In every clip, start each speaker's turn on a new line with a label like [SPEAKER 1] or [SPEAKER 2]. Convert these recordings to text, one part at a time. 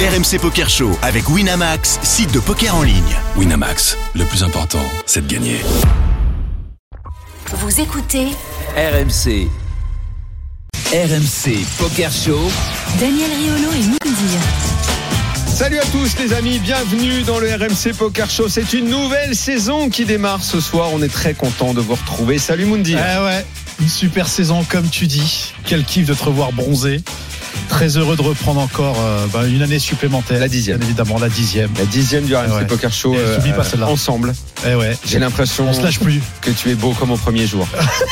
[SPEAKER 1] RMC Poker Show avec Winamax, site de poker en ligne.
[SPEAKER 2] Winamax, le plus important, c'est de gagner.
[SPEAKER 3] Vous écoutez
[SPEAKER 4] RMC. RMC Poker Show.
[SPEAKER 3] Daniel Riolo et Moundir.
[SPEAKER 5] Salut à tous les amis, bienvenue dans le RMC Poker Show. C'est une nouvelle saison qui démarre ce soir. On est très content de vous retrouver. Salut Mundi.
[SPEAKER 6] Ah ouais, une super saison comme tu dis. Quel kiff de te revoir bronzé. Très heureux de reprendre encore euh, bah, une année supplémentaire.
[SPEAKER 5] La dixième.
[SPEAKER 6] Bien évidemment, la dixième.
[SPEAKER 5] La dixième du RMC
[SPEAKER 6] Ouais.
[SPEAKER 5] Poker Show
[SPEAKER 6] Et
[SPEAKER 5] euh,
[SPEAKER 6] oublie pas
[SPEAKER 5] euh,
[SPEAKER 6] celle-là.
[SPEAKER 5] ensemble.
[SPEAKER 6] Eh ouais.
[SPEAKER 5] J'ai l'impression
[SPEAKER 6] On se Ah, lâche plus.
[SPEAKER 5] que tu es beau comme au premier jour.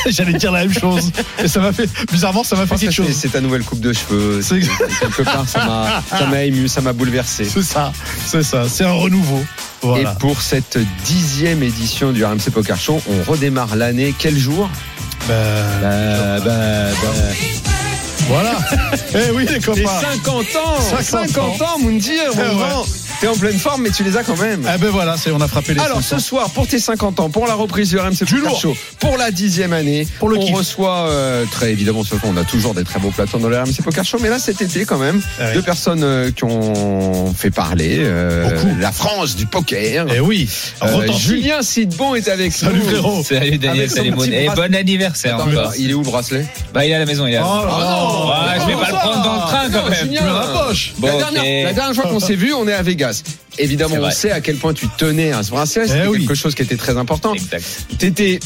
[SPEAKER 6] J'allais dire la même chose. Et ça m'a fait, bizarrement, ça m'a fait
[SPEAKER 5] Ça,
[SPEAKER 6] quelque
[SPEAKER 5] C'est
[SPEAKER 6] chose.
[SPEAKER 5] c'est ta nouvelle coupe de cheveux.
[SPEAKER 6] C'est-
[SPEAKER 5] Quelque part, ça m'a- ça m'a ému, ça m'a bouleversé.
[SPEAKER 6] C'est ça. C'est ça. C'est un renouveau. Voilà.
[SPEAKER 5] Et pour cette dixième édition du RMC Poker Show, on redémarre l'année. Quel jour
[SPEAKER 6] Bah, voilà. eh oui, les
[SPEAKER 5] Les
[SPEAKER 6] copains.
[SPEAKER 5] 50 ans
[SPEAKER 6] 50
[SPEAKER 5] 50 ans, Moundir
[SPEAKER 6] Eh
[SPEAKER 5] mon
[SPEAKER 6] ouais.
[SPEAKER 5] grand. T'es en pleine forme, mais tu les as quand même.
[SPEAKER 6] Ah ben voilà, c'est on a frappé les
[SPEAKER 5] Alors
[SPEAKER 6] 500.
[SPEAKER 5] ce soir, pour tes 50 ans, pour la reprise du RMC Poker
[SPEAKER 6] lourd.
[SPEAKER 5] Show, pour la dixième année,
[SPEAKER 6] Pour le
[SPEAKER 5] on
[SPEAKER 6] kiff.
[SPEAKER 5] reçoit euh, très évidemment, ce qu'on a toujours des très beaux plateaux dans le RMC Poker Show, mais là cet été quand même,
[SPEAKER 6] Ah oui.
[SPEAKER 5] deux personnes euh, qui ont fait parler euh,
[SPEAKER 6] Beaucoup.
[SPEAKER 5] la France du poker.
[SPEAKER 6] Eh oui.
[SPEAKER 5] Euh,
[SPEAKER 6] Retentit.
[SPEAKER 5] Julien Sidbon est avec
[SPEAKER 6] Salut,
[SPEAKER 5] nous.
[SPEAKER 6] frérot.
[SPEAKER 7] Salut Daniel,
[SPEAKER 5] Avec son
[SPEAKER 7] salut
[SPEAKER 5] petit
[SPEAKER 7] Moon. Et
[SPEAKER 5] bracelet.
[SPEAKER 7] bon anniversaire
[SPEAKER 5] Attends,
[SPEAKER 7] encore.
[SPEAKER 5] il est où le bracelet
[SPEAKER 7] Bah il est à la maison, il est à la
[SPEAKER 6] Oh
[SPEAKER 7] maison.
[SPEAKER 6] là là.
[SPEAKER 7] Ouais, je vais pas le prendre dans le train quand
[SPEAKER 5] Non,
[SPEAKER 7] même.
[SPEAKER 5] Julien,
[SPEAKER 6] Tu la rapproches.
[SPEAKER 7] Bon,
[SPEAKER 5] la, dernière,
[SPEAKER 7] ok.
[SPEAKER 5] la dernière fois qu'on s'est vu, on est à Vegas. Évidemment,
[SPEAKER 7] C'est
[SPEAKER 5] on
[SPEAKER 7] vrai.
[SPEAKER 5] sait à quel point tu tenais à ce bracelet. C'était
[SPEAKER 6] Eh oui.
[SPEAKER 5] quelque chose qui était très important.
[SPEAKER 7] Exact.
[SPEAKER 5] T'étais,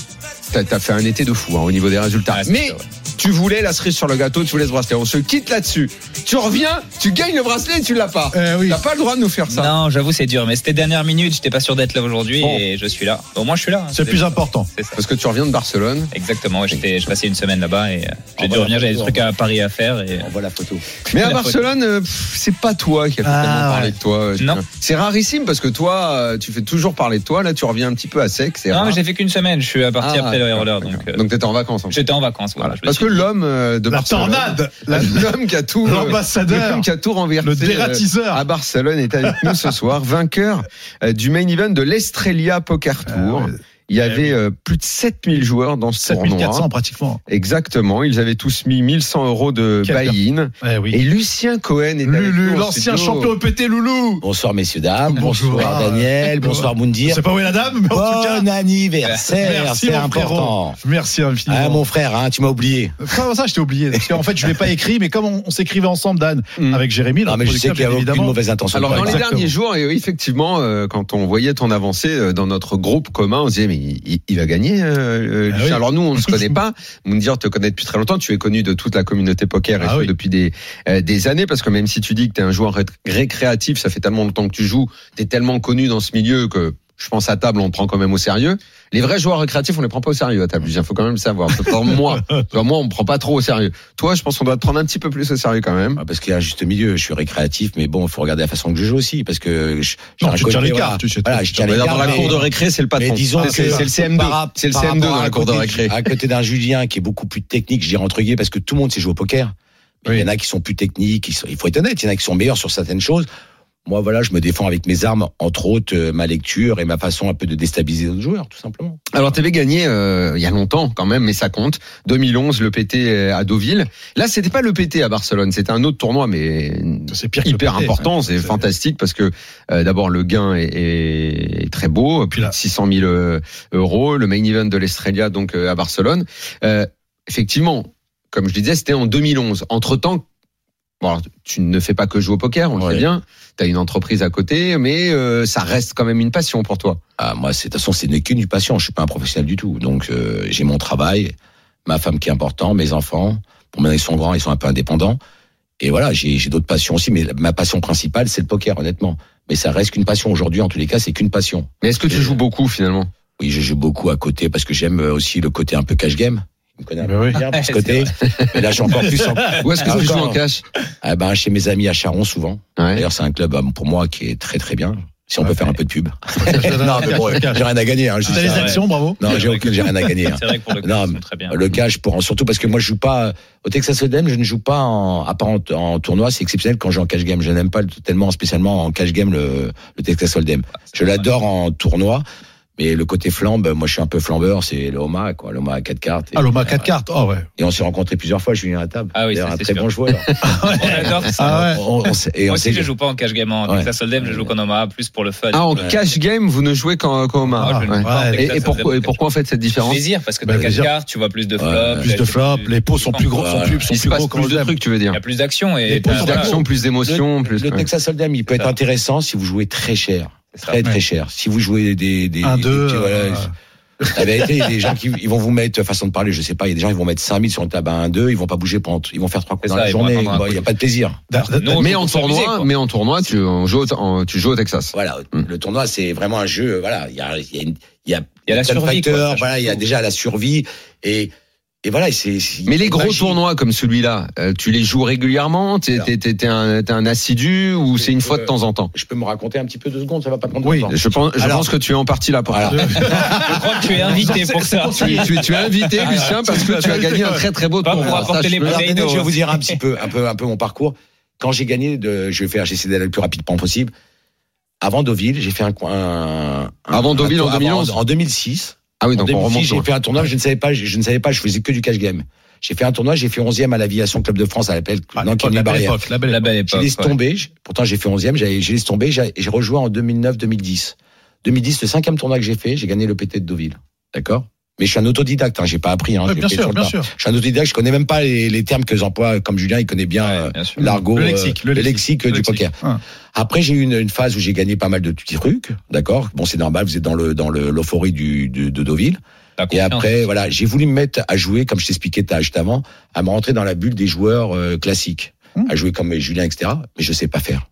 [SPEAKER 5] t'as, t'as fait un été de fou hein, au niveau des résultats.
[SPEAKER 7] Ouais, c'est
[SPEAKER 5] Mais
[SPEAKER 7] ça, ouais.
[SPEAKER 5] tu voulais la cerise sur le gâteau, tu voulais ce bracelet. On se quitte là-dessus. Tu reviens, tu gagnes le bracelet, et tu l'as pas.
[SPEAKER 6] Eh oui.
[SPEAKER 5] T'as pas le droit de nous faire ça.
[SPEAKER 7] Euh, Non, j'avoue c'est dur, mais c'était dernière minute, j'étais pas sûr d'être là aujourd'hui
[SPEAKER 5] Bon.
[SPEAKER 7] et je suis là. Au moins je suis là. hein.
[SPEAKER 6] C'est le plus important.
[SPEAKER 7] C'est ça.
[SPEAKER 5] Parce que tu reviens de Barcelone.
[SPEAKER 7] Exactement, ouais, j'étais, je passais une semaine là-bas et euh, j'ai
[SPEAKER 8] On
[SPEAKER 7] dû
[SPEAKER 8] va
[SPEAKER 7] revenir,
[SPEAKER 8] la
[SPEAKER 7] j'avais des
[SPEAKER 8] photo,
[SPEAKER 7] trucs à Paris à faire et
[SPEAKER 8] On voit la photo.
[SPEAKER 5] Mais à
[SPEAKER 7] La faute.
[SPEAKER 5] Barcelone, euh, pff, c'est pas toi qui as fait
[SPEAKER 6] Ah,
[SPEAKER 5] tellement parler
[SPEAKER 6] ouais.
[SPEAKER 5] de toi. euh,
[SPEAKER 7] Non.
[SPEAKER 5] Julien. C'est rarissime parce que toi, euh, tu fais toujours parler de toi. Là, tu reviens un petit peu à sec. C'est
[SPEAKER 7] Non,
[SPEAKER 5] rare.
[SPEAKER 7] mais j'ai fait qu'une semaine, je suis parti
[SPEAKER 5] Ah,
[SPEAKER 7] après le
[SPEAKER 5] d'accord,
[SPEAKER 7] roller
[SPEAKER 5] d'accord.
[SPEAKER 7] donc euh,
[SPEAKER 5] Donc t'étais en vacances. En fait.
[SPEAKER 7] j'étais en vacances voilà. Je
[SPEAKER 5] Voilà.
[SPEAKER 7] me
[SPEAKER 5] Parce
[SPEAKER 7] suis
[SPEAKER 5] que l'homme euh, de
[SPEAKER 6] La
[SPEAKER 5] Barcelone,
[SPEAKER 6] tornade. La-
[SPEAKER 5] l'homme qui a tout, euh,
[SPEAKER 6] L'ambassadeur.
[SPEAKER 5] l'homme qui a tout renversé,
[SPEAKER 6] Le
[SPEAKER 5] euh,
[SPEAKER 6] dératisseur.
[SPEAKER 5] à Barcelone est avec nous ce soir, vainqueur euh, du main event de l'Estrelia Poker Tour.
[SPEAKER 6] Ah ouais.
[SPEAKER 5] Il y
[SPEAKER 6] Eh
[SPEAKER 5] avait
[SPEAKER 6] oui.
[SPEAKER 5] euh, plus de 7000 joueurs dans ce tournoi.
[SPEAKER 6] 7400 pratiquement.
[SPEAKER 5] Exactement, ils avaient tous mis 1100 euros de
[SPEAKER 6] Quelle
[SPEAKER 5] buy-in.
[SPEAKER 6] Eh oui.
[SPEAKER 5] Et Lucien Cohen est avec nous
[SPEAKER 6] Lulu,
[SPEAKER 5] en
[SPEAKER 6] l'ancien
[SPEAKER 5] studio.
[SPEAKER 6] champion EPT Loulou.
[SPEAKER 8] Bonsoir messieurs dames,
[SPEAKER 6] Bonjour.
[SPEAKER 8] bonsoir, Daniel, bonsoir
[SPEAKER 6] Je
[SPEAKER 8] Moundir.
[SPEAKER 6] sais pas où est la dame, mais en tout cas.
[SPEAKER 8] Bon anniversaire,
[SPEAKER 6] Merci
[SPEAKER 8] c'est
[SPEAKER 6] mon frérot.
[SPEAKER 8] important.
[SPEAKER 6] Merci infiniment.
[SPEAKER 8] Ah, mon frère, hein, tu m'as oublié.
[SPEAKER 6] Comment ça, je t'ai oublié Parce qu'en fait, je l'ai pas écrit, mais comme on, on s'écrivait ensemble, Dan,
[SPEAKER 5] Mm.
[SPEAKER 6] avec Jérémy,
[SPEAKER 8] Non,
[SPEAKER 6] là,
[SPEAKER 8] Ah, mais je sais
[SPEAKER 6] producteur,
[SPEAKER 8] qu'il
[SPEAKER 6] bien
[SPEAKER 8] y avait aucune
[SPEAKER 6] évidemment.
[SPEAKER 8] mauvaise intention.
[SPEAKER 5] Alors dans les
[SPEAKER 6] Exactement.
[SPEAKER 5] derniers jours, et oui, effectivement, euh, quand on voyait ton avancée euh, dans notre groupe commun, on se disait mais il, il- il va gagner. euh, euh,
[SPEAKER 6] Ah
[SPEAKER 5] Lucien.
[SPEAKER 6] oui.
[SPEAKER 5] Alors nous, on ne se connaît pas. Moundir te connaît depuis très longtemps. Tu es connu de toute la communauté poker et
[SPEAKER 6] Ah
[SPEAKER 5] ce,
[SPEAKER 6] oui.
[SPEAKER 5] depuis des euh, des années. Parce que même si tu dis que tu es un joueur ré- récréatif, ça fait tellement longtemps que tu joues, tu es tellement connu dans ce milieu que je pense à table, on te prend quand même au sérieux. Les vrais joueurs récréatifs, on les prend pas au sérieux à table. Il faut quand même le savoir. Autant moi, tu vois, moi, on me prend pas trop au sérieux. Toi, je pense qu'on doit te prendre un petit peu plus au sérieux quand même.
[SPEAKER 8] Ah, Parce qu'il y a un juste milieu, je suis récréatif, mais bon, il faut regarder la façon que je joue aussi, parce que je, j'ai
[SPEAKER 6] Non,
[SPEAKER 8] un
[SPEAKER 6] tu
[SPEAKER 8] côté,
[SPEAKER 6] tiens les
[SPEAKER 8] voilà.
[SPEAKER 6] cartes, tu sais.
[SPEAKER 5] Ah,
[SPEAKER 8] Voilà, je tiens les
[SPEAKER 5] Mais
[SPEAKER 8] cartes.
[SPEAKER 5] dans la
[SPEAKER 8] mais-
[SPEAKER 5] cour de récré, c'est le patron. Ah,
[SPEAKER 8] Mais disons
[SPEAKER 5] C'est-
[SPEAKER 8] que
[SPEAKER 5] c'est c'est le CM2.
[SPEAKER 8] par-
[SPEAKER 5] C'est le
[SPEAKER 8] par
[SPEAKER 5] CM2
[SPEAKER 8] rapport
[SPEAKER 5] dans
[SPEAKER 8] à
[SPEAKER 5] la cour de
[SPEAKER 8] côté-
[SPEAKER 5] récré.
[SPEAKER 8] À côté d'un Julien qui est beaucoup plus technique, je dirais entre guillemets, parce que tout le monde sait jouer au poker. Mais
[SPEAKER 6] Oui.
[SPEAKER 8] Il y en a qui sont plus techniques, ils sont- il faut être honnête, il y en a qui sont meilleurs sur certaines choses. Moi, voilà, je me défends avec mes armes, entre autres euh, ma lecture et ma façon un peu de déstabiliser d'autres joueurs, tout simplement.
[SPEAKER 5] Alors, t'avais gagné euh, il y a longtemps quand même, mais ça compte. 2011, le PT à Deauville. Là, c'était pas le PT à Barcelone, c'était un autre tournoi, mais
[SPEAKER 6] C'est pire que
[SPEAKER 5] hyper
[SPEAKER 6] le PT.
[SPEAKER 5] important. C'est
[SPEAKER 6] c'est-
[SPEAKER 5] fantastique parce que euh, d'abord le gain est, est très beau, plus
[SPEAKER 6] là-
[SPEAKER 5] de 600 000 euh, euros. Le main event de l'Estrelia donc euh, à Barcelone. Euh, effectivement, comme je disais, c'était en 2011. Entre temps. Bon, alors, tu ne fais pas que jouer au poker, on le sait
[SPEAKER 8] Ouais.
[SPEAKER 5] bien. Tu as une entreprise à côté, mais euh, ça reste quand même une passion pour toi.
[SPEAKER 8] Ah, moi, c'est- de toute façon, c'est n'est qu'une passion. Je suis pas un professionnel du tout. Donc, euh, j'ai mon travail, ma femme qui est important, mes enfants. Pour maintenant, ils sont grands, ils sont un peu indépendants. Et voilà, j'ai j'ai d'autres passions aussi, mais la- ma passion principale, c'est le poker, honnêtement. Mais ça reste qu'une passion. Aujourd'hui, en tous les cas, c'est qu'une passion.
[SPEAKER 5] Mais est-ce que tu
[SPEAKER 8] Euh,
[SPEAKER 5] joues beaucoup finalement
[SPEAKER 8] Oui, je joue beaucoup à côté parce que j'aime euh, aussi le côté un peu cash game. Il me connaît un
[SPEAKER 6] Ben oui.
[SPEAKER 8] peu bien, de ce
[SPEAKER 7] C'est
[SPEAKER 8] côté. Mais là, je suis encore plus en...
[SPEAKER 5] Où est-ce que
[SPEAKER 8] Ah,
[SPEAKER 5] tu joues en
[SPEAKER 8] encore.
[SPEAKER 5] cash
[SPEAKER 8] Ah ben, chez mes amis à Charon, souvent.
[SPEAKER 5] ouais.
[SPEAKER 8] D'ailleurs, c'est un club, euh, pour moi, qui est très, très bien. Si on peut faire un peu de pub. non, mais bon, j'ai rien à gagner. Hein, je dis
[SPEAKER 6] T'as Ah, les
[SPEAKER 8] ça.
[SPEAKER 6] actions, bravo.
[SPEAKER 8] Non, j'ai aucune, j'ai rien à gagner. hein.
[SPEAKER 7] C'est vrai que pour le coup,
[SPEAKER 8] Non,
[SPEAKER 7] ils sont
[SPEAKER 8] mais-
[SPEAKER 7] très bien.
[SPEAKER 8] Le cash pour en- surtout parce que moi je joue pas au Texas Hold'em, je ne joue pas en, à part en, en tournoi, c'est exceptionnel quand je joue en cash game. Je
[SPEAKER 7] Ah,
[SPEAKER 8] n'aime pas le- tellement spécialement en cash game le, le Texas Hold'em. Je l'adore en tournoi, Mais le côté flambe, moi je suis un peu flambeur, c'est le Homa, quoi. Le Homa à 4 cartes. Et-
[SPEAKER 6] Ah, l'OMA 4 cartes. Ah ouais.
[SPEAKER 8] Et on s'est rencontrés plusieurs fois, Julien à table.
[SPEAKER 7] Ah oui,
[SPEAKER 8] D'ailleurs,
[SPEAKER 7] ça,
[SPEAKER 8] un
[SPEAKER 7] c'est
[SPEAKER 8] très
[SPEAKER 7] sûr.
[SPEAKER 8] bon joueur.
[SPEAKER 7] On adore ça.
[SPEAKER 6] Ah ouais.
[SPEAKER 8] On- on s'est- et
[SPEAKER 7] Moi
[SPEAKER 8] on
[SPEAKER 7] aussi,
[SPEAKER 8] s'est-
[SPEAKER 7] je joue pas en cash game en
[SPEAKER 8] Ouais.
[SPEAKER 7] Texas Hold'em, je joue qu'en Omaha, plus pour le fun.
[SPEAKER 5] Ah, en
[SPEAKER 7] Ouais.
[SPEAKER 5] cash game, vous ne jouez qu'en qu'en
[SPEAKER 7] Moi,
[SPEAKER 5] Omaha.
[SPEAKER 7] je ne
[SPEAKER 5] ouais.
[SPEAKER 7] joue pas en
[SPEAKER 6] Ouais.
[SPEAKER 7] Texas
[SPEAKER 5] Et, et pourquoi,
[SPEAKER 7] Hold'em.
[SPEAKER 5] et pourquoi en fait cette différence
[SPEAKER 7] Plaisir, parce que
[SPEAKER 6] Bah,
[SPEAKER 7] t'as 4
[SPEAKER 6] plaisir.
[SPEAKER 7] cartes, tu vois plus de
[SPEAKER 8] Ouais.
[SPEAKER 7] flops.
[SPEAKER 6] Plus de flops, les pots sont plus gros, sont
[SPEAKER 8] Voilà.
[SPEAKER 6] plus, sont
[SPEAKER 5] Il se
[SPEAKER 6] plus
[SPEAKER 5] passe
[SPEAKER 6] gros
[SPEAKER 5] plus
[SPEAKER 6] quand
[SPEAKER 5] de trucs, tu veux dire
[SPEAKER 7] Il y a plus d'action
[SPEAKER 6] Il y a
[SPEAKER 7] et
[SPEAKER 6] plus
[SPEAKER 7] t'as-
[SPEAKER 5] Plus
[SPEAKER 6] voilà.
[SPEAKER 5] d'action, plus d'émotion, plus.
[SPEAKER 8] le
[SPEAKER 5] ouais.
[SPEAKER 8] Texas Hold'em, il peut
[SPEAKER 7] C'est
[SPEAKER 8] être
[SPEAKER 7] ça.
[SPEAKER 8] intéressant si vous jouez très cher.
[SPEAKER 7] C'est ça.
[SPEAKER 8] Très,
[SPEAKER 6] Ouais.
[SPEAKER 8] très cher. Si vous jouez des. des
[SPEAKER 6] Un,
[SPEAKER 8] des
[SPEAKER 6] deux,
[SPEAKER 8] petits- voilà,
[SPEAKER 6] euh,
[SPEAKER 8] La vérité, il y a des gens qui ils vont vous mettre, façon de parler, je sais pas, il y a des gens qui vont mettre 5000 sur une table à 1, 2, ils vont pas bouger pendant, ils vont faire trois coups
[SPEAKER 7] C'est
[SPEAKER 8] dans
[SPEAKER 7] ça,
[SPEAKER 8] la
[SPEAKER 7] ils vont
[SPEAKER 8] journée,
[SPEAKER 7] attendre un
[SPEAKER 8] Bon,
[SPEAKER 7] coup.
[SPEAKER 8] il n'y a pas de plaisir.
[SPEAKER 7] Nous, on
[SPEAKER 5] Mais
[SPEAKER 7] joue
[SPEAKER 5] en
[SPEAKER 7] pour s'amuser,
[SPEAKER 5] tournoi,
[SPEAKER 7] quoi.
[SPEAKER 5] mais en tournoi, tu on joue, au- en- tu joues au Texas.
[SPEAKER 8] Voilà,
[SPEAKER 7] Hmm.
[SPEAKER 5] Hum.
[SPEAKER 8] le tournoi, c'est vraiment un jeu, voilà, il y a, il y a, une- il y a,
[SPEAKER 7] Il y a la
[SPEAKER 8] plein de
[SPEAKER 7] survie, quoi,
[SPEAKER 8] facteurs,
[SPEAKER 7] ça, je
[SPEAKER 8] voilà, il y a
[SPEAKER 7] trouve.
[SPEAKER 8] déjà la survie, et, et voilà, et c'est, c'est-
[SPEAKER 5] Mais les gros
[SPEAKER 8] magie.
[SPEAKER 5] tournois comme celui-là, euh, tu les joues régulièrement T'es
[SPEAKER 8] Alors.
[SPEAKER 5] t'es- t'es- t'es un, t'es un assidu ou c'est une fois de temps en temps
[SPEAKER 8] Je peux me raconter un petit peu deux secondes, ça va pas prendre
[SPEAKER 6] Oui.
[SPEAKER 8] longtemps.
[SPEAKER 5] Je pense, je
[SPEAKER 8] Alors.
[SPEAKER 5] pense que tu es en partie là pour
[SPEAKER 8] Voilà.
[SPEAKER 5] ça.
[SPEAKER 7] Je crois que tu es invité pour ça.
[SPEAKER 5] Tu, tu- tu es invité, Lucien, parce que tu as gagné un très très beau
[SPEAKER 7] Pas pour
[SPEAKER 5] tournoi.
[SPEAKER 7] apporter
[SPEAKER 5] Ça, je
[SPEAKER 7] les
[SPEAKER 5] peux-
[SPEAKER 8] Alors,
[SPEAKER 7] Poseidon,
[SPEAKER 8] Daniel, je vais vous
[SPEAKER 6] hein.
[SPEAKER 7] aussi.
[SPEAKER 8] dire un petit peu, un peu, un peu mon parcours. Quand j'ai gagné, de, je vais faire, j'essaie d'aller le plus rapidement possible. Avant Deauville, j'ai fait un, coin- un, un-
[SPEAKER 5] Avant Deauville, en
[SPEAKER 8] avant-
[SPEAKER 5] 2011.
[SPEAKER 8] en 2006.
[SPEAKER 5] Ah oui,
[SPEAKER 8] en
[SPEAKER 5] donc on
[SPEAKER 8] 2006,
[SPEAKER 5] remonte.
[SPEAKER 8] j'ai fait un tournoi, je ne savais pas, je, je ne savais pas, je faisais que du cash game. J'ai fait un tournoi, j'ai fait 11e à l'aviation club de France à l'appel,
[SPEAKER 6] Ah,
[SPEAKER 8] non, qui est
[SPEAKER 6] la belle
[SPEAKER 8] barrière.
[SPEAKER 6] époque, la belle
[SPEAKER 7] La
[SPEAKER 6] époque.
[SPEAKER 7] belle
[SPEAKER 8] J'ai
[SPEAKER 7] époque.
[SPEAKER 8] laissé
[SPEAKER 7] ouais.
[SPEAKER 8] tomber, je- pourtant j'ai fait 11e, j'ai j'ai laissé tomber, j'ai j'ai rejoint en 2009-2010. 2010, le cinquième tournoi que j'ai fait, j'ai gagné le PT de Deauville. D'accord? Mais je suis un autodidacte, hein, j'ai pas appris, hein,
[SPEAKER 6] Ouais,
[SPEAKER 8] j'ai
[SPEAKER 6] bien
[SPEAKER 8] fait sur
[SPEAKER 6] sûr,
[SPEAKER 8] le
[SPEAKER 6] bien
[SPEAKER 8] tas.
[SPEAKER 6] sûr.
[SPEAKER 8] Je suis un autodidacte, je connais même pas les, les termes que j'emploie, comme Julien, il connaît bien euh,
[SPEAKER 7] Bien sûr.
[SPEAKER 8] l'argot,
[SPEAKER 6] Le
[SPEAKER 8] euh,
[SPEAKER 6] lexique, le
[SPEAKER 8] le
[SPEAKER 6] lexique,
[SPEAKER 8] lexique, euh,
[SPEAKER 6] le
[SPEAKER 8] du
[SPEAKER 6] lexique.
[SPEAKER 8] poker.
[SPEAKER 6] Ouais.
[SPEAKER 8] Après, j'ai eu une, une phase où j'ai gagné pas mal de petits trucs, d'accord Bon, c'est normal, vous êtes dans le dans le- l'euphorie du, du- de Deauville.
[SPEAKER 7] La
[SPEAKER 8] Et
[SPEAKER 7] confiance.
[SPEAKER 8] après, voilà, j'ai voulu me mettre à jouer, comme je t'expliquais t'as- juste avant, à me rentrer dans la bulle des joueurs euh, classiques,
[SPEAKER 6] Hum.
[SPEAKER 8] à jouer comme Julien, etc. Mais je sais pas faire.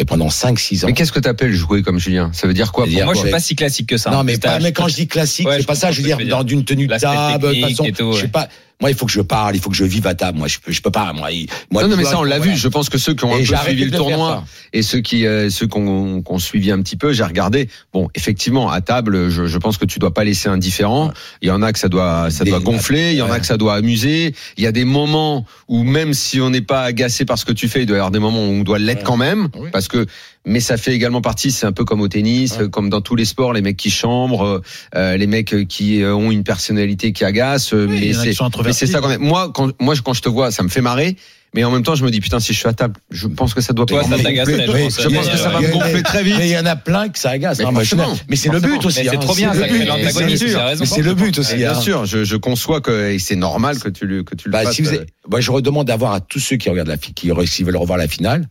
[SPEAKER 8] Et pendant 5-6 ans.
[SPEAKER 5] Mais qu'est-ce que t'appelles jouer comme Julien Ça veut dire quoi pour
[SPEAKER 8] C'est-à-dire
[SPEAKER 7] Moi, je suis
[SPEAKER 8] quoi
[SPEAKER 7] pas si classique que ça.
[SPEAKER 8] non,
[SPEAKER 7] hein.
[SPEAKER 8] mais,
[SPEAKER 7] C'est
[SPEAKER 8] pas,
[SPEAKER 7] un-
[SPEAKER 8] mais quand je dis classique,
[SPEAKER 7] Ouais,
[SPEAKER 8] c'est
[SPEAKER 7] je
[SPEAKER 8] pas ça.
[SPEAKER 7] comprends
[SPEAKER 8] Je veux
[SPEAKER 7] ce que
[SPEAKER 8] dire,
[SPEAKER 7] tu veux
[SPEAKER 8] dans d'une tenue de
[SPEAKER 7] L'aspect
[SPEAKER 8] table, de toute
[SPEAKER 7] technique
[SPEAKER 8] façon,
[SPEAKER 7] et tout,
[SPEAKER 8] je sais
[SPEAKER 7] ouais.
[SPEAKER 8] pas. Moi, il faut que je parle, il faut que je vive à table. Moi, je, peux- je peux pas. Moi, il- moi,
[SPEAKER 5] non, non,
[SPEAKER 8] le
[SPEAKER 5] mais
[SPEAKER 8] joueur,
[SPEAKER 5] ça, on l'a
[SPEAKER 8] voilà.
[SPEAKER 5] vu. Je pense que ceux qui ont
[SPEAKER 8] Et
[SPEAKER 5] un
[SPEAKER 8] j'ai
[SPEAKER 5] peu
[SPEAKER 8] arrêté
[SPEAKER 5] suivi le
[SPEAKER 8] de faire
[SPEAKER 5] tournoi et ceux qui, euh, ceux qu'on qu'on suivi un petit peu, j'ai regardé. Bon, effectivement, à table, je, je pense que tu dois pas laisser indifférent. Il y en a que ça doit, ça
[SPEAKER 8] Des-
[SPEAKER 5] doit gonfler. Il y en a
[SPEAKER 8] ouais.
[SPEAKER 5] que ça doit amuser. Il y a des moments où même si on n'est pas agacé par ce que tu fais, il doit y avoir des moments où on doit l'être
[SPEAKER 8] Ouais. Ah
[SPEAKER 5] quand même,
[SPEAKER 8] Oui.
[SPEAKER 5] parce que. Mais ça fait également partie. C'est un peu comme au tennis,
[SPEAKER 8] Ouais.
[SPEAKER 5] euh, comme dans tous les sports, les mecs qui chambrent, euh, euh, les mecs qui euh, ont une personnalité qui agace. euh,
[SPEAKER 6] Oui, il
[SPEAKER 5] mais
[SPEAKER 6] y en a qui
[SPEAKER 5] c'est
[SPEAKER 6] sont
[SPEAKER 5] mais
[SPEAKER 6] introvertis.
[SPEAKER 5] c'est ça quand même. Moi, quand, moi, je- quand je te vois, ça me fait marrer. Mais en même temps, je me dis, putain, si je suis à table, je pense que ça doit
[SPEAKER 7] Toi,
[SPEAKER 5] pas
[SPEAKER 7] ça
[SPEAKER 5] me
[SPEAKER 7] t'agace,
[SPEAKER 5] gonfler.
[SPEAKER 7] je
[SPEAKER 8] Oui,
[SPEAKER 7] pense.
[SPEAKER 5] Je pense
[SPEAKER 7] Ouais,
[SPEAKER 5] que ça
[SPEAKER 7] ouais,
[SPEAKER 5] va me
[SPEAKER 7] ouais.
[SPEAKER 5] gonfler très vite.
[SPEAKER 8] Mais il y en a plein que ça agace.
[SPEAKER 5] Mais
[SPEAKER 8] hein, moi, je suis
[SPEAKER 5] forcément,
[SPEAKER 8] là. Mais c'est le
[SPEAKER 5] forcément.
[SPEAKER 8] but aussi.
[SPEAKER 7] Mais c'est
[SPEAKER 8] hein,
[SPEAKER 7] trop bien,
[SPEAKER 8] le
[SPEAKER 7] ça
[SPEAKER 8] but.
[SPEAKER 7] crée
[SPEAKER 8] Mais c'est-
[SPEAKER 7] l'antagonisme,
[SPEAKER 5] sûr.
[SPEAKER 7] t'as raison.
[SPEAKER 8] Mais c'est le but aussi.
[SPEAKER 5] Bien
[SPEAKER 8] hein.
[SPEAKER 5] sûr, je, je conçois que et c'est normal que tu le que tu le
[SPEAKER 8] Bah,
[SPEAKER 5] fasses. euh.
[SPEAKER 8] si vous êtes- moi, je redemande d'avoir à tous ceux qui regardent la fi- qui, re- qui veulent revoir la finale.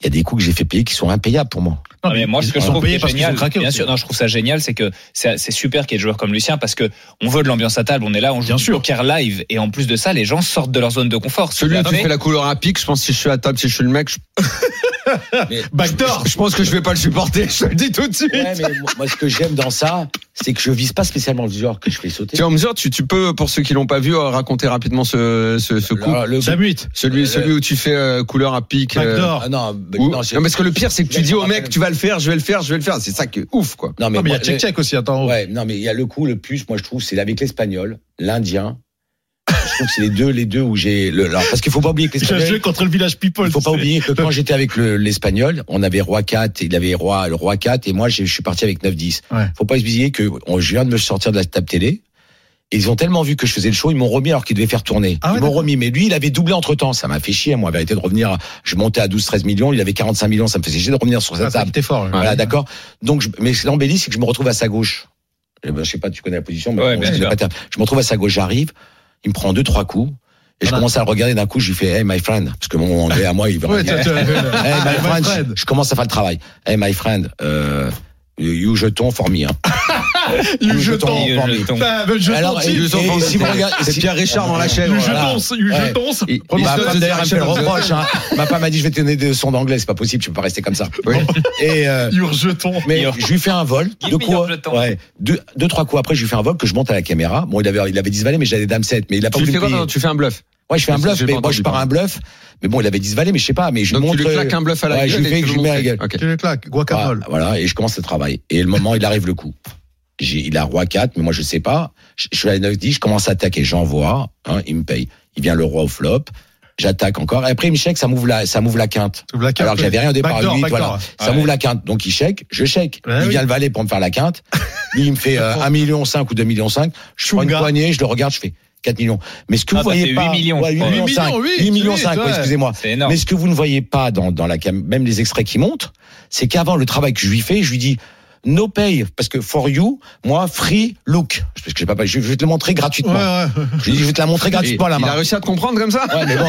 [SPEAKER 8] Il y a des coups que j'ai fait payer qui sont impayables pour moi.
[SPEAKER 6] Non,
[SPEAKER 7] Non, mais moi, ce que
[SPEAKER 6] ils
[SPEAKER 7] je
[SPEAKER 6] sont
[SPEAKER 7] trouve
[SPEAKER 6] payés
[SPEAKER 7] que
[SPEAKER 6] parce qu'ils ont
[SPEAKER 7] génial,
[SPEAKER 6] craqué.
[SPEAKER 7] bien
[SPEAKER 6] aussi.
[SPEAKER 7] sûr, non, je trouve ça génial, c'est que c'est c'est super qu'il y ait des joueurs comme Lucien parce que on veut de l'ambiance à table, on est là, on joue
[SPEAKER 6] Bien
[SPEAKER 7] du
[SPEAKER 6] sûr.
[SPEAKER 7] poker live et en plus de ça, les gens sortent de leur zone de confort.
[SPEAKER 5] Celui où tu
[SPEAKER 7] Attendez,
[SPEAKER 5] fais la couleur à pic, je pense que si je suis à table, si je suis le mec, je,
[SPEAKER 6] Backdoor.
[SPEAKER 5] je pense que je vais pas le supporter. Je te le dis tout de suite.
[SPEAKER 8] Ouais, mais moi, moi, ce que j'aime dans ça, c'est que je vise pas spécialement le joueur que je fais sauter.
[SPEAKER 5] Tu es en mesure, tu, tu peux, pour ceux qui l'ont pas vu, euh, raconter rapidement ce, ce, ce coup.
[SPEAKER 8] Alors, le-
[SPEAKER 6] La muite.
[SPEAKER 5] celui,
[SPEAKER 8] le-
[SPEAKER 5] celui où tu fais euh, couleur à pic. euh,
[SPEAKER 6] Backdoor.
[SPEAKER 8] Ah, non, mais-
[SPEAKER 5] où-
[SPEAKER 8] non,
[SPEAKER 5] non,
[SPEAKER 8] j'ai-
[SPEAKER 5] parce que le pire, c'est que tu
[SPEAKER 8] Là,
[SPEAKER 5] dis
[SPEAKER 8] je me
[SPEAKER 5] au mec,
[SPEAKER 8] rappelle.
[SPEAKER 5] tu Ah, vas le faire, je vais le faire, je vais le faire. C'est ça qui est ouf, quoi.
[SPEAKER 8] Non, mais,
[SPEAKER 6] Non, mais il y a
[SPEAKER 8] moi,
[SPEAKER 6] check-check aussi, attends.
[SPEAKER 8] Ouais, non, mais il y a le coup le plus, moi je trouve, c'est avec l'espagnol, l'indien. Je trouve que c'est les deux, les deux où j'ai. Le, alors, parce qu'il faut pas oublier que
[SPEAKER 6] J'ai un jeu
[SPEAKER 8] l'espagnol.
[SPEAKER 6] contre le village people.
[SPEAKER 8] Il faut pas oublier que quand j'étais avec le- l'espagnol, on avait roi 4, il avait roi le roi 4 et moi j'ai- je suis parti avec 9 10.
[SPEAKER 6] Ouais.
[SPEAKER 8] Faut pas oublier que on, je viens de me sortir de la table télé. Et ils ont tellement vu que je faisais le show, ils m'ont remis alors qu'ils devaient faire tourner.
[SPEAKER 6] Ah ouais,
[SPEAKER 8] ils m'ont
[SPEAKER 6] d'accord.
[SPEAKER 8] remis, mais lui, il avait doublé entre temps. Ça m'a fait chier, moi. La vérité de revenir, à- je montais à 12, 13 millions, il avait 45 millions, ça me faisait chier de revenir sur sa
[SPEAKER 6] Ah, ça,
[SPEAKER 8] table.
[SPEAKER 6] T'es fort. là.
[SPEAKER 8] Voilà, d'accord. Donc, je, mais l'embellie, c'est que je me retrouve à sa gauche. Eh ben, je sais pas, tu connais la position, mais
[SPEAKER 7] Ouais,
[SPEAKER 8] bon,
[SPEAKER 7] bien
[SPEAKER 8] je, connais
[SPEAKER 7] sûr.
[SPEAKER 8] pas terme. je me retrouve à sa gauche, j'arrive, il me prend deux, trois coups, et je
[SPEAKER 6] Voilà.
[SPEAKER 8] commence à le regarder d'un coup, je lui fais, hey, my friend, parce que mon anglais à moi, il veut
[SPEAKER 6] Ouais,
[SPEAKER 8] rien
[SPEAKER 6] t'as-
[SPEAKER 8] dire.
[SPEAKER 6] t'as-
[SPEAKER 8] Hey, my
[SPEAKER 6] My
[SPEAKER 8] friend,
[SPEAKER 6] friend.
[SPEAKER 8] Je, je commence à faire le travail. Hey, my friend, euh, you jeton for me, hein.
[SPEAKER 6] You
[SPEAKER 8] You
[SPEAKER 6] jeton.
[SPEAKER 8] jeton for me.
[SPEAKER 6] Putain, le jeton,
[SPEAKER 8] Alors,
[SPEAKER 6] type.
[SPEAKER 8] et-
[SPEAKER 5] Ils ont
[SPEAKER 8] et
[SPEAKER 5] pas-
[SPEAKER 8] si vous regardez-
[SPEAKER 5] C'est
[SPEAKER 8] si-
[SPEAKER 5] Pierre Richard dans la chèvre.
[SPEAKER 6] You
[SPEAKER 8] voilà.
[SPEAKER 6] jetonce, you
[SPEAKER 8] Ouais.
[SPEAKER 6] jetonce.
[SPEAKER 5] Il-
[SPEAKER 6] Prononce-
[SPEAKER 8] Ma
[SPEAKER 5] Ils
[SPEAKER 8] femme,
[SPEAKER 5] se-
[SPEAKER 8] d'ailleurs, elle me fait le reproche, hein. Ma femme a dit, je vais te donner des sons d'anglais, c'est pas possible, tu peux pas rester comme ça.
[SPEAKER 5] Oui.
[SPEAKER 8] Et, euh,
[SPEAKER 6] Your jeton.
[SPEAKER 8] Mais
[SPEAKER 7] Meilleur.
[SPEAKER 8] je lui fais un vol,
[SPEAKER 7] Give
[SPEAKER 8] deux
[SPEAKER 7] me your
[SPEAKER 8] coups,
[SPEAKER 7] jeton.
[SPEAKER 8] ouais, deux, deux, trois coups après, je lui fais un vol que je monte à la caméra. Bon, il avait, il avait 10 valets, mais j'avais dame 7, mais il a pas
[SPEAKER 5] Tu
[SPEAKER 8] voulu
[SPEAKER 5] fais
[SPEAKER 8] me
[SPEAKER 5] quoi
[SPEAKER 8] payer.
[SPEAKER 5] pardon, Tu fais un bluff.
[SPEAKER 8] Ouais, je fais un
[SPEAKER 5] Parce que
[SPEAKER 8] bluff,
[SPEAKER 5] j'ai
[SPEAKER 8] mais
[SPEAKER 5] pas
[SPEAKER 8] moi, je
[SPEAKER 5] entendu
[SPEAKER 8] pars
[SPEAKER 5] parler.
[SPEAKER 8] un bluff. Mais bon, il avait 10 valets, mais je sais pas, mais je
[SPEAKER 5] Donc
[SPEAKER 8] montre. euh,
[SPEAKER 5] tu lui claques un bluff à la
[SPEAKER 8] ouais,
[SPEAKER 5] gueule.
[SPEAKER 8] je lui
[SPEAKER 5] et
[SPEAKER 8] fais
[SPEAKER 5] tu
[SPEAKER 8] que je lui
[SPEAKER 5] montres.
[SPEAKER 8] mets la gueule.
[SPEAKER 5] Ok.
[SPEAKER 6] Tu les claques.
[SPEAKER 8] voilà,
[SPEAKER 6] Guacamole.
[SPEAKER 8] voilà, et je commence à travailler. Et le moment, il arrive le coup. J'ai, il a roi 4, mais moi, je sais pas. Je, je suis à 9, 10, je commence à attaquer, j'envoie, hein, il me paye. Il vient le roi au flop. j'attaque encore. Et après, il me check, ça m'ouvre la, ça m'ouvre la quinte.
[SPEAKER 6] Tout black
[SPEAKER 8] Alors
[SPEAKER 6] up.
[SPEAKER 8] que j'avais rien au départ.
[SPEAKER 6] Backdoor,
[SPEAKER 8] Lui,
[SPEAKER 6] backdoor.
[SPEAKER 8] voilà. Ça
[SPEAKER 7] Ouais.
[SPEAKER 8] m'ouvre la quinte. Donc il chèque, je chèque.
[SPEAKER 6] Ouais,
[SPEAKER 8] il
[SPEAKER 6] oui.
[SPEAKER 8] vient le valet pour me faire la quinte. Lui, il me fait euh, 1,5 million ou 2,5 millions. Je prends une
[SPEAKER 6] Chunga.
[SPEAKER 8] poignée, je le regarde, je fais 4 millions. Mais ce que
[SPEAKER 7] Ah,
[SPEAKER 8] vous
[SPEAKER 7] bah,
[SPEAKER 8] voyez
[SPEAKER 7] c'est
[SPEAKER 8] pas.
[SPEAKER 7] 8 millions,
[SPEAKER 8] Ouais,
[SPEAKER 7] je
[SPEAKER 8] 8
[SPEAKER 7] crois.
[SPEAKER 8] millions
[SPEAKER 6] Huit
[SPEAKER 8] 5,
[SPEAKER 6] millions, oui,
[SPEAKER 8] 8 millions
[SPEAKER 6] oui,
[SPEAKER 8] 5,
[SPEAKER 6] ouais.
[SPEAKER 8] excusez-moi.
[SPEAKER 7] C'est énorme.
[SPEAKER 8] Mais ce que vous ne voyez pas dans, dans la cam, même les extraits qui montent, c'est qu'avant le travail que je lui fais, je lui dis no pay parce que for you, moi free look. Parce que j'ai pas, payé. je vais te le montrer gratuitement.
[SPEAKER 6] ouais.
[SPEAKER 8] Je lui dis je vais te la montrer gratuitement
[SPEAKER 5] il
[SPEAKER 8] la
[SPEAKER 5] a
[SPEAKER 8] main.
[SPEAKER 5] réussi à te comprendre comme ça
[SPEAKER 8] Ouais, mais bon.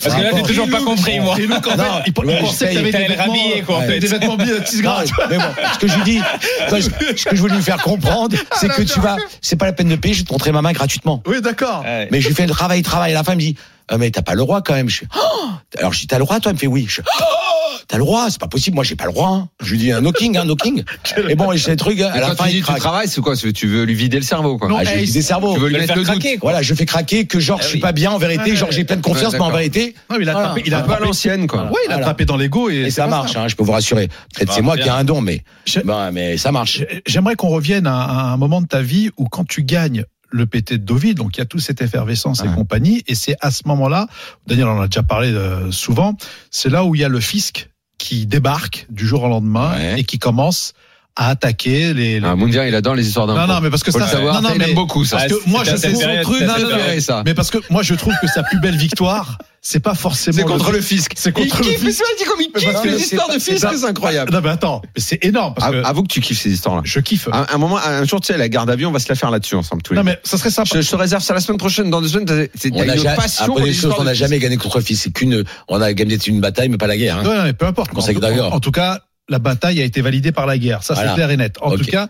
[SPEAKER 7] Parce que là, j'ai toujours pas compris, moi.
[SPEAKER 6] Et donc, en
[SPEAKER 8] Non,
[SPEAKER 6] fait, il
[SPEAKER 8] ouais,
[SPEAKER 6] pensait qu'il y avait
[SPEAKER 7] t'allais
[SPEAKER 6] des
[SPEAKER 7] le
[SPEAKER 6] vêtements,
[SPEAKER 7] rhabiller, quoi, en
[SPEAKER 6] euh,
[SPEAKER 7] fait.
[SPEAKER 6] des vêtements biotis
[SPEAKER 8] Non,
[SPEAKER 6] gratuits.
[SPEAKER 8] mais bon, ce que je lui dis, enfin, je- ce que je voulais lui faire comprendre, c'est que tu vas, c'est pas la peine de payer, je vais te montrer ma main gratuitement.
[SPEAKER 6] Oui, d'accord.
[SPEAKER 7] Ouais.
[SPEAKER 8] Mais je lui fais le travail, travail. À la fin, il me dit, Ah, mais t'as pas le droit quand même. Je fais, Oh alors je dis, t'as le droit, toi? Il me fait oui. Je fais, Oh t'as le droit, c'est pas possible. Moi, j'ai pas le droit. hein. Je lui dis, un knocking, un knocking. Et bon, et c'est le truc. À
[SPEAKER 5] Et
[SPEAKER 8] la
[SPEAKER 5] quand
[SPEAKER 8] fin,
[SPEAKER 5] tu dis
[SPEAKER 8] il
[SPEAKER 5] tu
[SPEAKER 8] craque.
[SPEAKER 5] travailles, c'est quoi c'est- Tu veux lui vider le cerveau, quoi.
[SPEAKER 6] Non,
[SPEAKER 8] Ah, je lui dis des cerveaux.
[SPEAKER 5] tu veux lui
[SPEAKER 7] le
[SPEAKER 5] mettre
[SPEAKER 7] faire
[SPEAKER 5] le doute.
[SPEAKER 7] craquer, quoi.
[SPEAKER 8] Voilà, je fais craquer que genre,
[SPEAKER 7] Ah
[SPEAKER 8] je suis
[SPEAKER 7] oui.
[SPEAKER 8] pas bien en vérité.
[SPEAKER 6] Ouais.
[SPEAKER 8] Genre, j'ai plein de confiance,
[SPEAKER 5] Ouais,
[SPEAKER 8] mais en
[SPEAKER 5] d'accord.
[SPEAKER 8] vérité.
[SPEAKER 6] Non, il a
[SPEAKER 8] Voilà.
[SPEAKER 6] tapé, il a
[SPEAKER 5] Un peu à
[SPEAKER 6] tapé.
[SPEAKER 5] l'ancienne, quoi.
[SPEAKER 6] Ouais, il a
[SPEAKER 8] Voilà.
[SPEAKER 6] tapé dans l'ego et,
[SPEAKER 8] Et
[SPEAKER 6] c'est
[SPEAKER 8] ça
[SPEAKER 6] pas
[SPEAKER 8] marche, hein, je peux vous rassurer. Peut-être
[SPEAKER 7] Bah,
[SPEAKER 8] c'est moi
[SPEAKER 7] bien.
[SPEAKER 8] qui ai un don, mais,
[SPEAKER 6] Je-
[SPEAKER 8] bah, mais ça marche.
[SPEAKER 6] J'ai- J'aimerais qu'on revienne à, à un moment de ta vie où quand tu gagnes le PT de Deauville, donc il y a toute cette effervescence et
[SPEAKER 5] Ah.
[SPEAKER 8] Ouais.
[SPEAKER 6] compagnie, et c'est à ce moment-là, Daniel en a déjà parlé euh, souvent, c'est là où il y a le fisc qui débarque du jour au lendemain
[SPEAKER 8] Ouais.
[SPEAKER 6] et qui commence à attaquer les... les-
[SPEAKER 5] Ah, Moundir, il adore les histoires d'impôts.
[SPEAKER 6] non, non, mais parce que
[SPEAKER 5] Faut
[SPEAKER 6] ça,
[SPEAKER 5] le savoir,
[SPEAKER 6] non, non,
[SPEAKER 5] ça, il
[SPEAKER 6] mais-
[SPEAKER 5] aime beaucoup hein. ça.
[SPEAKER 6] parce que
[SPEAKER 7] Ah,
[SPEAKER 6] moi,
[SPEAKER 7] c'est
[SPEAKER 6] je
[SPEAKER 7] à
[SPEAKER 6] sais
[SPEAKER 7] cette
[SPEAKER 6] son
[SPEAKER 7] période,
[SPEAKER 6] truc,
[SPEAKER 7] c'est à
[SPEAKER 6] non,
[SPEAKER 7] cette
[SPEAKER 6] non,
[SPEAKER 7] période.
[SPEAKER 5] Adoré, ça.
[SPEAKER 6] Mais parce que moi, je trouve que sa plus belle victoire, c'est pas forcément...
[SPEAKER 5] C'est contre le fisc.
[SPEAKER 6] C'est
[SPEAKER 5] Il
[SPEAKER 6] contre le
[SPEAKER 5] kiffe, mais
[SPEAKER 6] fisc.
[SPEAKER 5] tu vois, il dit comme il
[SPEAKER 6] Mais parce
[SPEAKER 5] kiffe
[SPEAKER 6] que
[SPEAKER 5] les histoires de fisc, Ah,
[SPEAKER 6] c'est-
[SPEAKER 5] c'est incroyable.
[SPEAKER 6] Non, mais attends, mais c'est énorme, parce que
[SPEAKER 5] Avoue que tu kiffes ces histoires-là.
[SPEAKER 6] je kiffe.
[SPEAKER 5] Un, un moment, un jour, tu sais, la garde à vue, on va se la faire là-dessus ensemble. Tous les
[SPEAKER 6] Non,
[SPEAKER 5] deux.
[SPEAKER 6] mais ça serait sympa.
[SPEAKER 5] je, je te réserve ça la semaine prochaine, dans deux semaines. T'as c'est-
[SPEAKER 8] On
[SPEAKER 5] t'as
[SPEAKER 8] a
[SPEAKER 5] une
[SPEAKER 8] ja-
[SPEAKER 5] passion
[SPEAKER 8] après
[SPEAKER 5] pour
[SPEAKER 8] les
[SPEAKER 5] les
[SPEAKER 8] choses,
[SPEAKER 5] histoires
[SPEAKER 8] on
[SPEAKER 5] de
[SPEAKER 8] n'a
[SPEAKER 5] fisc.
[SPEAKER 8] jamais gagné contre le fils. C'est qu'une, on a gagné c'est une bataille, mais pas la guerre. hein.
[SPEAKER 6] Ouais, non, mais peu importe.
[SPEAKER 8] Conseil
[SPEAKER 6] En tout-
[SPEAKER 8] d'accord.
[SPEAKER 6] En, en tout cas, la bataille a été validée par la guerre. Ça,
[SPEAKER 8] Voilà.
[SPEAKER 6] c'est clair et net. En
[SPEAKER 8] Ok.
[SPEAKER 6] tout cas,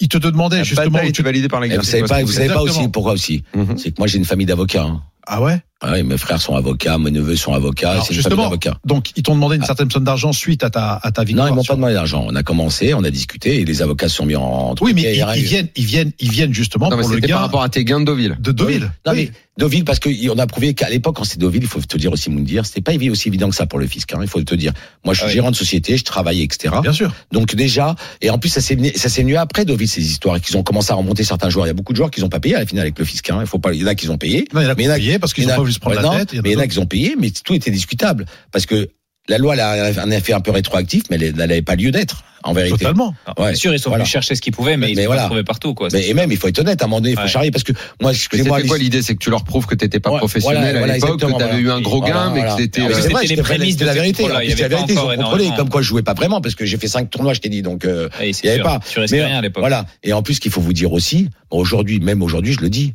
[SPEAKER 6] il te, te demandait
[SPEAKER 5] La
[SPEAKER 6] justement.
[SPEAKER 5] bataille
[SPEAKER 6] où
[SPEAKER 5] était
[SPEAKER 6] tu-
[SPEAKER 5] validée par les
[SPEAKER 8] Et
[SPEAKER 5] gars.
[SPEAKER 8] vous savez
[SPEAKER 5] c'est quoi
[SPEAKER 8] pas, vous savez pas
[SPEAKER 6] Exactement.
[SPEAKER 8] aussi pourquoi aussi.
[SPEAKER 5] ce truc Mhm.
[SPEAKER 8] C'est que moi j'ai une famille d'avocats. hein.
[SPEAKER 6] Ah ouais
[SPEAKER 8] Ah oui, mes frères sont avocats, mes neveux sont avocats,
[SPEAKER 6] Alors,
[SPEAKER 8] c'est une famille
[SPEAKER 6] justement,
[SPEAKER 8] d'avocats.
[SPEAKER 6] Donc, ils t'ont demandé une
[SPEAKER 8] Ah.
[SPEAKER 6] certaine somme d'argent suite à ta, à ta
[SPEAKER 8] Non,
[SPEAKER 6] victoire.
[SPEAKER 8] ils m'ont
[SPEAKER 6] sur-
[SPEAKER 8] pas demandé d'argent. On a commencé, on a discuté et les avocats se sont mis en. entre
[SPEAKER 6] Oui,
[SPEAKER 8] pieds
[SPEAKER 6] mais
[SPEAKER 8] et
[SPEAKER 6] ils,
[SPEAKER 8] règles.
[SPEAKER 6] ils viennent, ils viennent, ils viennent justement
[SPEAKER 5] Non, mais
[SPEAKER 6] pour le
[SPEAKER 5] c'était par
[SPEAKER 6] gain
[SPEAKER 5] rapport à tes gains de Deauville.
[SPEAKER 6] de 2000.
[SPEAKER 8] Non mais Deauville parce qu'on a prouvé qu'à l'époque quand c'était Deauville, il faut te dire aussi Moundir, c'était pas évi- aussi évident que ça pour le fisc. hein, il faut te dire. Moi, je suis
[SPEAKER 7] Ah oui.
[SPEAKER 8] gérant de société, je travaille, etc.
[SPEAKER 6] hein Bien sûr.
[SPEAKER 8] Donc déjà, et en plus ça s'est venu, ça s'est venu après Deauville ces histoires et qu'ils ont commencé à remonter certains joueurs. Il y a beaucoup de joueurs qui n'ont pas payé à la finale avec le fisc. hein. Il faut pas, il y en a qui ont payé.
[SPEAKER 6] Non, il y en a
[SPEAKER 8] Mais
[SPEAKER 6] qui
[SPEAKER 8] il y en
[SPEAKER 6] ont
[SPEAKER 8] a-
[SPEAKER 6] payé parce qu'ils
[SPEAKER 8] Il y
[SPEAKER 6] n'ont
[SPEAKER 8] en a-
[SPEAKER 6] pas voulu se prendre
[SPEAKER 8] mais
[SPEAKER 6] la
[SPEAKER 8] non,
[SPEAKER 6] tête.
[SPEAKER 8] mais il y en a
[SPEAKER 6] d'autres.
[SPEAKER 8] qui ont payé, mais tout était discutable. Parce que la loi elle a un effet un peu rétroactif, mais elle n'avait pas lieu d'être, en vérité.
[SPEAKER 6] Totalement.
[SPEAKER 7] Alors,
[SPEAKER 8] Ouais,
[SPEAKER 7] Bien sûr, ils sont
[SPEAKER 8] voilà.
[SPEAKER 7] venus chercher ce qu'ils pouvaient, mais,
[SPEAKER 8] Mais
[SPEAKER 7] ils sont
[SPEAKER 8] voilà.
[SPEAKER 7] pas trouvés partout, quoi.
[SPEAKER 8] Mais, et même, il faut être honnête, à un moment donné, il faut
[SPEAKER 7] Ouais.
[SPEAKER 8] charrier, parce que moi,
[SPEAKER 5] Mais
[SPEAKER 8] excusez-moi,
[SPEAKER 5] C'était quoi
[SPEAKER 8] les-
[SPEAKER 5] l'idée C'est que tu leur prouves que t'étais pas
[SPEAKER 8] Ouais,
[SPEAKER 5] professionnel
[SPEAKER 8] voilà,
[SPEAKER 5] à
[SPEAKER 8] voilà,
[SPEAKER 5] l'époque, que
[SPEAKER 8] exactement,
[SPEAKER 5] t'avais
[SPEAKER 8] voilà.
[SPEAKER 5] eu un gros
[SPEAKER 8] Voilà,
[SPEAKER 5] gain, mais
[SPEAKER 8] voilà.
[SPEAKER 5] que
[SPEAKER 7] Ah,
[SPEAKER 5] c'était. euh,
[SPEAKER 7] mais
[SPEAKER 8] Excusez-moi,
[SPEAKER 7] c'était les
[SPEAKER 8] je te préviens,
[SPEAKER 7] prémices
[SPEAKER 8] c'était la
[SPEAKER 7] de ces
[SPEAKER 8] vérité.
[SPEAKER 7] contrôles-là,
[SPEAKER 8] En
[SPEAKER 7] il y avait
[SPEAKER 8] plus, la
[SPEAKER 7] pas
[SPEAKER 8] vérité, ils
[SPEAKER 7] encore
[SPEAKER 8] ont
[SPEAKER 7] énormément.
[SPEAKER 8] contrôlé, comme quoi je jouais pas vraiment, parce que j'ai fait cinq tournois, je t'ai dit, donc, euh,
[SPEAKER 7] Il
[SPEAKER 8] il y avait pas.
[SPEAKER 7] Tu risques
[SPEAKER 8] Mais-
[SPEAKER 7] rien à l'époque.
[SPEAKER 8] Voilà. Et en plus, ce qu'il faut vous dire aussi, bon, aujourd'hui, même aujourd'hui, je le dis,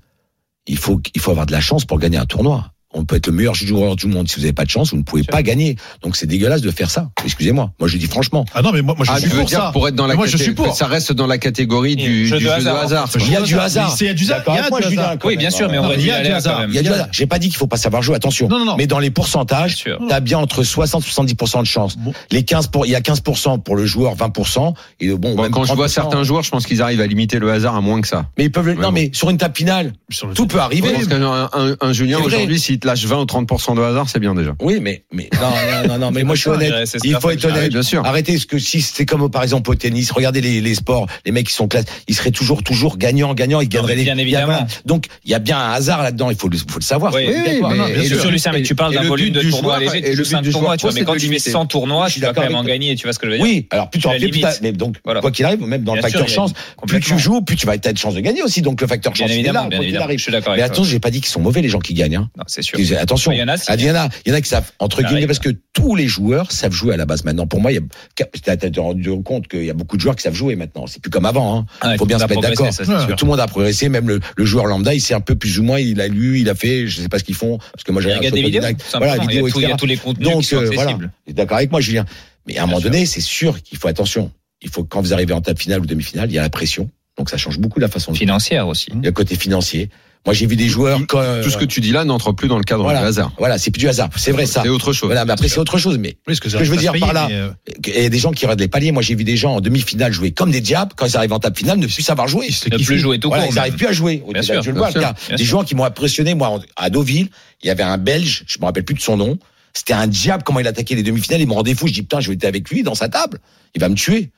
[SPEAKER 8] il faut, il faut avoir de la chance pour gagner un tournoi. On peut être le meilleur joueur du monde. Si vous n'avez pas de chance, vous ne pouvez pas gagner. Donc c'est dégueulasse de faire ça. Excusez-moi. Moi, je dis franchement.
[SPEAKER 6] Ah non, mais moi, moi je
[SPEAKER 5] Ah, tu
[SPEAKER 6] suis
[SPEAKER 5] veux
[SPEAKER 6] pour
[SPEAKER 5] dire
[SPEAKER 6] ça.
[SPEAKER 5] pour être dans la
[SPEAKER 6] Moi, je suis
[SPEAKER 5] caté-
[SPEAKER 6] pour.
[SPEAKER 5] Ça reste dans la catégorie du du jeu de hasard.
[SPEAKER 8] Il y a du
[SPEAKER 6] Mais
[SPEAKER 8] hasard.
[SPEAKER 6] c'est- Il y a du hasard.
[SPEAKER 8] D'accord
[SPEAKER 6] Il y a
[SPEAKER 8] avec moi,
[SPEAKER 6] du
[SPEAKER 8] Julien,
[SPEAKER 6] hasard.
[SPEAKER 8] quand
[SPEAKER 7] Oui,
[SPEAKER 8] même.
[SPEAKER 7] bien sûr, mais on
[SPEAKER 6] Non,
[SPEAKER 7] va
[SPEAKER 6] mais il y
[SPEAKER 7] y
[SPEAKER 6] a du
[SPEAKER 7] aller là,
[SPEAKER 6] hasard.
[SPEAKER 7] quand même.
[SPEAKER 8] Il y a du hasard. J'ai pas dit qu'il faut pas savoir jouer. Attention.
[SPEAKER 6] Non, non, non.
[SPEAKER 8] Mais dans les pourcentages,
[SPEAKER 7] Bien sûr.
[SPEAKER 8] t'as bien entre 60 et 70% de chance.
[SPEAKER 6] Bon.
[SPEAKER 8] Les 15 pour, il y a 15% pour le joueur, 20%. Et bon,
[SPEAKER 5] Bon, bah,
[SPEAKER 8] même
[SPEAKER 5] quand je vois
[SPEAKER 8] 30%.
[SPEAKER 5] certains joueurs, je pense qu'ils arrivent à limiter le hasard à moins que ça.
[SPEAKER 8] Mais ils peuvent, le-
[SPEAKER 5] Ouais,
[SPEAKER 8] non,
[SPEAKER 5] bon.
[SPEAKER 8] mais sur une table finale,
[SPEAKER 6] Sur le-
[SPEAKER 8] tout peut
[SPEAKER 5] Je
[SPEAKER 8] arriver.
[SPEAKER 5] pense qu'un un- un Julien
[SPEAKER 8] C'est vrai. Euh,
[SPEAKER 5] aujourd'hui, s'il te lâche 20 ou 30% de hasard, c'est bien déjà.
[SPEAKER 8] Oui, mais, mais, non, non, non, non, mais moi, je suis
[SPEAKER 7] ça, je dirais,
[SPEAKER 8] honnête.
[SPEAKER 7] c'est
[SPEAKER 8] Il
[SPEAKER 7] ça,
[SPEAKER 8] faut
[SPEAKER 7] ça,
[SPEAKER 8] être
[SPEAKER 7] je dirais.
[SPEAKER 5] Ah oui,
[SPEAKER 8] honnête.
[SPEAKER 5] bien sûr.
[SPEAKER 8] Arrêtez, ce que si c'est comme par exemple au tennis, regardez les, les sports, les mecs qui sont classe, ils seraient toujours, toujours gagnants, gagnants, ils
[SPEAKER 7] Non, mais
[SPEAKER 8] gagneraient les.
[SPEAKER 7] bien
[SPEAKER 8] il y a
[SPEAKER 7] évidemment.
[SPEAKER 8] plein- Donc, il y a bien un hasard là-dedans, il faut le, faut le savoir.
[SPEAKER 7] Oui,
[SPEAKER 8] c'est
[SPEAKER 7] oui,
[SPEAKER 8] obligatoire.
[SPEAKER 5] mais-
[SPEAKER 8] Non,
[SPEAKER 5] bien
[SPEAKER 8] bien
[SPEAKER 7] Et
[SPEAKER 5] sûr.
[SPEAKER 7] sur Lucien, mais tu parles
[SPEAKER 5] Et
[SPEAKER 7] d'un
[SPEAKER 5] le
[SPEAKER 7] volume
[SPEAKER 5] but
[SPEAKER 7] de
[SPEAKER 5] du
[SPEAKER 7] tournoi
[SPEAKER 5] joueur,
[SPEAKER 7] léger,
[SPEAKER 5] et
[SPEAKER 7] tu
[SPEAKER 5] le
[SPEAKER 7] joues
[SPEAKER 5] but
[SPEAKER 7] 5
[SPEAKER 5] du joueur,
[SPEAKER 7] tournois, tu vois,
[SPEAKER 5] c'est
[SPEAKER 7] mais quand
[SPEAKER 5] de
[SPEAKER 7] tu fais
[SPEAKER 5] limiter.
[SPEAKER 7] 100 tournois,
[SPEAKER 8] Je
[SPEAKER 7] tu
[SPEAKER 8] suis
[SPEAKER 7] vas quand
[SPEAKER 8] d'accord
[SPEAKER 7] même en
[SPEAKER 8] avec toi.
[SPEAKER 7] gagner, tu vois ce que je veux dire
[SPEAKER 8] Oui, alors plus tu
[SPEAKER 7] Tu
[SPEAKER 8] auras-
[SPEAKER 7] la
[SPEAKER 8] plus t'as-
[SPEAKER 7] limites.
[SPEAKER 8] mais donc
[SPEAKER 7] Voilà.
[SPEAKER 8] quoi qu'il arrive, même dans
[SPEAKER 7] Bien
[SPEAKER 8] le
[SPEAKER 7] sûr,
[SPEAKER 8] facteur
[SPEAKER 7] il y a-
[SPEAKER 8] chance, plus tu
[SPEAKER 7] complètement.
[SPEAKER 8] joues, plus tu vas être de chance de gagner aussi. Donc le facteur
[SPEAKER 7] Bien
[SPEAKER 8] chance, il est là,
[SPEAKER 7] évidemment, bien
[SPEAKER 8] quoi qu'il
[SPEAKER 7] évidemment.
[SPEAKER 8] arrive.
[SPEAKER 7] Je suis d'accord
[SPEAKER 8] Mais
[SPEAKER 7] avec
[SPEAKER 8] attends,
[SPEAKER 7] toi.
[SPEAKER 8] j'ai pas dit qu'ils sont mauvais les gens qui gagnent. hein.
[SPEAKER 7] Non, c'est sûr.
[SPEAKER 8] Ils- Attention,
[SPEAKER 7] Il y en a, si. Bah,
[SPEAKER 8] Ah, il y en a, il y en a qui savent entre
[SPEAKER 7] Ça
[SPEAKER 8] guillemets
[SPEAKER 7] arrive.
[SPEAKER 8] parce que tous les joueurs savent jouer à la base maintenant. Pour moi, il y a, t'as t'as rendu compte qu'il y a beaucoup de joueurs qui savent jouer maintenant. C'est plus comme avant. Hein.
[SPEAKER 7] Ah, il
[SPEAKER 8] faut bien se mettre
[SPEAKER 7] progresser,
[SPEAKER 8] d'accord.
[SPEAKER 7] ça, c'est
[SPEAKER 6] Ouais.
[SPEAKER 7] sûr.
[SPEAKER 8] Tout le monde a progressé, même le, le joueur lambda, il sait un peu plus ou moins. Il a lu, il a fait. Je sais pas ce qu'ils font parce que moi j'ai
[SPEAKER 7] Il regarde des vidéos. tout simplement.
[SPEAKER 8] Voilà, vidéos,
[SPEAKER 7] il, y a tout- il y a tous les contenus
[SPEAKER 8] Donc
[SPEAKER 7] qui sont
[SPEAKER 8] euh, voilà,
[SPEAKER 7] accessibles.
[SPEAKER 8] T'es d'accord avec moi, Julien. Mais à
[SPEAKER 7] Bien
[SPEAKER 8] un moment
[SPEAKER 7] sûr.
[SPEAKER 8] donné, c'est sûr qu'il faut attention. Il faut que quand vous arrivez en table finale ou demi-finale, il y a la pression. Donc ça change beaucoup la façon de.
[SPEAKER 7] Financière aussi.
[SPEAKER 8] Il y a le côté financier. Moi, j'ai vu des joueurs. quand-
[SPEAKER 5] Tout ce que tu dis là n'entre plus dans le cadre
[SPEAKER 8] Voilà.
[SPEAKER 5] du hasard.
[SPEAKER 8] Voilà, c'est plus du hasard. C'est vrai ça.
[SPEAKER 5] C'est autre chose.
[SPEAKER 8] Voilà, mais après c'est autre chose. Mais
[SPEAKER 6] Oui, ce que
[SPEAKER 8] Ce que je veux dire par là,
[SPEAKER 6] mais, euh,
[SPEAKER 8] il y a des gens qui regardent les paliers. Moi, j'ai vu des gens en demi-finale jouer comme des diables quand ils arrivent en table finale, ne plus savoir jouer.
[SPEAKER 6] il se
[SPEAKER 7] Ne
[SPEAKER 6] kiffe.
[SPEAKER 7] plus jouer tout court.
[SPEAKER 8] Voilà, ils
[SPEAKER 7] même.
[SPEAKER 8] n'arrivent plus à jouer. Au
[SPEAKER 7] Bien
[SPEAKER 8] début,
[SPEAKER 7] sûr,
[SPEAKER 8] je le
[SPEAKER 5] bien
[SPEAKER 8] vois,
[SPEAKER 5] sûr,
[SPEAKER 8] car
[SPEAKER 7] bien
[SPEAKER 8] des
[SPEAKER 7] sûr.
[SPEAKER 8] gens qui m'ont impressionné. Moi, en- à Deauville, il y avait un Belge, je me rappelle plus de son nom. C'était un diable comment il attaquait les demi-finales. Il me rendait fou. Je dis putain, je vais être avec lui dans sa table. Il va me tuer.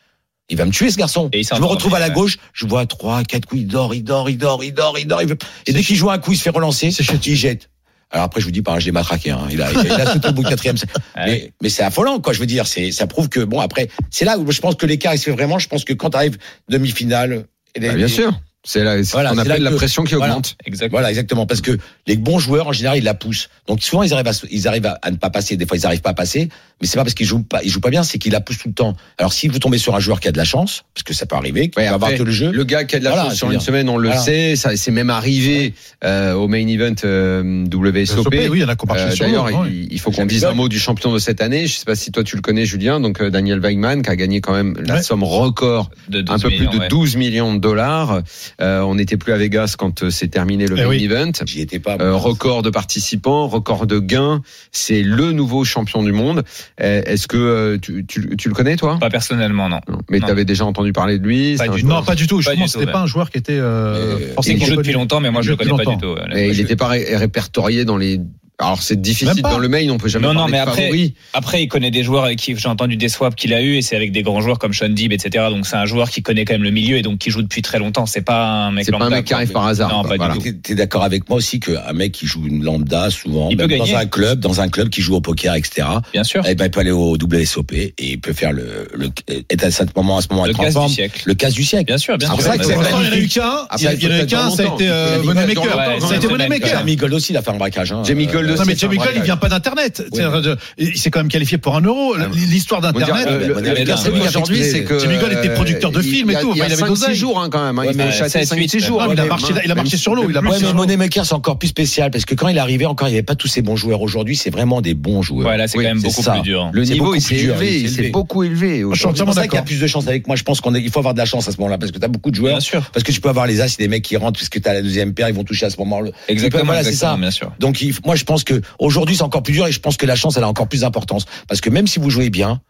[SPEAKER 8] Il va me tuer ce garçon.
[SPEAKER 7] Et il s'est
[SPEAKER 8] je me retrouve à la
[SPEAKER 7] endormi,
[SPEAKER 8] gauche, je vois trois, quatre coups, il dort, il dort, il dort, il dort, il dort, il dort. il veut- Et dès qu'il joue un coup, il se fait relancer, il jette. Alors après, je vous dis, par là, je l'ai matraqué. Hein. Il a, il a, il a sauté au bout de quatrième.
[SPEAKER 5] Ah
[SPEAKER 8] Mais, mais c'est affolant, quoi. Je veux dire, c'est, ça prouve que bon, après, c'est là où je pense que l'écart il se fait vraiment. Je pense que quand t'arrives demi-finale, et les-
[SPEAKER 5] Bah, bien sûr. C'est la, c'est
[SPEAKER 8] Voilà,
[SPEAKER 5] ce qu'on
[SPEAKER 8] c'est là
[SPEAKER 5] appelle la
[SPEAKER 8] que-
[SPEAKER 5] pression qui
[SPEAKER 8] voilà.
[SPEAKER 5] augmente.
[SPEAKER 7] Exactement.
[SPEAKER 8] Voilà, exactement. Parce que les bons joueurs, en général, ils la poussent. Donc souvent, ils arrivent à, ils arrivent à, à ne pas passer. Des fois, ils n'arrivent pas à passer. Mais c'est pas parce qu'ils jouent pas, ils jouent pas bien, c'est qu'ils la poussent tout le temps. Alors si vous tombez sur un joueur qui a de la chance, parce que ça peut arriver, qui
[SPEAKER 5] Ouais,
[SPEAKER 8] va avoir
[SPEAKER 5] après,
[SPEAKER 8] que le jeu.
[SPEAKER 5] Le gars qui a de la
[SPEAKER 8] Voilà,
[SPEAKER 5] chance sur
[SPEAKER 8] je veux
[SPEAKER 5] une
[SPEAKER 8] dire.
[SPEAKER 5] semaine, on le
[SPEAKER 8] Voilà.
[SPEAKER 5] sait. Ça, c'est même arrivé euh, au main event euh, WSOP.
[SPEAKER 6] Sopé, oui, il y en a qui ont marché
[SPEAKER 5] Euh,
[SPEAKER 6] sur
[SPEAKER 5] D'ailleurs,
[SPEAKER 6] l'autre, hein, oui.
[SPEAKER 5] il, il faut qu'on
[SPEAKER 8] J'avais
[SPEAKER 5] dise
[SPEAKER 8] peur.
[SPEAKER 5] un mot du champion de cette année. Je sais pas si toi tu le connais, Julien. Donc euh, Daniel Weigman qui a gagné quand même la
[SPEAKER 6] Ouais.
[SPEAKER 5] somme record,
[SPEAKER 7] De
[SPEAKER 5] un
[SPEAKER 7] 12
[SPEAKER 5] peu plus
[SPEAKER 7] millions,
[SPEAKER 5] de
[SPEAKER 7] ouais.
[SPEAKER 5] 12 millions de dollars. Euh, on n'était plus à Vegas quand euh, s'est terminé le
[SPEAKER 6] Eh
[SPEAKER 5] main
[SPEAKER 6] oui.
[SPEAKER 5] event.
[SPEAKER 8] J'y étais pas.
[SPEAKER 5] Euh, record de participants, record de gains. C'est le nouveau champion du monde. Euh, Est-ce que euh, tu, tu- tu le connais toi
[SPEAKER 7] Pas personnellement, non.
[SPEAKER 5] Non. Mais
[SPEAKER 7] Non.
[SPEAKER 5] tu avais déjà entendu parler de lui.
[SPEAKER 7] Pas
[SPEAKER 5] c'est un
[SPEAKER 7] du tout.
[SPEAKER 5] joueur-
[SPEAKER 6] Non, pas du tout.
[SPEAKER 7] Pas
[SPEAKER 6] Justement,
[SPEAKER 7] du
[SPEAKER 6] c'était
[SPEAKER 7] tout,
[SPEAKER 6] pas un joueur qui était euh,
[SPEAKER 8] Et-
[SPEAKER 7] C'est
[SPEAKER 6] forcément
[SPEAKER 7] qui joue depuis
[SPEAKER 6] reconnu.
[SPEAKER 7] longtemps, mais moi je
[SPEAKER 6] Il
[SPEAKER 7] le
[SPEAKER 6] joue depuis
[SPEAKER 7] connais pas du
[SPEAKER 6] longtemps.
[SPEAKER 7] tout. ouais.
[SPEAKER 5] Mais
[SPEAKER 7] Moi,
[SPEAKER 5] il
[SPEAKER 7] je-
[SPEAKER 5] n'était pas ré- répertorié dans les. Alors c'est
[SPEAKER 6] Même
[SPEAKER 5] difficile
[SPEAKER 6] pas.
[SPEAKER 5] dans le mail, on peut jamais
[SPEAKER 7] Non, non,
[SPEAKER 5] parler
[SPEAKER 7] mais
[SPEAKER 5] de
[SPEAKER 7] après-
[SPEAKER 5] favori.
[SPEAKER 7] Après, il connaît des joueurs avec qui j'ai entendu des swaps qu'il a eu, et c'est avec des grands joueurs comme Sean Dib, etc. Donc c'est un joueur qui connaît quand même le milieu et donc qui joue depuis très longtemps. C'est pas un mec
[SPEAKER 5] C'est pas un
[SPEAKER 7] lambda,
[SPEAKER 5] mec qui
[SPEAKER 7] quoi.
[SPEAKER 5] arrive par hasard.
[SPEAKER 7] Non,
[SPEAKER 5] quoi,
[SPEAKER 7] pas du
[SPEAKER 5] voilà.
[SPEAKER 7] tout.
[SPEAKER 8] T'es- T'es d'accord avec moi aussi qu'un mec qui joue une lambda souvent,
[SPEAKER 7] Il
[SPEAKER 8] même
[SPEAKER 7] peut
[SPEAKER 8] dans
[SPEAKER 7] gagner.
[SPEAKER 8] un club, dans un club qui joue au poker, etc.
[SPEAKER 7] Bien sûr.
[SPEAKER 8] Eh ben, il peut aller au WSOP et il peut faire le, le être à ce moment, à ce moment
[SPEAKER 7] Le
[SPEAKER 8] être en
[SPEAKER 7] casse
[SPEAKER 8] forme.
[SPEAKER 7] du siècle.
[SPEAKER 8] le casse du siècle.
[SPEAKER 7] Bien sûr, bien
[SPEAKER 8] C'est
[SPEAKER 7] sûr.
[SPEAKER 8] pour ça que
[SPEAKER 6] Pour
[SPEAKER 8] c'est
[SPEAKER 7] Ouais,
[SPEAKER 6] l'instant,
[SPEAKER 7] ouais.
[SPEAKER 6] il y en a eu qu'un. Il
[SPEAKER 5] Après,
[SPEAKER 6] y en a eu
[SPEAKER 5] peut-être
[SPEAKER 6] qu'un,
[SPEAKER 5] dans
[SPEAKER 6] ça a été
[SPEAKER 5] longtemps.
[SPEAKER 6] euh,
[SPEAKER 5] Il y en a eu
[SPEAKER 6] Moneymaker.
[SPEAKER 7] dans longtemps.
[SPEAKER 6] Ça a été
[SPEAKER 7] Ouais,
[SPEAKER 6] Moneymaker.
[SPEAKER 7] ouais.
[SPEAKER 8] Jeremy Gold aussi, il a fait un braquage. Hein.
[SPEAKER 5] Jamie Gold aussi.
[SPEAKER 8] Euh,
[SPEAKER 6] Non, mais
[SPEAKER 5] c'est un
[SPEAKER 6] Jamie Gold, il
[SPEAKER 5] braquage.
[SPEAKER 6] vient pas d'Internet.
[SPEAKER 8] Ouais.
[SPEAKER 6] C'est-à-dire, Il s'est quand même qualifié pour un euro. L'histoire
[SPEAKER 5] On dirait,
[SPEAKER 6] d'Internet.
[SPEAKER 5] euh, le-
[SPEAKER 8] bah,
[SPEAKER 5] le-
[SPEAKER 8] David
[SPEAKER 5] le-
[SPEAKER 8] Carson,
[SPEAKER 5] le-
[SPEAKER 8] il a
[SPEAKER 5] aujourd'hui,
[SPEAKER 8] fait-
[SPEAKER 5] c'est que.
[SPEAKER 6] Jimmy Gold était producteur de
[SPEAKER 5] euh,
[SPEAKER 6] films et
[SPEAKER 5] il y a-
[SPEAKER 6] tout,
[SPEAKER 5] Il y
[SPEAKER 6] enfin, il
[SPEAKER 5] a
[SPEAKER 6] avait
[SPEAKER 5] 5-6
[SPEAKER 6] d'oseille.
[SPEAKER 5] jours hein, quand même. hein,
[SPEAKER 7] Ouais,
[SPEAKER 5] il est
[SPEAKER 7] mais
[SPEAKER 5] au château
[SPEAKER 7] 7,
[SPEAKER 5] 5-6 jours.
[SPEAKER 6] Non, mais
[SPEAKER 5] hein,
[SPEAKER 6] il a
[SPEAKER 5] quand
[SPEAKER 6] marché-
[SPEAKER 5] même, hein.
[SPEAKER 6] il a marché
[SPEAKER 5] Même
[SPEAKER 6] sur l'eau,
[SPEAKER 5] si-
[SPEAKER 6] il a
[SPEAKER 5] Même
[SPEAKER 6] poussé
[SPEAKER 8] Ouais,
[SPEAKER 5] si-
[SPEAKER 8] mais
[SPEAKER 6] sur-
[SPEAKER 8] Moneymaker, c'est encore plus spécial parce que quand il arrivait encore, il n'y avait pas tous ces bons joueurs. Aujourd'hui, c'est vraiment des bons joueurs.
[SPEAKER 7] Ouais, là, c'est
[SPEAKER 8] Oui,
[SPEAKER 7] quand même
[SPEAKER 8] c'est
[SPEAKER 7] beaucoup
[SPEAKER 8] ça.
[SPEAKER 7] plus dur. hein.
[SPEAKER 5] Le
[SPEAKER 8] C'est
[SPEAKER 5] niveau,
[SPEAKER 8] beaucoup
[SPEAKER 5] il
[SPEAKER 8] plus
[SPEAKER 5] s'est
[SPEAKER 8] dur, il
[SPEAKER 5] élevé.
[SPEAKER 8] s'est
[SPEAKER 5] Il s'est
[SPEAKER 8] élevé.
[SPEAKER 5] beaucoup élevé.
[SPEAKER 8] Je suis
[SPEAKER 5] aujourd'hui.
[SPEAKER 8] entièrement
[SPEAKER 6] entièrement
[SPEAKER 8] d'accord. Il y a
[SPEAKER 6] d'accord.
[SPEAKER 8] plus de chance avec moi. Je pense qu'on est- il faut avoir de la chance à ce moment-là parce que tu as beaucoup de joueurs.
[SPEAKER 7] Bien sûr.
[SPEAKER 8] Parce que tu peux avoir les as, c'est des mecs qui rentrent parce que tu as la deuxième paire, ils vont toucher à ce moment-là.
[SPEAKER 7] Exactement.
[SPEAKER 8] Voilà, c'est
[SPEAKER 7] exactement,
[SPEAKER 8] ça.
[SPEAKER 7] Bien sûr.
[SPEAKER 8] Donc il- moi je pense que aujourd'hui c'est encore plus dur et je pense que la chance elle a encore plus d'importance parce que même si vous jouez bien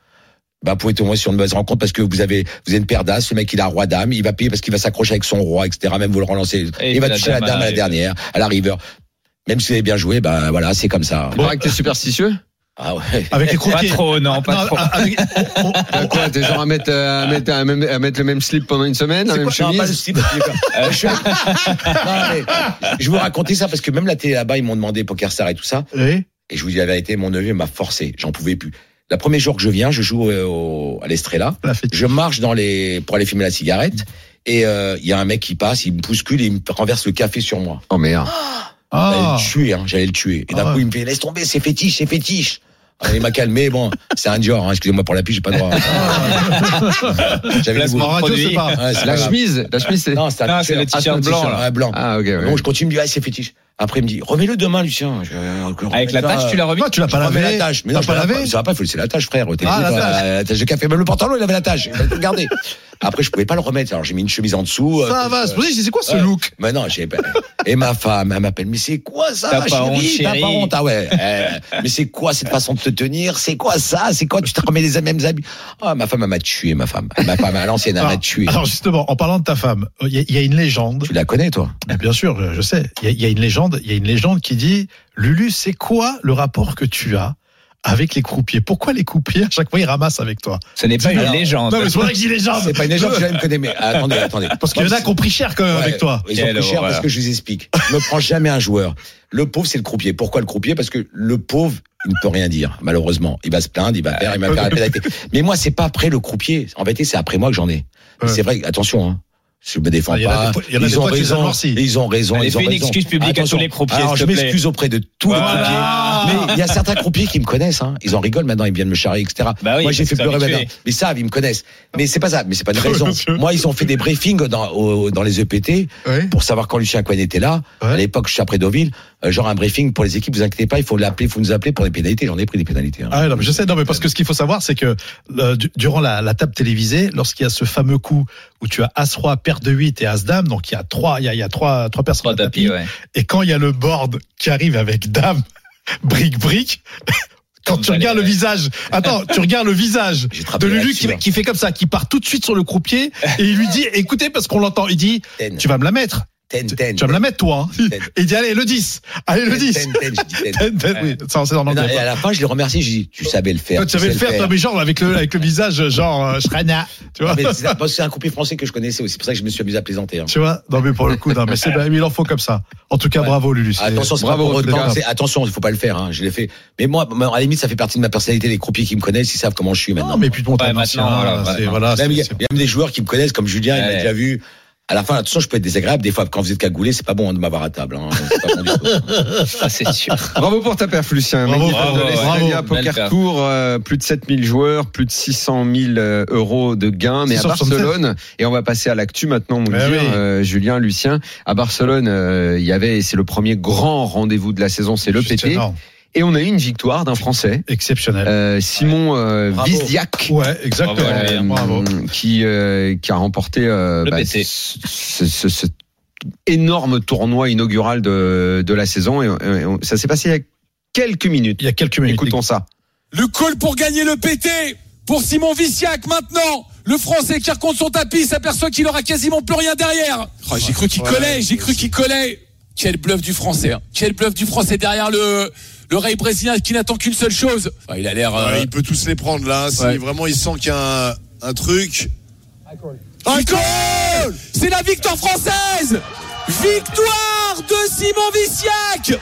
[SPEAKER 8] bah, vous pouvez tomber sur une mauvaise rencontre parce que vous avez vous avez une paire d'as, le mec il a roi dame, il va payer parce qu'il va s'accrocher avec son roi, etc. Même vous le relancez,
[SPEAKER 7] Et
[SPEAKER 8] il va
[SPEAKER 7] la
[SPEAKER 8] toucher la
[SPEAKER 7] dame à
[SPEAKER 8] dame à
[SPEAKER 7] la
[SPEAKER 8] la dernière, à la river. Même si vous avez bien joué, bah voilà, c'est comme ça.
[SPEAKER 5] Il paraît que t'es superstitieux
[SPEAKER 8] Ah ouais.
[SPEAKER 6] Avec les
[SPEAKER 7] Pas
[SPEAKER 6] croquets.
[SPEAKER 7] trop, non, pas
[SPEAKER 6] Non,
[SPEAKER 7] trop.
[SPEAKER 6] ah, avec- on- on-
[SPEAKER 5] T'as quoi T'es genre à mettre, euh, à, mettre, à, même- à mettre le même slip pendant une semaine, la
[SPEAKER 8] C'est
[SPEAKER 5] même
[SPEAKER 8] quoi
[SPEAKER 6] Ah, bah,
[SPEAKER 8] Non, pas le
[SPEAKER 5] chemise
[SPEAKER 8] slip. Euh, je, suis- Non, mais je vous racontais ça parce que même la télé là-bas, ils m'ont demandé Poker Star et tout ça.
[SPEAKER 6] Oui.
[SPEAKER 8] Et je vous dis la vérité, mon neveu m'a forcé. J'en pouvais plus. Le premier jour que je viens, je joue euh, au, à l'Estrella.
[SPEAKER 6] La fête.
[SPEAKER 8] Je marche dans les, pour aller fumer la cigarette. Et euh, il y a un mec qui passe, il me bouscule et il me renverse le café sur moi.
[SPEAKER 5] Oh merde.
[SPEAKER 8] J'allais
[SPEAKER 6] Ah.
[SPEAKER 8] le tuer, hein, j'allais le tuer. Et d'un
[SPEAKER 6] Ah ouais.
[SPEAKER 8] coup, il me fait laisse tomber, c'est fétiche, c'est fétiche. Ah, il m'a calmé, bon, c'est un Dior, hein, excusez-moi pour la pige, j'ai pas le droit. J'avais le
[SPEAKER 7] Placement
[SPEAKER 6] En
[SPEAKER 8] goût.
[SPEAKER 6] radio,
[SPEAKER 7] Produit.
[SPEAKER 6] c'est pas.
[SPEAKER 8] Ouais,
[SPEAKER 5] La
[SPEAKER 8] c'est pas grave.
[SPEAKER 5] chemise, la chemise, c'est.
[SPEAKER 8] Non, c'est
[SPEAKER 7] Non,
[SPEAKER 8] un
[SPEAKER 7] c'est le
[SPEAKER 8] Ah,
[SPEAKER 7] t-shirt blanc, là.
[SPEAKER 8] ouais, blanc.
[SPEAKER 5] Ah, ok, ouais.
[SPEAKER 8] Donc je continue, il me dit, ah, c'est fétiche. Après, il me dit, remets-le demain, Lucien. Je- je-
[SPEAKER 7] Avec la
[SPEAKER 8] ça,
[SPEAKER 7] tâche, tu l'as remis
[SPEAKER 6] Toi, tu l'as pas
[SPEAKER 8] je remets la
[SPEAKER 6] lavé.
[SPEAKER 8] tâche. Mais
[SPEAKER 6] T'as
[SPEAKER 8] non, je
[SPEAKER 6] pas
[SPEAKER 8] l'ai
[SPEAKER 6] lavé.
[SPEAKER 8] Ça va pas, il faut laisser la tâche, frère. T'es
[SPEAKER 6] Ah,
[SPEAKER 8] fou,
[SPEAKER 6] la
[SPEAKER 8] toi,
[SPEAKER 6] tâche.
[SPEAKER 8] la tâche de café. Même le pantalon, il avait la tâche. Regardez. Après, je pouvais pas le remettre. Alors, j'ai mis une chemise en dessous. euh,
[SPEAKER 6] Ça
[SPEAKER 8] tout,
[SPEAKER 6] va.
[SPEAKER 8] euh,
[SPEAKER 6] C'est pour ça que je dis, c'est quoi ce
[SPEAKER 8] Ouais.
[SPEAKER 6] look
[SPEAKER 8] mais non, j'ai pas- Et ma femme, elle m'appelle. Mais c'est quoi ça,
[SPEAKER 7] T'as pas honte,
[SPEAKER 8] T'as
[SPEAKER 7] chérie
[SPEAKER 8] pas honte, ah ouais. Eh, mais c'est quoi cette façon de te tenir C'est quoi ça C'est quoi Tu te remets les mêmes habits Ah, ma femme, elle m'a tué, ma femme. Ma femme, à l'ancienne, elle m'a
[SPEAKER 6] Alors,
[SPEAKER 8] tué.
[SPEAKER 6] Ah, Alors justement, en parlant de ta femme, il y a- il y a une légende.
[SPEAKER 8] Tu la connais, toi
[SPEAKER 6] Mais Bien sûr, euh, je sais. Il y a- il y, a une légende. Il y a une légende qui dit Lulu, c'est quoi le rapport que tu as avec les croupiers Pourquoi les croupiers à chaque fois ils ramassent avec toi
[SPEAKER 7] Ce n'est pas une
[SPEAKER 6] Alors,
[SPEAKER 7] légende.
[SPEAKER 6] Non, Ah, mais c'est pour ça que je dis légende.
[SPEAKER 8] C'est pas une légende, je me connais, mais attendez, attendez.
[SPEAKER 6] Parce qu'il y en a qui ont pris cher quand même
[SPEAKER 8] Ouais,
[SPEAKER 6] avec toi.
[SPEAKER 8] Ils ont
[SPEAKER 7] Quel
[SPEAKER 8] pris cher
[SPEAKER 7] horreur.
[SPEAKER 8] parce que je vous explique. Je ne prends jamais un joueur. Le pauvre, c'est le croupier. Pourquoi le croupier Parce que le pauvre, il ne peut rien dire, malheureusement. Il va se plaindre, il va faire, il va faire la pénalité. Mais moi, c'est pas après le croupier. En vérité, c'est après moi que j'en ai. Mais
[SPEAKER 6] Ouais.
[SPEAKER 8] C'est vrai, que- attention, hein. Je me défends
[SPEAKER 6] Ah, il y en a
[SPEAKER 8] pas.
[SPEAKER 6] des fois- il y en a des
[SPEAKER 8] ils ont
[SPEAKER 6] fois, tu les
[SPEAKER 8] raison.
[SPEAKER 6] amorcis.
[SPEAKER 8] Ils ont raison.
[SPEAKER 7] Allez,
[SPEAKER 8] Ils ont
[SPEAKER 7] fais une
[SPEAKER 8] raison.
[SPEAKER 7] excuse publique à
[SPEAKER 8] Attention.
[SPEAKER 7] tous les croupiers,
[SPEAKER 8] Alors,
[SPEAKER 7] s'il
[SPEAKER 8] je
[SPEAKER 7] te plaît.
[SPEAKER 8] m'excuse auprès de tous
[SPEAKER 7] Voilà.
[SPEAKER 8] les croupiers. Mais il y a certains croupiers qui me connaissent, hein. Ils en rigolent maintenant, ils viennent me charrier, etc.
[SPEAKER 7] Bah oui,
[SPEAKER 8] Moi, j'ai
[SPEAKER 7] parce
[SPEAKER 8] fait
[SPEAKER 7] que
[SPEAKER 8] pleurer
[SPEAKER 7] t'es
[SPEAKER 8] maintenant.
[SPEAKER 7] habitué.
[SPEAKER 8] Mais ça, ils me connaissent. Mais c'est pas ça. Mais c'est pas une raison.
[SPEAKER 6] Monsieur.
[SPEAKER 8] Moi, ils ont fait des briefings dans, au- dans les EPT
[SPEAKER 6] Ouais.
[SPEAKER 8] pour savoir quand Lucien Cohen était là.
[SPEAKER 6] Ouais.
[SPEAKER 8] À l'époque, je suis après Deauville. euh, genre un briefing pour les équipes. Vous inquiétez pas, il faut l'appeler, il faut nous appeler pour les pénalités. J'en ai pris des pénalités. hein.
[SPEAKER 6] Ah ouais, non, mais je sais, non, mais parce que ce qu'il faut savoir, c'est que euh, du- durant la, la table télévisée, lorsqu'il y a ce fameux coup où tu as As-Roi, paire de 8 et As-Dame, donc il y a trois, il y a, il y a trois, trois personnes
[SPEAKER 7] Trois
[SPEAKER 6] au tapis,
[SPEAKER 7] tapis, ouais.
[SPEAKER 6] et quand il y a le board qui arrive avec Dame, brique, brique, quand tu
[SPEAKER 7] Allez,
[SPEAKER 6] regardes le
[SPEAKER 7] ouais.
[SPEAKER 6] visage, attends, tu regardes le visage
[SPEAKER 8] J'ai trappé
[SPEAKER 6] de Lulu
[SPEAKER 8] là-dessus,
[SPEAKER 6] qui,
[SPEAKER 8] hein.
[SPEAKER 6] qui fait comme ça, qui part tout de suite sur le croupier et il lui dit écoutez parce qu'on l'entend, il dit
[SPEAKER 8] Ten.
[SPEAKER 6] tu vas me la mettre.
[SPEAKER 8] Ten,
[SPEAKER 6] Tu,
[SPEAKER 8] ten.
[SPEAKER 6] tu vas me la mettre, toi. hein.
[SPEAKER 8] Ten.
[SPEAKER 6] Il dit, allez, le 10. Allez, le
[SPEAKER 8] Ten,
[SPEAKER 6] 10.
[SPEAKER 8] ten, ten, je dis ten.
[SPEAKER 6] Ten, ten, oui. Ça, c'est en
[SPEAKER 8] Non,
[SPEAKER 6] anglais.
[SPEAKER 8] et à la fin, je l'ai remercié. J'ai dit, tu savais le faire.
[SPEAKER 6] Toi, tu savais le faire, toi, mais genre, avec le, avec le visage, genre, euh, Shrana. Tu vois?
[SPEAKER 8] Non, mais c'est ça, parce que c'est un coupé français que je connaissais aussi. C'est pour ça que je me suis amusé à plaisanter. hein.
[SPEAKER 6] Tu vois Non, mais pour le coup, non, mais c'est bien, il en faut comme ça. En tout cas, bravo, Lulu. c'est-
[SPEAKER 8] Attention, c'est pas
[SPEAKER 6] bravo,
[SPEAKER 8] pour
[SPEAKER 6] en tout
[SPEAKER 8] autant.
[SPEAKER 6] cas.
[SPEAKER 8] c'est- Attention, il faut pas le faire. Hein, je l'ai fait. Mais moi, moi, à la limite, ça fait partie de ma personnalité. Les croupiers qui me connaissent, ils savent comment je suis maintenant.
[SPEAKER 6] Non, mais puis bon, t'es
[SPEAKER 7] Ouais,
[SPEAKER 6] un ancien,
[SPEAKER 7] maintenant,
[SPEAKER 6] voilà,
[SPEAKER 7] voilà,
[SPEAKER 6] c'est-
[SPEAKER 7] maintenant.
[SPEAKER 6] voilà,
[SPEAKER 8] Même,
[SPEAKER 6] c'est-
[SPEAKER 8] il y a
[SPEAKER 6] c'est-
[SPEAKER 8] il y a même des joueurs qui me connaissent, comme Julien, il m'a
[SPEAKER 7] Ouais.
[SPEAKER 8] déjà vu. À la fin, attention, je peux être désagréable des fois. Quand vous êtes cagoulé, c'est pas bon de m'avoir à table. Hein, c'est pas bon du tout.
[SPEAKER 7] Ah, c'est sûr.
[SPEAKER 5] Bravo pour ta perf, Lucien.
[SPEAKER 6] Bravo,
[SPEAKER 5] Magnifique
[SPEAKER 7] bravo,
[SPEAKER 5] de l'Estrella
[SPEAKER 7] bravo. Belle
[SPEAKER 5] Poker
[SPEAKER 7] perf.
[SPEAKER 5] Tour, euh, plus de 7000 joueurs, plus de 600 000 euh, euros de gains, mais à
[SPEAKER 6] 676.
[SPEAKER 5] Barcelone. Et on va passer à l'actu maintenant,
[SPEAKER 7] Eh
[SPEAKER 5] mon
[SPEAKER 6] Mais
[SPEAKER 5] Dieu,
[SPEAKER 6] oui.
[SPEAKER 5] euh, Julien, Lucien. À Barcelone, euh, il y avait, et c'est le premier grand rendez-vous de la saison, c'est le
[SPEAKER 6] c'est
[SPEAKER 5] PT.
[SPEAKER 6] énorme.
[SPEAKER 5] Et on a eu une victoire d'un Français,
[SPEAKER 6] Exceptionnel.
[SPEAKER 5] euh, Simon euh,
[SPEAKER 8] Bravo.
[SPEAKER 5] Vizdiac.
[SPEAKER 6] Ouais, exactement.
[SPEAKER 7] Bravo,
[SPEAKER 5] Euh,
[SPEAKER 7] Julien.
[SPEAKER 6] bravo.
[SPEAKER 8] hum.
[SPEAKER 5] qui euh, qui a remporté euh,
[SPEAKER 7] Le
[SPEAKER 5] ce,
[SPEAKER 7] PT.
[SPEAKER 5] ce- ce- ce énorme tournoi inaugural de, de la saison et, euh, on- ça s'est passé il y a quelques minutes.
[SPEAKER 6] Il y a quelques minutes.
[SPEAKER 5] Écoutons ça.
[SPEAKER 9] Le call pour gagner le PT pour Simon Viciac maintenant. Le Français qui recompte son tapis s'aperçoit qu'il aura quasiment plus rien derrière. Oh, j'ai cru qu'il collait, j'ai cru qu'il collait. Quel bluff du Français. hein. Quel bluff du Français derrière le le Ray brésilien qui n'attend qu'une seule chose. Oh, il a l'air. euh,
[SPEAKER 10] Ouais, il peut tous les prendre là. hein, Si
[SPEAKER 9] Ouais.
[SPEAKER 10] vraiment il sent qu'il y a un, un truc.
[SPEAKER 9] Un goal C'est la victoire française. Victoire de Simon Viciac.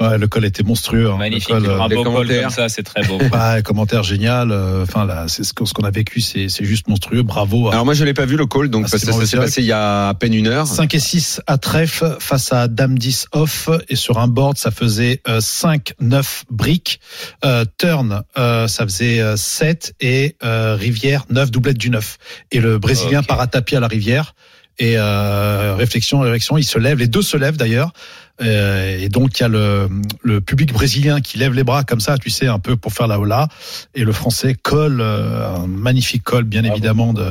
[SPEAKER 6] Ouais, le col était monstrueux. hein. Le
[SPEAKER 7] Magnifique.
[SPEAKER 6] col, euh,
[SPEAKER 7] un
[SPEAKER 5] des
[SPEAKER 7] beau col
[SPEAKER 5] commentaires.
[SPEAKER 7] comme ça, c'est très beau.
[SPEAKER 6] bah, commentaire génial. euh, Enfin, là, c'est ce qu'on ce qu'on a vécu, c'est c'est juste monstrueux. Bravo. à-
[SPEAKER 5] Alors moi je l'ai pas vu le call donc
[SPEAKER 6] Ah,
[SPEAKER 5] parce que
[SPEAKER 6] c'est
[SPEAKER 5] ça
[SPEAKER 6] bon,
[SPEAKER 5] s'est
[SPEAKER 6] c'est
[SPEAKER 5] passé il y a à peine une heure.
[SPEAKER 6] 5 et 6 à trèfle face à Dame 10 off et sur un board ça faisait 5-9 briques. Euh, turn euh, ça faisait 7 et euh, Rivière 9 doublette du 9. Et le Brésilien
[SPEAKER 7] Ok.
[SPEAKER 6] part à tapis à la Rivière et euh, réflexion, réflexion, il se lève, les deux se lèvent d'ailleurs. Euh, et donc il y a le, le public brésilien qui lève les bras comme ça, tu sais, un peu pour faire la hola. Et le français colle, euh, un magnifique col bien évidemment de,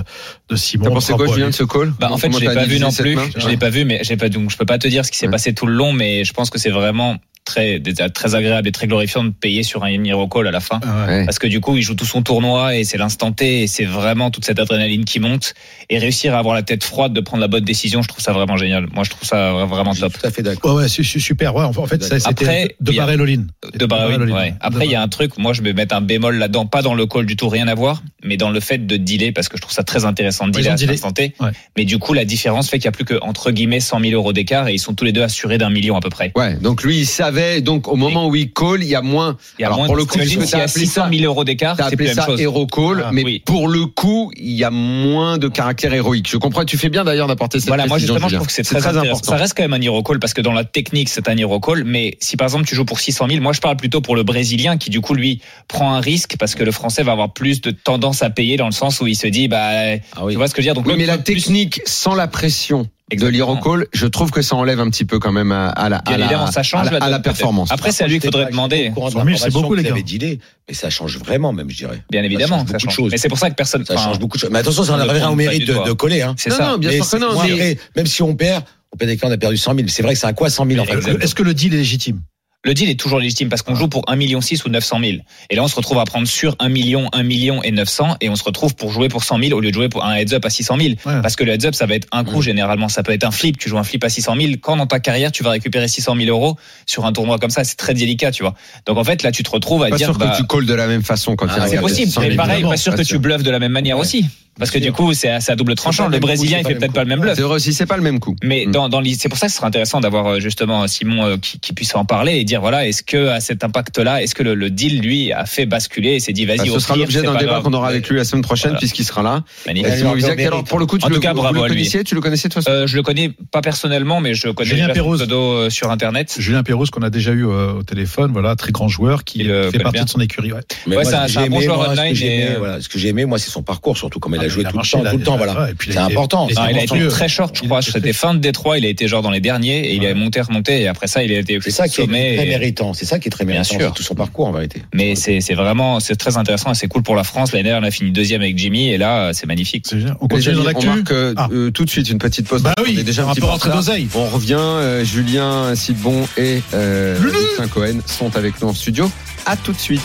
[SPEAKER 6] de Simon.
[SPEAKER 5] Ah T'as pensé quoi
[SPEAKER 6] Bravo à
[SPEAKER 5] Julien
[SPEAKER 6] lui.
[SPEAKER 5] de ce call
[SPEAKER 7] Bah, en fait,
[SPEAKER 5] Comment
[SPEAKER 7] je l'ai
[SPEAKER 5] t'as
[SPEAKER 7] pas vu
[SPEAKER 5] analysé
[SPEAKER 7] non
[SPEAKER 5] cette
[SPEAKER 7] plus.
[SPEAKER 5] main
[SPEAKER 7] Je l'ai pas vu, mais j'ai pas donc je peux pas te dire ce qui s'est
[SPEAKER 5] Ouais.
[SPEAKER 7] passé tout le long, mais je pense que c'est vraiment très très agréable et très glorifiant de payer sur un hero call à la fin.
[SPEAKER 6] Ah ouais.
[SPEAKER 5] Ouais.
[SPEAKER 7] Parce que du coup, il joue tout son tournoi et c'est l'instant T et c'est vraiment toute cette adrénaline qui monte et réussir à avoir la tête froide de prendre la bonne décision, je trouve ça vraiment génial. Moi, je trouve ça vraiment
[SPEAKER 8] Je suis
[SPEAKER 7] top.
[SPEAKER 8] tout à fait d'accord.
[SPEAKER 6] Ouais, ouais, c'est c'est super. Ouais, en en fait, ça, c'était
[SPEAKER 7] Après,
[SPEAKER 6] de
[SPEAKER 7] il y a-
[SPEAKER 6] barrer Loline.
[SPEAKER 7] De Barrowin, Bah ouais. Après, il y a un truc, moi, je vais mettre un bémol là-dedans, pas dans le call du tout, rien à voir, mais dans le fait de dealer, parce que je trouve ça très intéressant de
[SPEAKER 6] Ouais, ils
[SPEAKER 7] dealer
[SPEAKER 6] ont
[SPEAKER 7] à
[SPEAKER 6] dealé.
[SPEAKER 7] cet instant T.
[SPEAKER 6] Ouais.
[SPEAKER 7] Mais du coup, la différence fait qu'il n'y a plus que, entre guillemets, 100 000 euros d'écart et ils sont tous les deux assurés d'un million à peu près.
[SPEAKER 5] Ouais, donc lui il savait donc au moment où il call, il y a moins
[SPEAKER 7] Il y a
[SPEAKER 5] Alors,
[SPEAKER 7] moins
[SPEAKER 5] pour
[SPEAKER 7] de-
[SPEAKER 5] le coup,
[SPEAKER 7] t'imagines
[SPEAKER 5] parce
[SPEAKER 7] s'il
[SPEAKER 5] que
[SPEAKER 7] y
[SPEAKER 5] t'as
[SPEAKER 7] a
[SPEAKER 5] appelé
[SPEAKER 7] 600 000 euros d'écart,
[SPEAKER 5] T'as
[SPEAKER 7] Ah, c'est plus
[SPEAKER 5] appelé
[SPEAKER 7] la même
[SPEAKER 5] ça
[SPEAKER 7] chose.
[SPEAKER 5] Hero Call,
[SPEAKER 6] Ah,
[SPEAKER 5] mais
[SPEAKER 7] oui.
[SPEAKER 5] pour le coup, il y a moins de caractère héroïque. Je comprends, tu fais bien d'ailleurs d'apporter cette
[SPEAKER 7] Voilà, moi
[SPEAKER 5] précision,
[SPEAKER 7] justement, je
[SPEAKER 5] Julien.
[SPEAKER 7] trouve que c'est très, intéressant. Ça reste quand même un hero call parce que dans la technique, c'est un hero call. Mais si par exemple tu joues pour 600 000, moi je parle plutôt pour le Brésilien qui du coup lui prend un risque parce que le Français va avoir plus de tendance à payer dans le sens où il se dit bah
[SPEAKER 8] Ah oui.
[SPEAKER 7] tu vois ce que je veux dire. Donc
[SPEAKER 5] Oui,
[SPEAKER 7] l'autre
[SPEAKER 5] mais la
[SPEAKER 7] peut plus-
[SPEAKER 5] technique sans la pression
[SPEAKER 7] Exactement.
[SPEAKER 5] de l'Hero Call, je trouve que ça enlève un petit peu quand même à, à la, à
[SPEAKER 7] Bien
[SPEAKER 5] la-
[SPEAKER 7] évidemment, ça change
[SPEAKER 5] à la, à
[SPEAKER 7] donne,
[SPEAKER 5] la
[SPEAKER 7] peut-être.
[SPEAKER 5] performance.
[SPEAKER 7] Après, c'est à lui qu'il faudrait demander.
[SPEAKER 6] Cent mille, c'est beaucoup, les gars.
[SPEAKER 8] Dealé, mais ça change vraiment, même, je dirais.
[SPEAKER 7] Bien
[SPEAKER 8] Ça
[SPEAKER 7] évidemment,
[SPEAKER 8] change
[SPEAKER 7] ça
[SPEAKER 8] beaucoup de
[SPEAKER 7] change.
[SPEAKER 8] choses.
[SPEAKER 7] Mais c'est pour ça que personne.
[SPEAKER 8] Ça
[SPEAKER 7] enfin,
[SPEAKER 8] change beaucoup de choses. Mais attention, ça
[SPEAKER 7] on ne
[SPEAKER 8] n'enlève rien au
[SPEAKER 7] prend pas
[SPEAKER 8] mérite
[SPEAKER 7] du
[SPEAKER 8] de,
[SPEAKER 7] doigt.
[SPEAKER 8] de coller. Hein.
[SPEAKER 7] C'est
[SPEAKER 5] Non,
[SPEAKER 7] ça.
[SPEAKER 5] non, bien
[SPEAKER 8] Mais
[SPEAKER 5] sûr que
[SPEAKER 8] c'est-
[SPEAKER 5] non.
[SPEAKER 8] moi,
[SPEAKER 5] mais-
[SPEAKER 8] après, même si on perd, on perd des clients, on a perdu 100 000. C'est vrai que c'est un quoi 100 000 en fait
[SPEAKER 6] Est-ce que- est-ce que le deal est légitime
[SPEAKER 7] Le deal est toujours légitime parce qu'on joue pour 1 million 6 ou 900 000. Et là, on se retrouve à prendre sur 1 million, 1 million et 900 et on se retrouve pour jouer pour 100 000 au lieu de jouer pour un heads up à 600 000.
[SPEAKER 6] Ouais.
[SPEAKER 7] Parce que le heads up, ça va être un coup généralement. Ça peut être un flip. Tu joues un flip à 600 000. Quand dans ta carrière, tu vas récupérer 600 000 euros sur un tournoi comme ça, c'est très délicat, tu vois. Donc en fait, là, tu te retrouves à
[SPEAKER 5] Pas
[SPEAKER 7] dire.
[SPEAKER 5] sûr
[SPEAKER 7] bah,
[SPEAKER 5] que tu calls de la même façon quand
[SPEAKER 8] Ah,
[SPEAKER 5] il
[SPEAKER 8] c'est
[SPEAKER 5] regarde
[SPEAKER 7] c'est
[SPEAKER 5] les
[SPEAKER 7] possible,
[SPEAKER 5] 100 000
[SPEAKER 7] mais pareil,
[SPEAKER 5] euros.
[SPEAKER 7] pas sûr que tu bluffes de la même manière aussi. Parce que
[SPEAKER 8] Bien
[SPEAKER 7] du
[SPEAKER 8] sûr.
[SPEAKER 7] coup, c'est à, c'est à double tranchant.
[SPEAKER 8] pas
[SPEAKER 7] Le
[SPEAKER 8] le même
[SPEAKER 7] Brésilien,
[SPEAKER 8] coup,
[SPEAKER 7] il
[SPEAKER 8] c'est
[SPEAKER 7] fait
[SPEAKER 8] pas
[SPEAKER 7] peut-être
[SPEAKER 8] le
[SPEAKER 7] pas le même bluff.
[SPEAKER 5] C'est vrai aussi, c'est pas le même coup.
[SPEAKER 7] Mais
[SPEAKER 5] Mm.
[SPEAKER 7] dans, dans les- c'est pour ça que ce serait intéressant d'avoir euh, justement euh, Simon euh, qui, qui puisse en parler et dire voilà est-ce que à cet impact-là est-ce que le, le deal lui a fait basculer et s'est dit vas-y
[SPEAKER 5] Bah, ce
[SPEAKER 7] au
[SPEAKER 5] sera
[SPEAKER 7] pire,
[SPEAKER 5] l'objet
[SPEAKER 7] c'est
[SPEAKER 5] d'un
[SPEAKER 7] pas
[SPEAKER 5] débat
[SPEAKER 7] grave.
[SPEAKER 5] qu'on aura avec lui la semaine prochaine
[SPEAKER 7] Voilà.
[SPEAKER 5] puisqu'il sera là.
[SPEAKER 7] Magnifique.
[SPEAKER 5] Et Simon
[SPEAKER 8] alors,
[SPEAKER 5] Vizac,
[SPEAKER 8] mérite.
[SPEAKER 5] alors pour le coup, tu
[SPEAKER 7] En
[SPEAKER 5] le,
[SPEAKER 7] tout cas,
[SPEAKER 5] vous
[SPEAKER 7] bravo
[SPEAKER 5] le
[SPEAKER 7] à lui.
[SPEAKER 5] connaissiez, tu le connaissais de toute façon.
[SPEAKER 7] Euh, je le connais pas personnellement mais je connais
[SPEAKER 6] Julien
[SPEAKER 7] déjà son
[SPEAKER 6] Perroz.
[SPEAKER 7] pseudo euh, sur internet.
[SPEAKER 6] Julien Perrault, qu'on a déjà eu euh, au téléphone, voilà, très grand joueur qui
[SPEAKER 7] Il,
[SPEAKER 6] euh,
[SPEAKER 7] euh,
[SPEAKER 6] fait
[SPEAKER 7] connaît
[SPEAKER 6] partie
[SPEAKER 7] bien.
[SPEAKER 6] de son écurie. Ouais.
[SPEAKER 8] Mais
[SPEAKER 7] Ouais,
[SPEAKER 8] moi,
[SPEAKER 7] c'est
[SPEAKER 8] ce
[SPEAKER 7] un-
[SPEAKER 8] que
[SPEAKER 7] c'est un
[SPEAKER 8] j'ai
[SPEAKER 7] bon
[SPEAKER 8] aimé,
[SPEAKER 7] joueur
[SPEAKER 8] moi, ce que
[SPEAKER 7] online
[SPEAKER 8] j'ai
[SPEAKER 7] et-
[SPEAKER 8] aimé, voilà, ce que j'ai aimé, moi, c'est son parcours, surtout comme il a
[SPEAKER 6] Ah,
[SPEAKER 8] joué
[SPEAKER 6] il a
[SPEAKER 8] tout
[SPEAKER 6] marché,
[SPEAKER 8] le
[SPEAKER 6] il a-
[SPEAKER 8] temps, tout le temps,
[SPEAKER 6] ouais,
[SPEAKER 8] voilà.
[SPEAKER 6] et puis il
[SPEAKER 8] C'est
[SPEAKER 6] a été-
[SPEAKER 8] important.
[SPEAKER 6] il
[SPEAKER 7] Non, il a été
[SPEAKER 6] monstrueux.
[SPEAKER 7] très short, je
[SPEAKER 6] Il
[SPEAKER 7] crois.
[SPEAKER 6] était
[SPEAKER 7] C'était
[SPEAKER 6] très-
[SPEAKER 7] fin de Détroit, il a été genre dans les derniers et il
[SPEAKER 6] Ouais.
[SPEAKER 7] est monté, remonté et après ça il a été
[SPEAKER 8] C'est ça qui est
[SPEAKER 7] sommet.
[SPEAKER 8] très
[SPEAKER 7] et-
[SPEAKER 8] méritant. C'est ça qui est très
[SPEAKER 7] Bien
[SPEAKER 8] méritant.
[SPEAKER 7] sûr.
[SPEAKER 8] C'est tout son parcours, en vérité.
[SPEAKER 7] Mais c'est c'est vraiment c'est très intéressant et c'est cool pour la France. L'année dernière on a fini deuxième avec Jimmy et là euh, c'est magnifique.
[SPEAKER 6] C'est génial. On
[SPEAKER 5] Les
[SPEAKER 6] continue
[SPEAKER 5] amis,
[SPEAKER 6] dans
[SPEAKER 5] on
[SPEAKER 6] l'actu.
[SPEAKER 5] marque euh,
[SPEAKER 6] Ah.
[SPEAKER 5] euh, tout de suite une petite pause.
[SPEAKER 6] Bah
[SPEAKER 5] On
[SPEAKER 6] oui,
[SPEAKER 5] est déjà
[SPEAKER 6] on
[SPEAKER 5] un
[SPEAKER 6] va
[SPEAKER 5] petit
[SPEAKER 6] pas
[SPEAKER 5] peu en
[SPEAKER 6] rentrer
[SPEAKER 5] retard.
[SPEAKER 6] d'oseille.
[SPEAKER 5] On revient. euh, Julien Sidbon et euh, Lucien Cohen sont avec nous en studio. À tout de suite.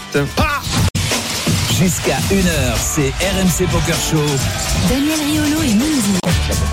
[SPEAKER 4] Jusqu'à 1h, c'est RMC Poker Show.
[SPEAKER 3] Daniel Riolo et Mindy.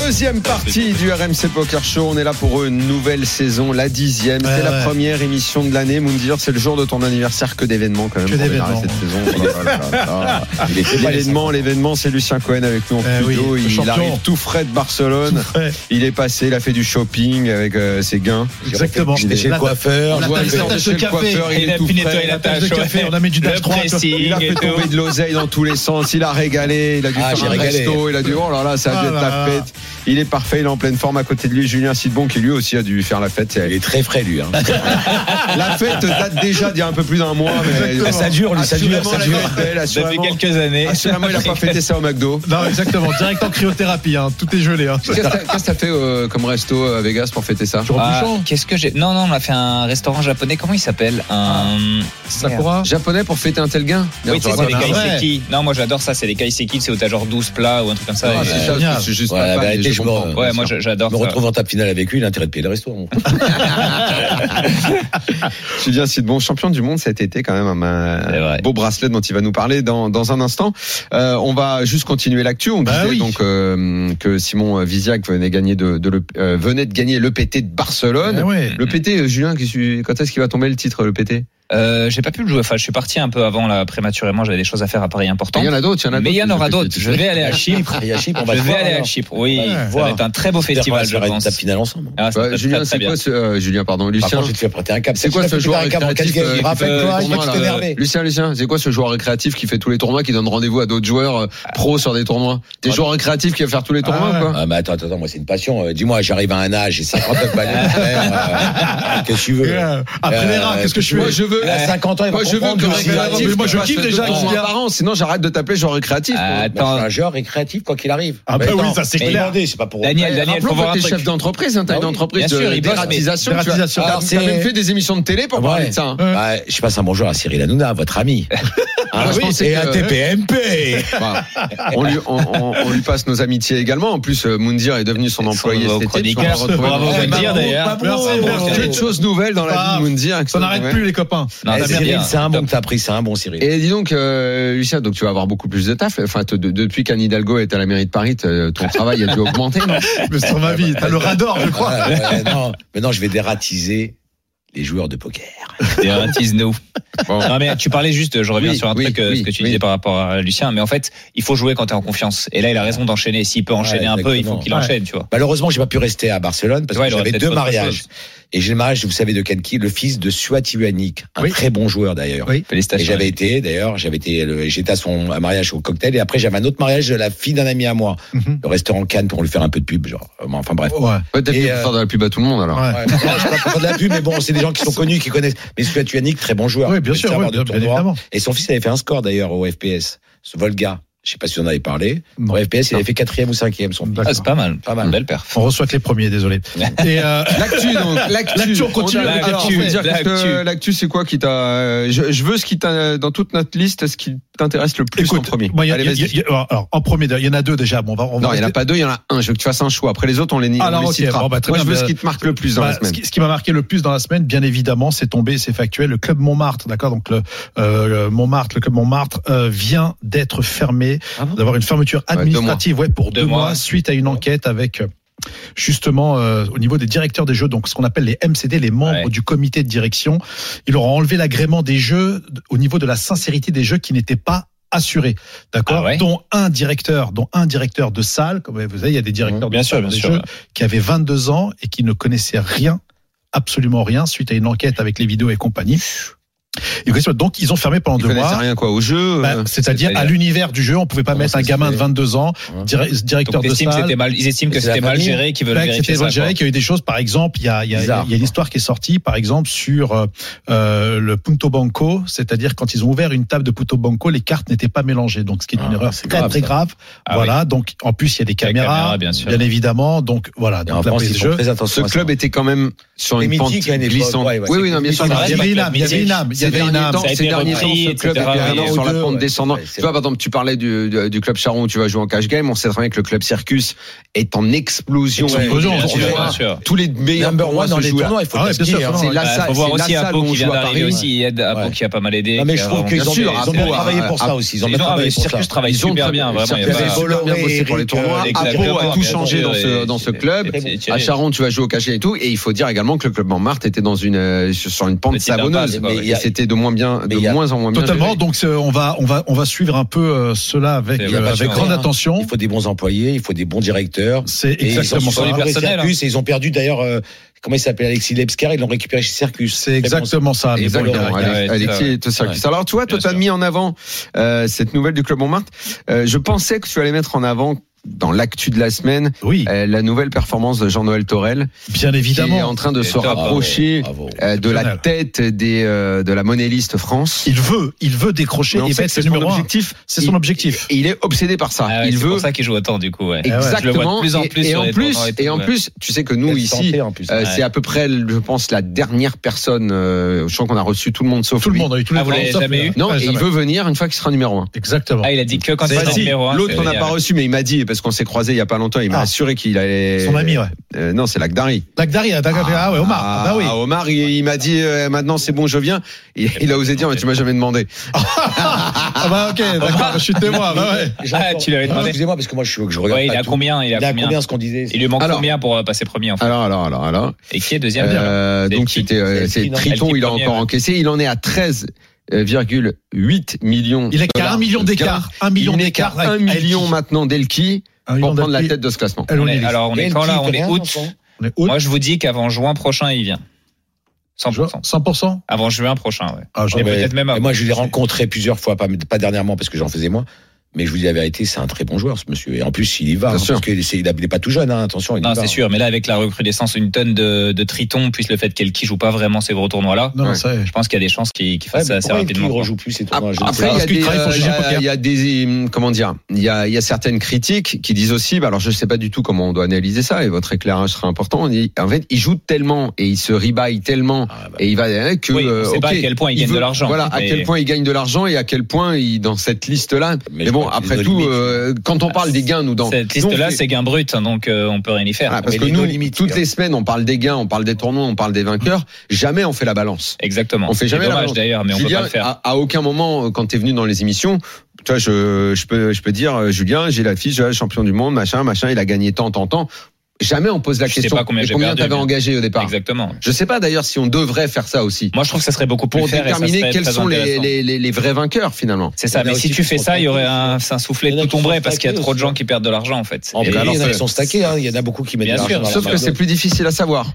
[SPEAKER 5] Deuxième partie du RMC Poker Show. On est là pour une nouvelle saison, la dixième.
[SPEAKER 6] Ouais,
[SPEAKER 5] c'est la
[SPEAKER 6] ouais.
[SPEAKER 5] première émission de l'année. Moundir, c'est le jour de ton anniversaire. Que d'événements quand même.
[SPEAKER 6] Que
[SPEAKER 5] pour démarrer
[SPEAKER 6] d'événements.
[SPEAKER 5] cette saison. Oh là là là là.
[SPEAKER 8] Il était
[SPEAKER 5] L'événement, l'événement, c'est Lucien Cohen avec nous en
[SPEAKER 6] Eh oui,
[SPEAKER 5] studio.
[SPEAKER 6] le
[SPEAKER 5] il
[SPEAKER 6] champion.
[SPEAKER 5] arrive tout frais de Barcelone.
[SPEAKER 6] Ouais,
[SPEAKER 5] Il est passé, il a fait du shopping avec euh, ses gains.
[SPEAKER 6] exactement.
[SPEAKER 8] J'étais chez le
[SPEAKER 6] Là,
[SPEAKER 8] coiffeur.
[SPEAKER 5] Je
[SPEAKER 6] la
[SPEAKER 5] vois,
[SPEAKER 6] tasse-
[SPEAKER 5] il
[SPEAKER 6] la
[SPEAKER 5] sort de
[SPEAKER 6] tasse
[SPEAKER 5] chez
[SPEAKER 6] de
[SPEAKER 5] le
[SPEAKER 6] café.
[SPEAKER 5] coiffeur, il
[SPEAKER 7] Et
[SPEAKER 5] est
[SPEAKER 7] la
[SPEAKER 5] tout
[SPEAKER 7] pinette,
[SPEAKER 5] frais.
[SPEAKER 7] et la
[SPEAKER 6] la tasse de
[SPEAKER 7] tâche.
[SPEAKER 6] café, on a mis du
[SPEAKER 7] le
[SPEAKER 6] dash droit, toi.
[SPEAKER 7] pressing
[SPEAKER 5] Il a fait
[SPEAKER 7] et tout.
[SPEAKER 5] tomber de l'oseille dans tous les sens, il a régalé, il a dû
[SPEAKER 8] Ah,
[SPEAKER 5] faire un
[SPEAKER 8] j'ai régalé.
[SPEAKER 5] resto, il a dû, oh là là, ça a dû
[SPEAKER 6] Ah
[SPEAKER 5] être
[SPEAKER 6] là
[SPEAKER 5] la
[SPEAKER 6] là.
[SPEAKER 5] fête. Il est parfait, il est en pleine forme. À côté de lui, Julien Sidbon, qui lui aussi a dû faire la fête.
[SPEAKER 8] Il est très frais, lui. Hein.
[SPEAKER 5] La fête date déjà d'il y a un peu plus d'un mois, mais
[SPEAKER 8] Ah, Ça dure, lui, ça dure,
[SPEAKER 5] assurément,
[SPEAKER 8] ça
[SPEAKER 5] la
[SPEAKER 8] dure.
[SPEAKER 5] fête est belle,
[SPEAKER 7] Depuis
[SPEAKER 5] assurément.
[SPEAKER 7] quelques années. Ah,
[SPEAKER 5] Assurément, Ah, il a pas fêté ça au McDo.
[SPEAKER 6] Non, exactement. Direct en cryothérapie, hein. tout est gelé. Hein.
[SPEAKER 5] Qu'est-ce que t'as- qu'est-ce que t'as fait euh, comme resto à Vegas pour fêter ça
[SPEAKER 6] Sur
[SPEAKER 7] Ah,
[SPEAKER 6] Bouchon,
[SPEAKER 7] Qu'est-ce que j'ai Non, non, on a fait un restaurant japonais. Comment il s'appelle
[SPEAKER 5] Ah.
[SPEAKER 7] Un.
[SPEAKER 6] Sakura.
[SPEAKER 5] Japonais pour fêter un tel gain
[SPEAKER 7] Oui, tu sais, c'est les
[SPEAKER 6] Ah, ouais.
[SPEAKER 7] kaiseki. Non, moi j'adore ça, c'est les kaiseki, c'est où t'as genre 12 plats ou un truc comme ça.
[SPEAKER 5] Ah,
[SPEAKER 7] Et- euh,
[SPEAKER 5] c'est ça,
[SPEAKER 6] génial.
[SPEAKER 5] c'est juste
[SPEAKER 8] Ouais, bah,
[SPEAKER 5] pas
[SPEAKER 8] la
[SPEAKER 5] mal,
[SPEAKER 8] vérité,
[SPEAKER 5] je
[SPEAKER 8] je
[SPEAKER 5] comprends.
[SPEAKER 8] me-
[SPEAKER 7] Ouais, moi je- j'adore
[SPEAKER 8] me
[SPEAKER 7] ça.
[SPEAKER 8] retrouve en table finale avec lui, il a intérêt de payer le restaurant.
[SPEAKER 5] Julien Sidbon, champion du monde cet été quand même, un,
[SPEAKER 7] C'est vrai.
[SPEAKER 5] beau bracelet dont il va nous parler dans, dans un instant. Euh, on va juste continuer l'actu. On
[SPEAKER 6] Bah
[SPEAKER 5] disait
[SPEAKER 6] oui.
[SPEAKER 5] donc euh, que Simon Viziac venait, gagner de, de le- euh, venait de gagner le PT de Barcelone.
[SPEAKER 6] Eh ouais.
[SPEAKER 5] Le PT, euh, Julien, qu'est-ce que- quand est-ce qu'il va tomber le titre, le PT
[SPEAKER 7] Euh, J'ai pas pu le jouer. Enfin, je suis parti un peu avant là, prématurément. J'avais des choses à faire à Paris
[SPEAKER 5] Il
[SPEAKER 7] importantes.
[SPEAKER 5] y en a d'autres, il y en a
[SPEAKER 7] Mais il y en
[SPEAKER 5] que
[SPEAKER 7] aura
[SPEAKER 5] j'ai
[SPEAKER 7] d'autres.
[SPEAKER 5] fait.
[SPEAKER 7] Je vais aller à Chypre.
[SPEAKER 8] Et à Chypre, on
[SPEAKER 7] Je
[SPEAKER 8] va se
[SPEAKER 7] vais
[SPEAKER 8] voir,
[SPEAKER 7] aller à
[SPEAKER 8] alors.
[SPEAKER 7] Chypre. Oui,
[SPEAKER 6] Ouais,
[SPEAKER 7] ça
[SPEAKER 8] voir.
[SPEAKER 7] va être un très beau
[SPEAKER 8] On va
[SPEAKER 7] festival,
[SPEAKER 8] se
[SPEAKER 7] je
[SPEAKER 8] faire une
[SPEAKER 7] pense.
[SPEAKER 8] table finale ensemble.
[SPEAKER 7] Ah, ça
[SPEAKER 5] Ouais,
[SPEAKER 7] va être
[SPEAKER 5] Bah, Julien,
[SPEAKER 7] très, très
[SPEAKER 5] c'est
[SPEAKER 7] bien.
[SPEAKER 5] quoi ce euh, Julien, pardon,
[SPEAKER 8] Par
[SPEAKER 5] Lucien
[SPEAKER 8] contre, je vais te faire prêter un câble.
[SPEAKER 5] C'est quoi ce joueur créatif euh, qui fait
[SPEAKER 8] Rappelle-toi,
[SPEAKER 5] tous les
[SPEAKER 8] je sais que
[SPEAKER 5] tournois,
[SPEAKER 8] tu t'es
[SPEAKER 5] là,
[SPEAKER 8] énervé.
[SPEAKER 5] Lucien, Lucien, c'est quoi ce joueur récréatif qui fait tous les tournois, qui donne rendez-vous à d'autres joueurs euh,
[SPEAKER 7] Ah.
[SPEAKER 5] pros sur des tournois T'es joueur récréatif qui va faire tous les tournois
[SPEAKER 6] ouais.
[SPEAKER 5] ou quoi
[SPEAKER 8] Ah, mais attends, attends, attends, moi c'est une passion. Euh, Dis-moi, j'arrive à un âge, j'ai 59 balais. à faire, euh, Qu'est-ce que tu veux
[SPEAKER 6] Euh, Après les rats,
[SPEAKER 8] Euh,
[SPEAKER 6] qu'est-ce que je
[SPEAKER 5] Moi,
[SPEAKER 6] fais
[SPEAKER 5] je veux.
[SPEAKER 8] Il a 50 ans, il va
[SPEAKER 5] Moi, je veux
[SPEAKER 8] comprendre
[SPEAKER 5] que
[SPEAKER 8] lui
[SPEAKER 5] le
[SPEAKER 8] aussi.
[SPEAKER 6] récréatif,
[SPEAKER 5] récréatif.
[SPEAKER 6] mais moi, je
[SPEAKER 5] fasse
[SPEAKER 6] kiffe
[SPEAKER 5] deux
[SPEAKER 6] déjà,
[SPEAKER 5] tournois
[SPEAKER 6] Lucien.
[SPEAKER 5] par an, sinon j'arrête de t'appeler joueur récréatif.
[SPEAKER 7] Ah,
[SPEAKER 8] Moi, je suis
[SPEAKER 7] Attends,
[SPEAKER 8] un joueur récréatif quoi qu'il arrive.
[SPEAKER 6] Ah bah
[SPEAKER 8] Mais
[SPEAKER 6] oui,
[SPEAKER 8] attends,
[SPEAKER 6] ça c'est
[SPEAKER 8] mais
[SPEAKER 6] clair.
[SPEAKER 8] demandez, c'est pas pour.
[SPEAKER 7] Daniel, Daniel, faut
[SPEAKER 5] Rappelons
[SPEAKER 7] voir
[SPEAKER 5] que
[SPEAKER 7] un
[SPEAKER 5] t'es
[SPEAKER 7] truc.
[SPEAKER 5] chef d'entreprise, hein, t'as
[SPEAKER 8] Ah
[SPEAKER 5] une
[SPEAKER 8] oui,
[SPEAKER 5] entreprise
[SPEAKER 7] bien
[SPEAKER 5] de
[SPEAKER 7] sûr, il bosse, mais-
[SPEAKER 5] dératisation. tu as-
[SPEAKER 6] Dératisation.
[SPEAKER 5] Ah, T'as
[SPEAKER 8] C'est-
[SPEAKER 5] même fait des émissions de télé pour parler
[SPEAKER 8] Ouais.
[SPEAKER 5] de ça. hein.
[SPEAKER 8] Bah, je passe un bonjour à Cyril Hanouna, votre ami.
[SPEAKER 5] Ah, je pensais
[SPEAKER 8] et
[SPEAKER 5] que-
[SPEAKER 8] un TPMP.
[SPEAKER 5] Voilà. on, lui, on, on- on lui passe nos amitiés également. En plus, euh, Moundir est devenu son
[SPEAKER 7] Son
[SPEAKER 5] employé
[SPEAKER 7] nouveau
[SPEAKER 5] cet été. puisqu'on
[SPEAKER 7] chroniqueur.
[SPEAKER 5] l'a retrouvé
[SPEAKER 7] Bravo,
[SPEAKER 5] dans-
[SPEAKER 7] Moundir,
[SPEAKER 5] Eh ben,
[SPEAKER 7] d'ailleurs.
[SPEAKER 6] Merci,
[SPEAKER 8] Bravo.
[SPEAKER 5] Il y a une
[SPEAKER 6] merci.
[SPEAKER 5] chose nouvelle dans la
[SPEAKER 6] Ah,
[SPEAKER 5] vie de Moundir.
[SPEAKER 6] Ça n'arrête plus les copains.
[SPEAKER 7] Non,
[SPEAKER 8] Eh,
[SPEAKER 7] t'as bien
[SPEAKER 8] Cyril,
[SPEAKER 7] dit,
[SPEAKER 8] c'est
[SPEAKER 7] hein.
[SPEAKER 8] un bon que t'as pris, c'est un bon Cyril.
[SPEAKER 5] Et dis donc, euh, Lucien, donc tu vas avoir beaucoup plus de taf. Enfin, te- de- depuis qu'Anne Hidalgo est à la mairie de Paris, te- ton travail a dû augmenter. non
[SPEAKER 6] Mais sur
[SPEAKER 5] Ah
[SPEAKER 6] ma
[SPEAKER 5] bah,
[SPEAKER 6] vie, t'as le radar, je crois.
[SPEAKER 8] Ah, ouais, non, maintenant je vais dératiser les joueurs de poker.
[SPEAKER 7] Dérantise-nous.
[SPEAKER 5] Bon.
[SPEAKER 7] Non mais tu parlais juste, je reviens
[SPEAKER 5] Oui,
[SPEAKER 7] sur un
[SPEAKER 5] oui,
[SPEAKER 7] truc euh,
[SPEAKER 5] oui,
[SPEAKER 7] ce que tu
[SPEAKER 5] oui.
[SPEAKER 7] disais par rapport à Lucien, mais en fait il faut jouer quand t'es en confiance. Et là il a raison d'enchaîner. S'il peut enchaîner un peu, il faut
[SPEAKER 8] exactement.
[SPEAKER 7] qu'il
[SPEAKER 6] Ouais.
[SPEAKER 7] enchaîne, tu vois.
[SPEAKER 8] Malheureusement, j'ai pas pu rester à Barcelone parce
[SPEAKER 7] Ouais, il
[SPEAKER 8] que
[SPEAKER 7] aurait
[SPEAKER 8] j'avais
[SPEAKER 7] peut-être
[SPEAKER 8] deux
[SPEAKER 7] fait autre
[SPEAKER 8] mariages.
[SPEAKER 7] chose.
[SPEAKER 8] Et j'ai le mariage, vous savez, de Kenki, le fils de Suati Uanik, un
[SPEAKER 6] Oui.
[SPEAKER 8] très bon joueur d'ailleurs.
[SPEAKER 6] Oui.
[SPEAKER 8] Et
[SPEAKER 7] Félicitations.
[SPEAKER 8] j'avais été, d'ailleurs, j'avais été, le- j'étais à son un mariage au cocktail, et après j'avais un autre mariage de la fille d'un ami à moi,
[SPEAKER 6] Mhm.
[SPEAKER 8] le restaurant Cannes pour lui faire un peu de pub, genre. Euh, Enfin
[SPEAKER 5] bah,
[SPEAKER 8] bref.
[SPEAKER 6] Ouais.
[SPEAKER 5] Peut-être
[SPEAKER 8] Et,
[SPEAKER 5] qu'il
[SPEAKER 8] euh,
[SPEAKER 5] faut faire de la pub à tout le monde alors.
[SPEAKER 6] Ouais.
[SPEAKER 8] Ouais, non, je parle pas pour de la pub, mais bon, c'est des gens qui sont connus, qui connaissent. Mais Suati Uanik, très bon joueur.
[SPEAKER 6] Oui, bien
[SPEAKER 8] Le
[SPEAKER 6] sûr,
[SPEAKER 8] serveur
[SPEAKER 6] oui,
[SPEAKER 8] de
[SPEAKER 6] bien, bien
[SPEAKER 8] tournoi.
[SPEAKER 6] évidemment.
[SPEAKER 8] Et son fils avait fait un score d'ailleurs au FPS, ce Volga. Je sais pas si on en avait parlé. Au FPS, il avait fait quatrième ou cinquième son fils.
[SPEAKER 6] D'accord.
[SPEAKER 7] Ah, c'est pas mal,
[SPEAKER 8] Pas mal.
[SPEAKER 7] belle perf.
[SPEAKER 6] On reçoit que les premiers, désolé. Et euh,
[SPEAKER 5] L'actu donc, l'actu.
[SPEAKER 6] L'actu, on continue
[SPEAKER 5] a-
[SPEAKER 7] avec
[SPEAKER 5] alors,
[SPEAKER 7] l'actu,
[SPEAKER 5] on peut dire qu'est-ce que
[SPEAKER 7] l'actu.
[SPEAKER 5] L'actu, c'est quoi qui t'a euh, je, je veux ce qui t'a dans toute notre liste, ce qui t'intéresse le plus en premier.
[SPEAKER 6] moi, bah, il y a-
[SPEAKER 5] Allez,
[SPEAKER 6] il y a-
[SPEAKER 5] vas-y.
[SPEAKER 6] il y a- alors, alors, en premier, il y en a deux déjà. Bon, on va, on va
[SPEAKER 5] Non, il n'y en a
[SPEAKER 6] rester-
[SPEAKER 5] pas deux, il y en a un. Je veux que tu fasses un choix. Après les autres, on les nie.
[SPEAKER 6] Alors,
[SPEAKER 5] on les
[SPEAKER 6] ok,
[SPEAKER 5] citera.
[SPEAKER 6] bon, bah, très
[SPEAKER 5] Moi, je
[SPEAKER 6] bien,
[SPEAKER 5] veux
[SPEAKER 6] bah,
[SPEAKER 5] ce qui te marque le plus dans
[SPEAKER 6] Bah,
[SPEAKER 5] la
[SPEAKER 6] ce
[SPEAKER 5] semaine.
[SPEAKER 6] qui, ce qui m'a marqué le plus dans la semaine, bien évidemment, c'est tombé, c'est factuel. Le club Montmartre, d'accord. Donc le, euh, le Montmartre, le club Montmartre euh, vient d'être fermé, d'avoir une fermeture
[SPEAKER 5] deux
[SPEAKER 6] administrative, ouais, pour
[SPEAKER 7] Deux
[SPEAKER 6] deux, mois.
[SPEAKER 7] mois.
[SPEAKER 6] suite à une enquête avec euh, justement euh, au niveau des directeurs des jeux, donc ce qu'on appelle les MCD, les membres
[SPEAKER 7] Ouais.
[SPEAKER 6] du comité de direction. Il leur a enlevé l'agrément des jeux d- au niveau de la sincérité des jeux qui n'étaient pas assurés, d'accord,
[SPEAKER 7] Ah ouais.
[SPEAKER 6] dont un directeur, dont un directeur de salle, comme vous savez, il y a des directeurs
[SPEAKER 7] Bien
[SPEAKER 6] de
[SPEAKER 7] sûr,
[SPEAKER 6] salle
[SPEAKER 7] bien
[SPEAKER 6] des
[SPEAKER 7] sûr.
[SPEAKER 6] jeux qui avait 22 ans et qui ne connaissait rien, absolument rien, suite à une enquête avec les vidéos et compagnie. Et que- donc, ils ont fermé pendant
[SPEAKER 5] Ils
[SPEAKER 6] deux
[SPEAKER 5] connaissent
[SPEAKER 6] mois.
[SPEAKER 5] rien quoi au jeu.
[SPEAKER 6] Bah,
[SPEAKER 5] euh,
[SPEAKER 6] C'est-à-dire à l'univers du jeu, on pouvait pas
[SPEAKER 8] Comment
[SPEAKER 6] mettre
[SPEAKER 8] ça
[SPEAKER 6] un
[SPEAKER 8] se
[SPEAKER 6] gamin de
[SPEAKER 8] fait
[SPEAKER 6] 22 ans,
[SPEAKER 8] Ouais.
[SPEAKER 6] dire-
[SPEAKER 7] Donc
[SPEAKER 6] directeur de
[SPEAKER 7] t'estimes que c'était
[SPEAKER 6] salle.
[SPEAKER 7] mal, ils estiment que
[SPEAKER 8] C'est la
[SPEAKER 7] c'était mal
[SPEAKER 8] famille.
[SPEAKER 7] géré, qu'ils veulent
[SPEAKER 6] Black,
[SPEAKER 7] vérifier
[SPEAKER 6] c'était
[SPEAKER 7] ça.
[SPEAKER 6] Evangélique,
[SPEAKER 7] quoi.
[SPEAKER 6] il y a eu des choses, par exemple, il y a, il y a, il y a
[SPEAKER 8] Bizarre,
[SPEAKER 6] il y a l'histoire qui est sortie, par exemple, sur euh, euh, le Punto Banco, c'est-à-dire quand ils ont ouvert une table de Punto Banco, les cartes n'étaient pas mélangées, donc ce qui est une
[SPEAKER 8] Ah,
[SPEAKER 6] erreur
[SPEAKER 8] c'est
[SPEAKER 6] très
[SPEAKER 8] grave,
[SPEAKER 6] très
[SPEAKER 8] ça.
[SPEAKER 6] grave.
[SPEAKER 7] Ah
[SPEAKER 6] voilà, donc en plus il y a
[SPEAKER 7] y a
[SPEAKER 6] des
[SPEAKER 7] des
[SPEAKER 6] caméras,
[SPEAKER 7] caméras, bien sûr.
[SPEAKER 6] évidemment, donc voilà,
[SPEAKER 8] Et en
[SPEAKER 6] donc la
[SPEAKER 8] France,
[SPEAKER 6] prise
[SPEAKER 8] ils
[SPEAKER 6] de
[SPEAKER 8] font
[SPEAKER 6] jeu.
[SPEAKER 8] très attention.
[SPEAKER 5] Ce
[SPEAKER 8] à ça.
[SPEAKER 5] club était quand même sur
[SPEAKER 8] C'est
[SPEAKER 5] une pente
[SPEAKER 8] mythique à une époque,
[SPEAKER 5] glissante.
[SPEAKER 8] ouais, ouais,
[SPEAKER 5] oui,
[SPEAKER 8] c'est
[SPEAKER 5] oui, non, bien
[SPEAKER 8] mythique.
[SPEAKER 5] sûr.
[SPEAKER 6] Il y
[SPEAKER 7] reste
[SPEAKER 6] avait
[SPEAKER 7] pas
[SPEAKER 6] une âme, il y avait une âme, il y
[SPEAKER 5] ces
[SPEAKER 6] avait une
[SPEAKER 5] derniers
[SPEAKER 6] âme.
[SPEAKER 5] temps,
[SPEAKER 7] Ça a
[SPEAKER 5] ces
[SPEAKER 7] été
[SPEAKER 5] derniers temps,
[SPEAKER 7] repris,
[SPEAKER 5] ce club
[SPEAKER 7] etc.,
[SPEAKER 5] était
[SPEAKER 7] ouais.
[SPEAKER 5] vraiment sur la
[SPEAKER 6] Ouais,
[SPEAKER 5] pente
[SPEAKER 6] ouais,
[SPEAKER 5] descendante.
[SPEAKER 8] ouais, c'est
[SPEAKER 5] tu vois, par exemple, tu parlais du, du- du club Charon où tu vas jouer en cash game. On sait très bien que le club Circus est en explosion.
[SPEAKER 6] Explosion,
[SPEAKER 5] Ouais,
[SPEAKER 7] bien sûr,
[SPEAKER 5] tournois.
[SPEAKER 7] bien sûr.
[SPEAKER 5] Tous les meilleurs
[SPEAKER 8] Number
[SPEAKER 5] tournois
[SPEAKER 8] one dans
[SPEAKER 5] se
[SPEAKER 8] les
[SPEAKER 5] jouent là.
[SPEAKER 8] tournois, il faut
[SPEAKER 6] Ah ouais,
[SPEAKER 8] casquer,
[SPEAKER 6] bien sûr,
[SPEAKER 8] hein.
[SPEAKER 6] non,
[SPEAKER 5] C'est la
[SPEAKER 7] Ouais,
[SPEAKER 5] salle,
[SPEAKER 7] Bah, faut voir
[SPEAKER 5] c'est la
[SPEAKER 7] aussi
[SPEAKER 5] salle
[SPEAKER 7] Apo
[SPEAKER 5] où on
[SPEAKER 7] qui
[SPEAKER 5] joue
[SPEAKER 7] vient
[SPEAKER 5] à
[SPEAKER 7] d'arriver
[SPEAKER 5] Paris.
[SPEAKER 7] aussi. Il y a d- Apo
[SPEAKER 8] Ouais.
[SPEAKER 7] qui a pas mal aidé.
[SPEAKER 8] Non, mais je
[SPEAKER 7] qui a
[SPEAKER 8] trouve
[SPEAKER 7] vraiment
[SPEAKER 8] qu'ils
[SPEAKER 7] bien
[SPEAKER 8] ont,
[SPEAKER 7] fait,
[SPEAKER 5] sûr,
[SPEAKER 7] c'est
[SPEAKER 8] ils ont
[SPEAKER 7] vrai.
[SPEAKER 8] bien travaillé pour ça aussi. Ils ont bien
[SPEAKER 7] Non,
[SPEAKER 8] travaillé
[SPEAKER 7] mais
[SPEAKER 8] pour ça.
[SPEAKER 7] Circus travaille
[SPEAKER 5] Ils ont
[SPEAKER 7] super
[SPEAKER 5] très-
[SPEAKER 7] bien, vraiment. il y a
[SPEAKER 5] Circus
[SPEAKER 7] pas-
[SPEAKER 5] a super bien bossé pour les tournois.
[SPEAKER 7] Avec
[SPEAKER 5] Apo
[SPEAKER 7] Lacapo,
[SPEAKER 5] a tout
[SPEAKER 7] bien
[SPEAKER 5] changé
[SPEAKER 7] sûr,
[SPEAKER 5] dans ce,
[SPEAKER 7] et-
[SPEAKER 5] dans ce
[SPEAKER 7] et-
[SPEAKER 5] club.
[SPEAKER 7] et- et- et-
[SPEAKER 5] À Charon, tu vas jouer au cachet et tout. Et il faut dire également que le club Montmartre était dans une, euh, sur une pente
[SPEAKER 7] Petite impasse,
[SPEAKER 5] savonneuse.
[SPEAKER 7] quoi,
[SPEAKER 8] ouais.
[SPEAKER 5] Et c'était de moins bien,
[SPEAKER 8] Mais
[SPEAKER 5] de
[SPEAKER 8] il y a-
[SPEAKER 5] moins en moins bien.
[SPEAKER 6] Totalement.
[SPEAKER 5] géré.
[SPEAKER 6] Donc c'est- on va, on va, on va suivre un peu euh, cela avec,
[SPEAKER 7] Il y a
[SPEAKER 6] euh,
[SPEAKER 7] pas de
[SPEAKER 6] avec
[SPEAKER 7] chance,
[SPEAKER 6] grande
[SPEAKER 8] hein.
[SPEAKER 6] attention.
[SPEAKER 8] Il faut des bons employés, il faut des bons directeurs.
[SPEAKER 6] C'est
[SPEAKER 8] Et ils ont
[SPEAKER 6] exactement
[SPEAKER 7] sur
[SPEAKER 6] ça.
[SPEAKER 7] les
[SPEAKER 8] récupéré
[SPEAKER 7] personnels, hein.
[SPEAKER 8] Circus, et ils ont perdu d'ailleurs, euh, comment il s'appelle, Alexis Lebskar, ils l'ont récupéré chez Circus.
[SPEAKER 6] C'est exactement ça. Ah, mais bon, il y a-
[SPEAKER 5] Exactement,
[SPEAKER 6] il y a-
[SPEAKER 7] ouais,
[SPEAKER 5] Alex-
[SPEAKER 7] c'est ça,
[SPEAKER 5] Alexis et tout ça.
[SPEAKER 7] Ouais.
[SPEAKER 5] Alors, toi, toi,
[SPEAKER 7] Bien
[SPEAKER 5] t'as
[SPEAKER 7] sûr.
[SPEAKER 5] mis en avant euh, cette nouvelle du Club Montmartre. Euh, je pensais que tu allais mettre en avant, dans l'actu de la semaine,
[SPEAKER 6] Oui,
[SPEAKER 5] euh, la nouvelle performance de Jean-Noël Torel,
[SPEAKER 6] bien
[SPEAKER 5] qui est
[SPEAKER 6] évidemment.
[SPEAKER 5] en train de
[SPEAKER 7] Et
[SPEAKER 5] se
[SPEAKER 7] top,
[SPEAKER 5] rapprocher
[SPEAKER 8] bravo, bravo.
[SPEAKER 5] euh, de la tête des, euh, de la monéliste France.
[SPEAKER 6] Il veut, il veut décrocher
[SPEAKER 5] Mais on
[SPEAKER 6] et
[SPEAKER 5] sait que
[SPEAKER 6] mettre
[SPEAKER 5] c'est
[SPEAKER 6] le
[SPEAKER 5] son
[SPEAKER 6] numéro un.
[SPEAKER 5] objectif.
[SPEAKER 6] C'est son
[SPEAKER 5] Il-
[SPEAKER 6] objectif.
[SPEAKER 5] Et il est obsédé par ça.
[SPEAKER 7] Ah ouais,
[SPEAKER 5] il
[SPEAKER 7] C'est
[SPEAKER 5] veut
[SPEAKER 7] pour ça qu'il joue autant, du coup. ouais.
[SPEAKER 6] ouais, je le vois de
[SPEAKER 5] exactement.
[SPEAKER 7] plus en
[SPEAKER 5] Et-
[SPEAKER 7] plus
[SPEAKER 5] et,
[SPEAKER 7] sur
[SPEAKER 5] en
[SPEAKER 7] les
[SPEAKER 5] plus,
[SPEAKER 7] tournois et tout,
[SPEAKER 5] et en
[SPEAKER 7] ouais.
[SPEAKER 5] plus, tu sais que nous
[SPEAKER 8] Quelle
[SPEAKER 5] ici,
[SPEAKER 8] santé, en plus.
[SPEAKER 5] euh,
[SPEAKER 7] Ouais.
[SPEAKER 5] c'est à peu près, je pense, la dernière personne. euh, je crois qu'on a reçu tout le monde sauf
[SPEAKER 6] Tout le
[SPEAKER 5] lui.
[SPEAKER 6] monde a eu tous les
[SPEAKER 7] Ah, vous l'avez
[SPEAKER 6] sauf
[SPEAKER 7] jamais
[SPEAKER 6] lui.
[SPEAKER 7] eu
[SPEAKER 5] Non,
[SPEAKER 6] Ouais,
[SPEAKER 5] et il
[SPEAKER 6] jamais.
[SPEAKER 5] veut venir une fois qu'il sera numéro un.
[SPEAKER 6] Exactement.
[SPEAKER 7] Ah, il a dit que quand il
[SPEAKER 5] Bah
[SPEAKER 7] était
[SPEAKER 5] si,
[SPEAKER 7] numéro 1.
[SPEAKER 5] L'autre, on n'a pas reçu, mais il m'a dit, parce qu'on s'est croisé il n'y a pas longtemps, il m'a
[SPEAKER 6] Ah.
[SPEAKER 5] assuré qu'il allait.
[SPEAKER 6] Son ami, ouais.
[SPEAKER 5] Euh, non, c'est Lagdari.
[SPEAKER 6] Lagdari, ah, d'accord, ah ouais, Omar. Ah, bah oui.
[SPEAKER 5] Ah, Omar, il, il m'a dit, euh, maintenant c'est bon, je viens. Il, il
[SPEAKER 6] bah,
[SPEAKER 5] a osé dire, mais tu m'as jamais demandé.
[SPEAKER 6] Ah bah ok, d'accord, je suis témoin. Bah ouais.
[SPEAKER 7] Ah, tu l'avais demandé.
[SPEAKER 8] Excusez-moi, parce que moi, je, suis- je regarde.
[SPEAKER 7] Ouais, il
[SPEAKER 8] pas
[SPEAKER 7] a
[SPEAKER 8] tout.
[SPEAKER 7] combien Il
[SPEAKER 8] Il
[SPEAKER 7] a
[SPEAKER 8] a combien
[SPEAKER 7] combien
[SPEAKER 8] ce qu'on disait
[SPEAKER 7] Il lui manque
[SPEAKER 5] Alors-
[SPEAKER 7] combien pour euh, passer premier, en fait
[SPEAKER 5] Alors, alors, alors, alors.
[SPEAKER 7] Et qui est deuxième
[SPEAKER 5] Euh,
[SPEAKER 7] C'est
[SPEAKER 5] donc
[SPEAKER 7] le petit-
[SPEAKER 5] c'était euh,
[SPEAKER 8] c'est
[SPEAKER 5] c'est
[SPEAKER 8] le petit, non
[SPEAKER 5] Triton,
[SPEAKER 7] Le petit
[SPEAKER 5] il a
[SPEAKER 7] premier,
[SPEAKER 5] encore
[SPEAKER 7] ouais.
[SPEAKER 5] encaissé. Il en est à 13,8 millions.
[SPEAKER 6] Il est qu'à
[SPEAKER 5] dollars
[SPEAKER 6] un million
[SPEAKER 5] de
[SPEAKER 6] d'écart. Un million
[SPEAKER 5] Il n'est qu'à
[SPEAKER 6] d'écart.
[SPEAKER 5] un million maintenant d'Elki
[SPEAKER 6] Un
[SPEAKER 5] pour
[SPEAKER 6] million
[SPEAKER 5] prendre la
[SPEAKER 6] d'appui.
[SPEAKER 5] tête de ce classement.
[SPEAKER 6] Elle, on
[SPEAKER 7] On
[SPEAKER 6] est
[SPEAKER 7] est-
[SPEAKER 6] liste.
[SPEAKER 7] Alors, on est quand là On est août.
[SPEAKER 6] On est août.
[SPEAKER 7] Moi, je vous dis qu'avant juin prochain, il vient. 100%.
[SPEAKER 6] 100%
[SPEAKER 7] Avant juin prochain, ouais.
[SPEAKER 6] ah, je-
[SPEAKER 7] Et
[SPEAKER 8] Ouais,
[SPEAKER 7] peut-être même
[SPEAKER 8] Et
[SPEAKER 7] avant.
[SPEAKER 8] moi, je l'ai rencontré plusieurs fois, pas, pas dernièrement parce que j'en faisais moins. Mais je vous dis la vérité, c'est un très bon joueur, ce monsieur. Et en plus, il y va.
[SPEAKER 5] Bien
[SPEAKER 8] hein,
[SPEAKER 5] sûr.
[SPEAKER 8] parce qu'il n'est pas tout jeune, hein, attention. Il y
[SPEAKER 7] Non,
[SPEAKER 8] va, hein.
[SPEAKER 7] c'est sûr, mais là, avec la recrudescence, une tonne de, de tritons, plus le fait qu'elle qui joue pas vraiment ces gros tournois-là,
[SPEAKER 6] Non,
[SPEAKER 5] Ouais.
[SPEAKER 6] ça
[SPEAKER 7] je pense qu'il y a des chances qu'il qu'il
[SPEAKER 8] Ouais,
[SPEAKER 7] fasse
[SPEAKER 8] mais
[SPEAKER 7] ça assez
[SPEAKER 8] pourquoi il-
[SPEAKER 7] rapidement.
[SPEAKER 8] Il
[SPEAKER 7] quoi.
[SPEAKER 8] rejoue plus ces tournois.
[SPEAKER 5] Ah, Après,
[SPEAKER 8] je ne sais
[SPEAKER 5] après, il y
[SPEAKER 8] pas.
[SPEAKER 5] a
[SPEAKER 6] Parce qu'il
[SPEAKER 5] des,
[SPEAKER 6] travaille pour
[SPEAKER 5] euh, il y
[SPEAKER 6] GG
[SPEAKER 5] a-
[SPEAKER 6] Poker.
[SPEAKER 5] il y a des, hum, comment dire, il y a, il y a certaines critiques qui disent aussi, bah alors je sais pas du tout comment on doit analyser ça et votre éclairage sera important. On dit, en fait, il joue tellement et il se ribaille tellement
[SPEAKER 8] Ah, bah.
[SPEAKER 5] et il va hein, que,
[SPEAKER 7] Oui, on
[SPEAKER 5] euh,
[SPEAKER 7] sait pas
[SPEAKER 5] ok,
[SPEAKER 7] à quel point il gagne de
[SPEAKER 5] veut-
[SPEAKER 7] l'argent,
[SPEAKER 5] Voilà, à
[SPEAKER 7] mais-
[SPEAKER 5] quel point il gagne de l'argent et à quel point il dans cette liste là.
[SPEAKER 8] Mais
[SPEAKER 5] Mais,
[SPEAKER 8] je
[SPEAKER 5] bon,
[SPEAKER 8] crois qu'il
[SPEAKER 5] après
[SPEAKER 8] est
[SPEAKER 5] tout,
[SPEAKER 8] limite.
[SPEAKER 5] euh, quand on parle des gains, nous dans
[SPEAKER 7] Cette
[SPEAKER 5] nous, on
[SPEAKER 7] liste-là,
[SPEAKER 5] fait-
[SPEAKER 7] c'est gain brut, hein, donc euh, on peut rien y faire.
[SPEAKER 5] voilà, parce
[SPEAKER 8] mais
[SPEAKER 5] que
[SPEAKER 8] les
[SPEAKER 5] nous,
[SPEAKER 8] deux limites,
[SPEAKER 5] toutes
[SPEAKER 8] hein.
[SPEAKER 5] les semaines, on parle des gains, on parle des tournois, on parle des vainqueurs. Jamais on fait la balance.
[SPEAKER 7] Exactement.
[SPEAKER 5] On fait
[SPEAKER 7] C'est
[SPEAKER 5] jamais la
[SPEAKER 7] dommage
[SPEAKER 5] balance.
[SPEAKER 7] d'ailleurs, mais on peut
[SPEAKER 5] Julien,
[SPEAKER 7] pas le faire.
[SPEAKER 5] À, à aucun moment, euh, quand t'es venu dans les émissions, tu vois, je, je peux, je peux dire, euh, Julien, j'ai la fiche, euh, champion du monde, machin, machin, il a gagné tant, tant, tant. Jamais on pose la
[SPEAKER 7] Je sais
[SPEAKER 5] question.
[SPEAKER 7] pas combien
[SPEAKER 5] Et
[SPEAKER 7] j'ai
[SPEAKER 5] combien
[SPEAKER 7] perdu,
[SPEAKER 5] t'avais
[SPEAKER 7] mais-
[SPEAKER 5] engagé au départ
[SPEAKER 7] Exactement.
[SPEAKER 5] Je sais pas d'ailleurs si on devrait faire ça aussi.
[SPEAKER 7] Moi, je trouve que ça serait beaucoup plus
[SPEAKER 5] pour
[SPEAKER 7] fair et ça
[SPEAKER 5] déterminer
[SPEAKER 7] serait
[SPEAKER 5] quels
[SPEAKER 7] très
[SPEAKER 5] sont les,
[SPEAKER 7] intéressant.
[SPEAKER 5] les, les, les vrais vainqueurs finalement.
[SPEAKER 7] C'est ça,
[SPEAKER 8] Il y en a
[SPEAKER 7] mais si
[SPEAKER 8] aussi
[SPEAKER 7] tu
[SPEAKER 8] qui
[SPEAKER 7] fais
[SPEAKER 8] sont
[SPEAKER 7] ça, il y aurait
[SPEAKER 8] stackés
[SPEAKER 7] un, un
[SPEAKER 8] Il
[SPEAKER 7] soufflet
[SPEAKER 8] y en a
[SPEAKER 7] tout
[SPEAKER 8] qui sont
[SPEAKER 7] tomberait parce qu'il y a
[SPEAKER 8] stackés
[SPEAKER 7] trop de
[SPEAKER 8] aussi. hein.
[SPEAKER 7] gens qui perdent de l'argent en fait.
[SPEAKER 8] En
[SPEAKER 7] Et-
[SPEAKER 8] plus, il y en a
[SPEAKER 5] alors,
[SPEAKER 8] qui sont stackés, hein, il y en a beaucoup qui mettent
[SPEAKER 7] Bien
[SPEAKER 8] de l'argent
[SPEAKER 7] sûr.
[SPEAKER 8] dans la
[SPEAKER 5] Sauf que
[SPEAKER 8] main.
[SPEAKER 5] c'est plus difficile à savoir.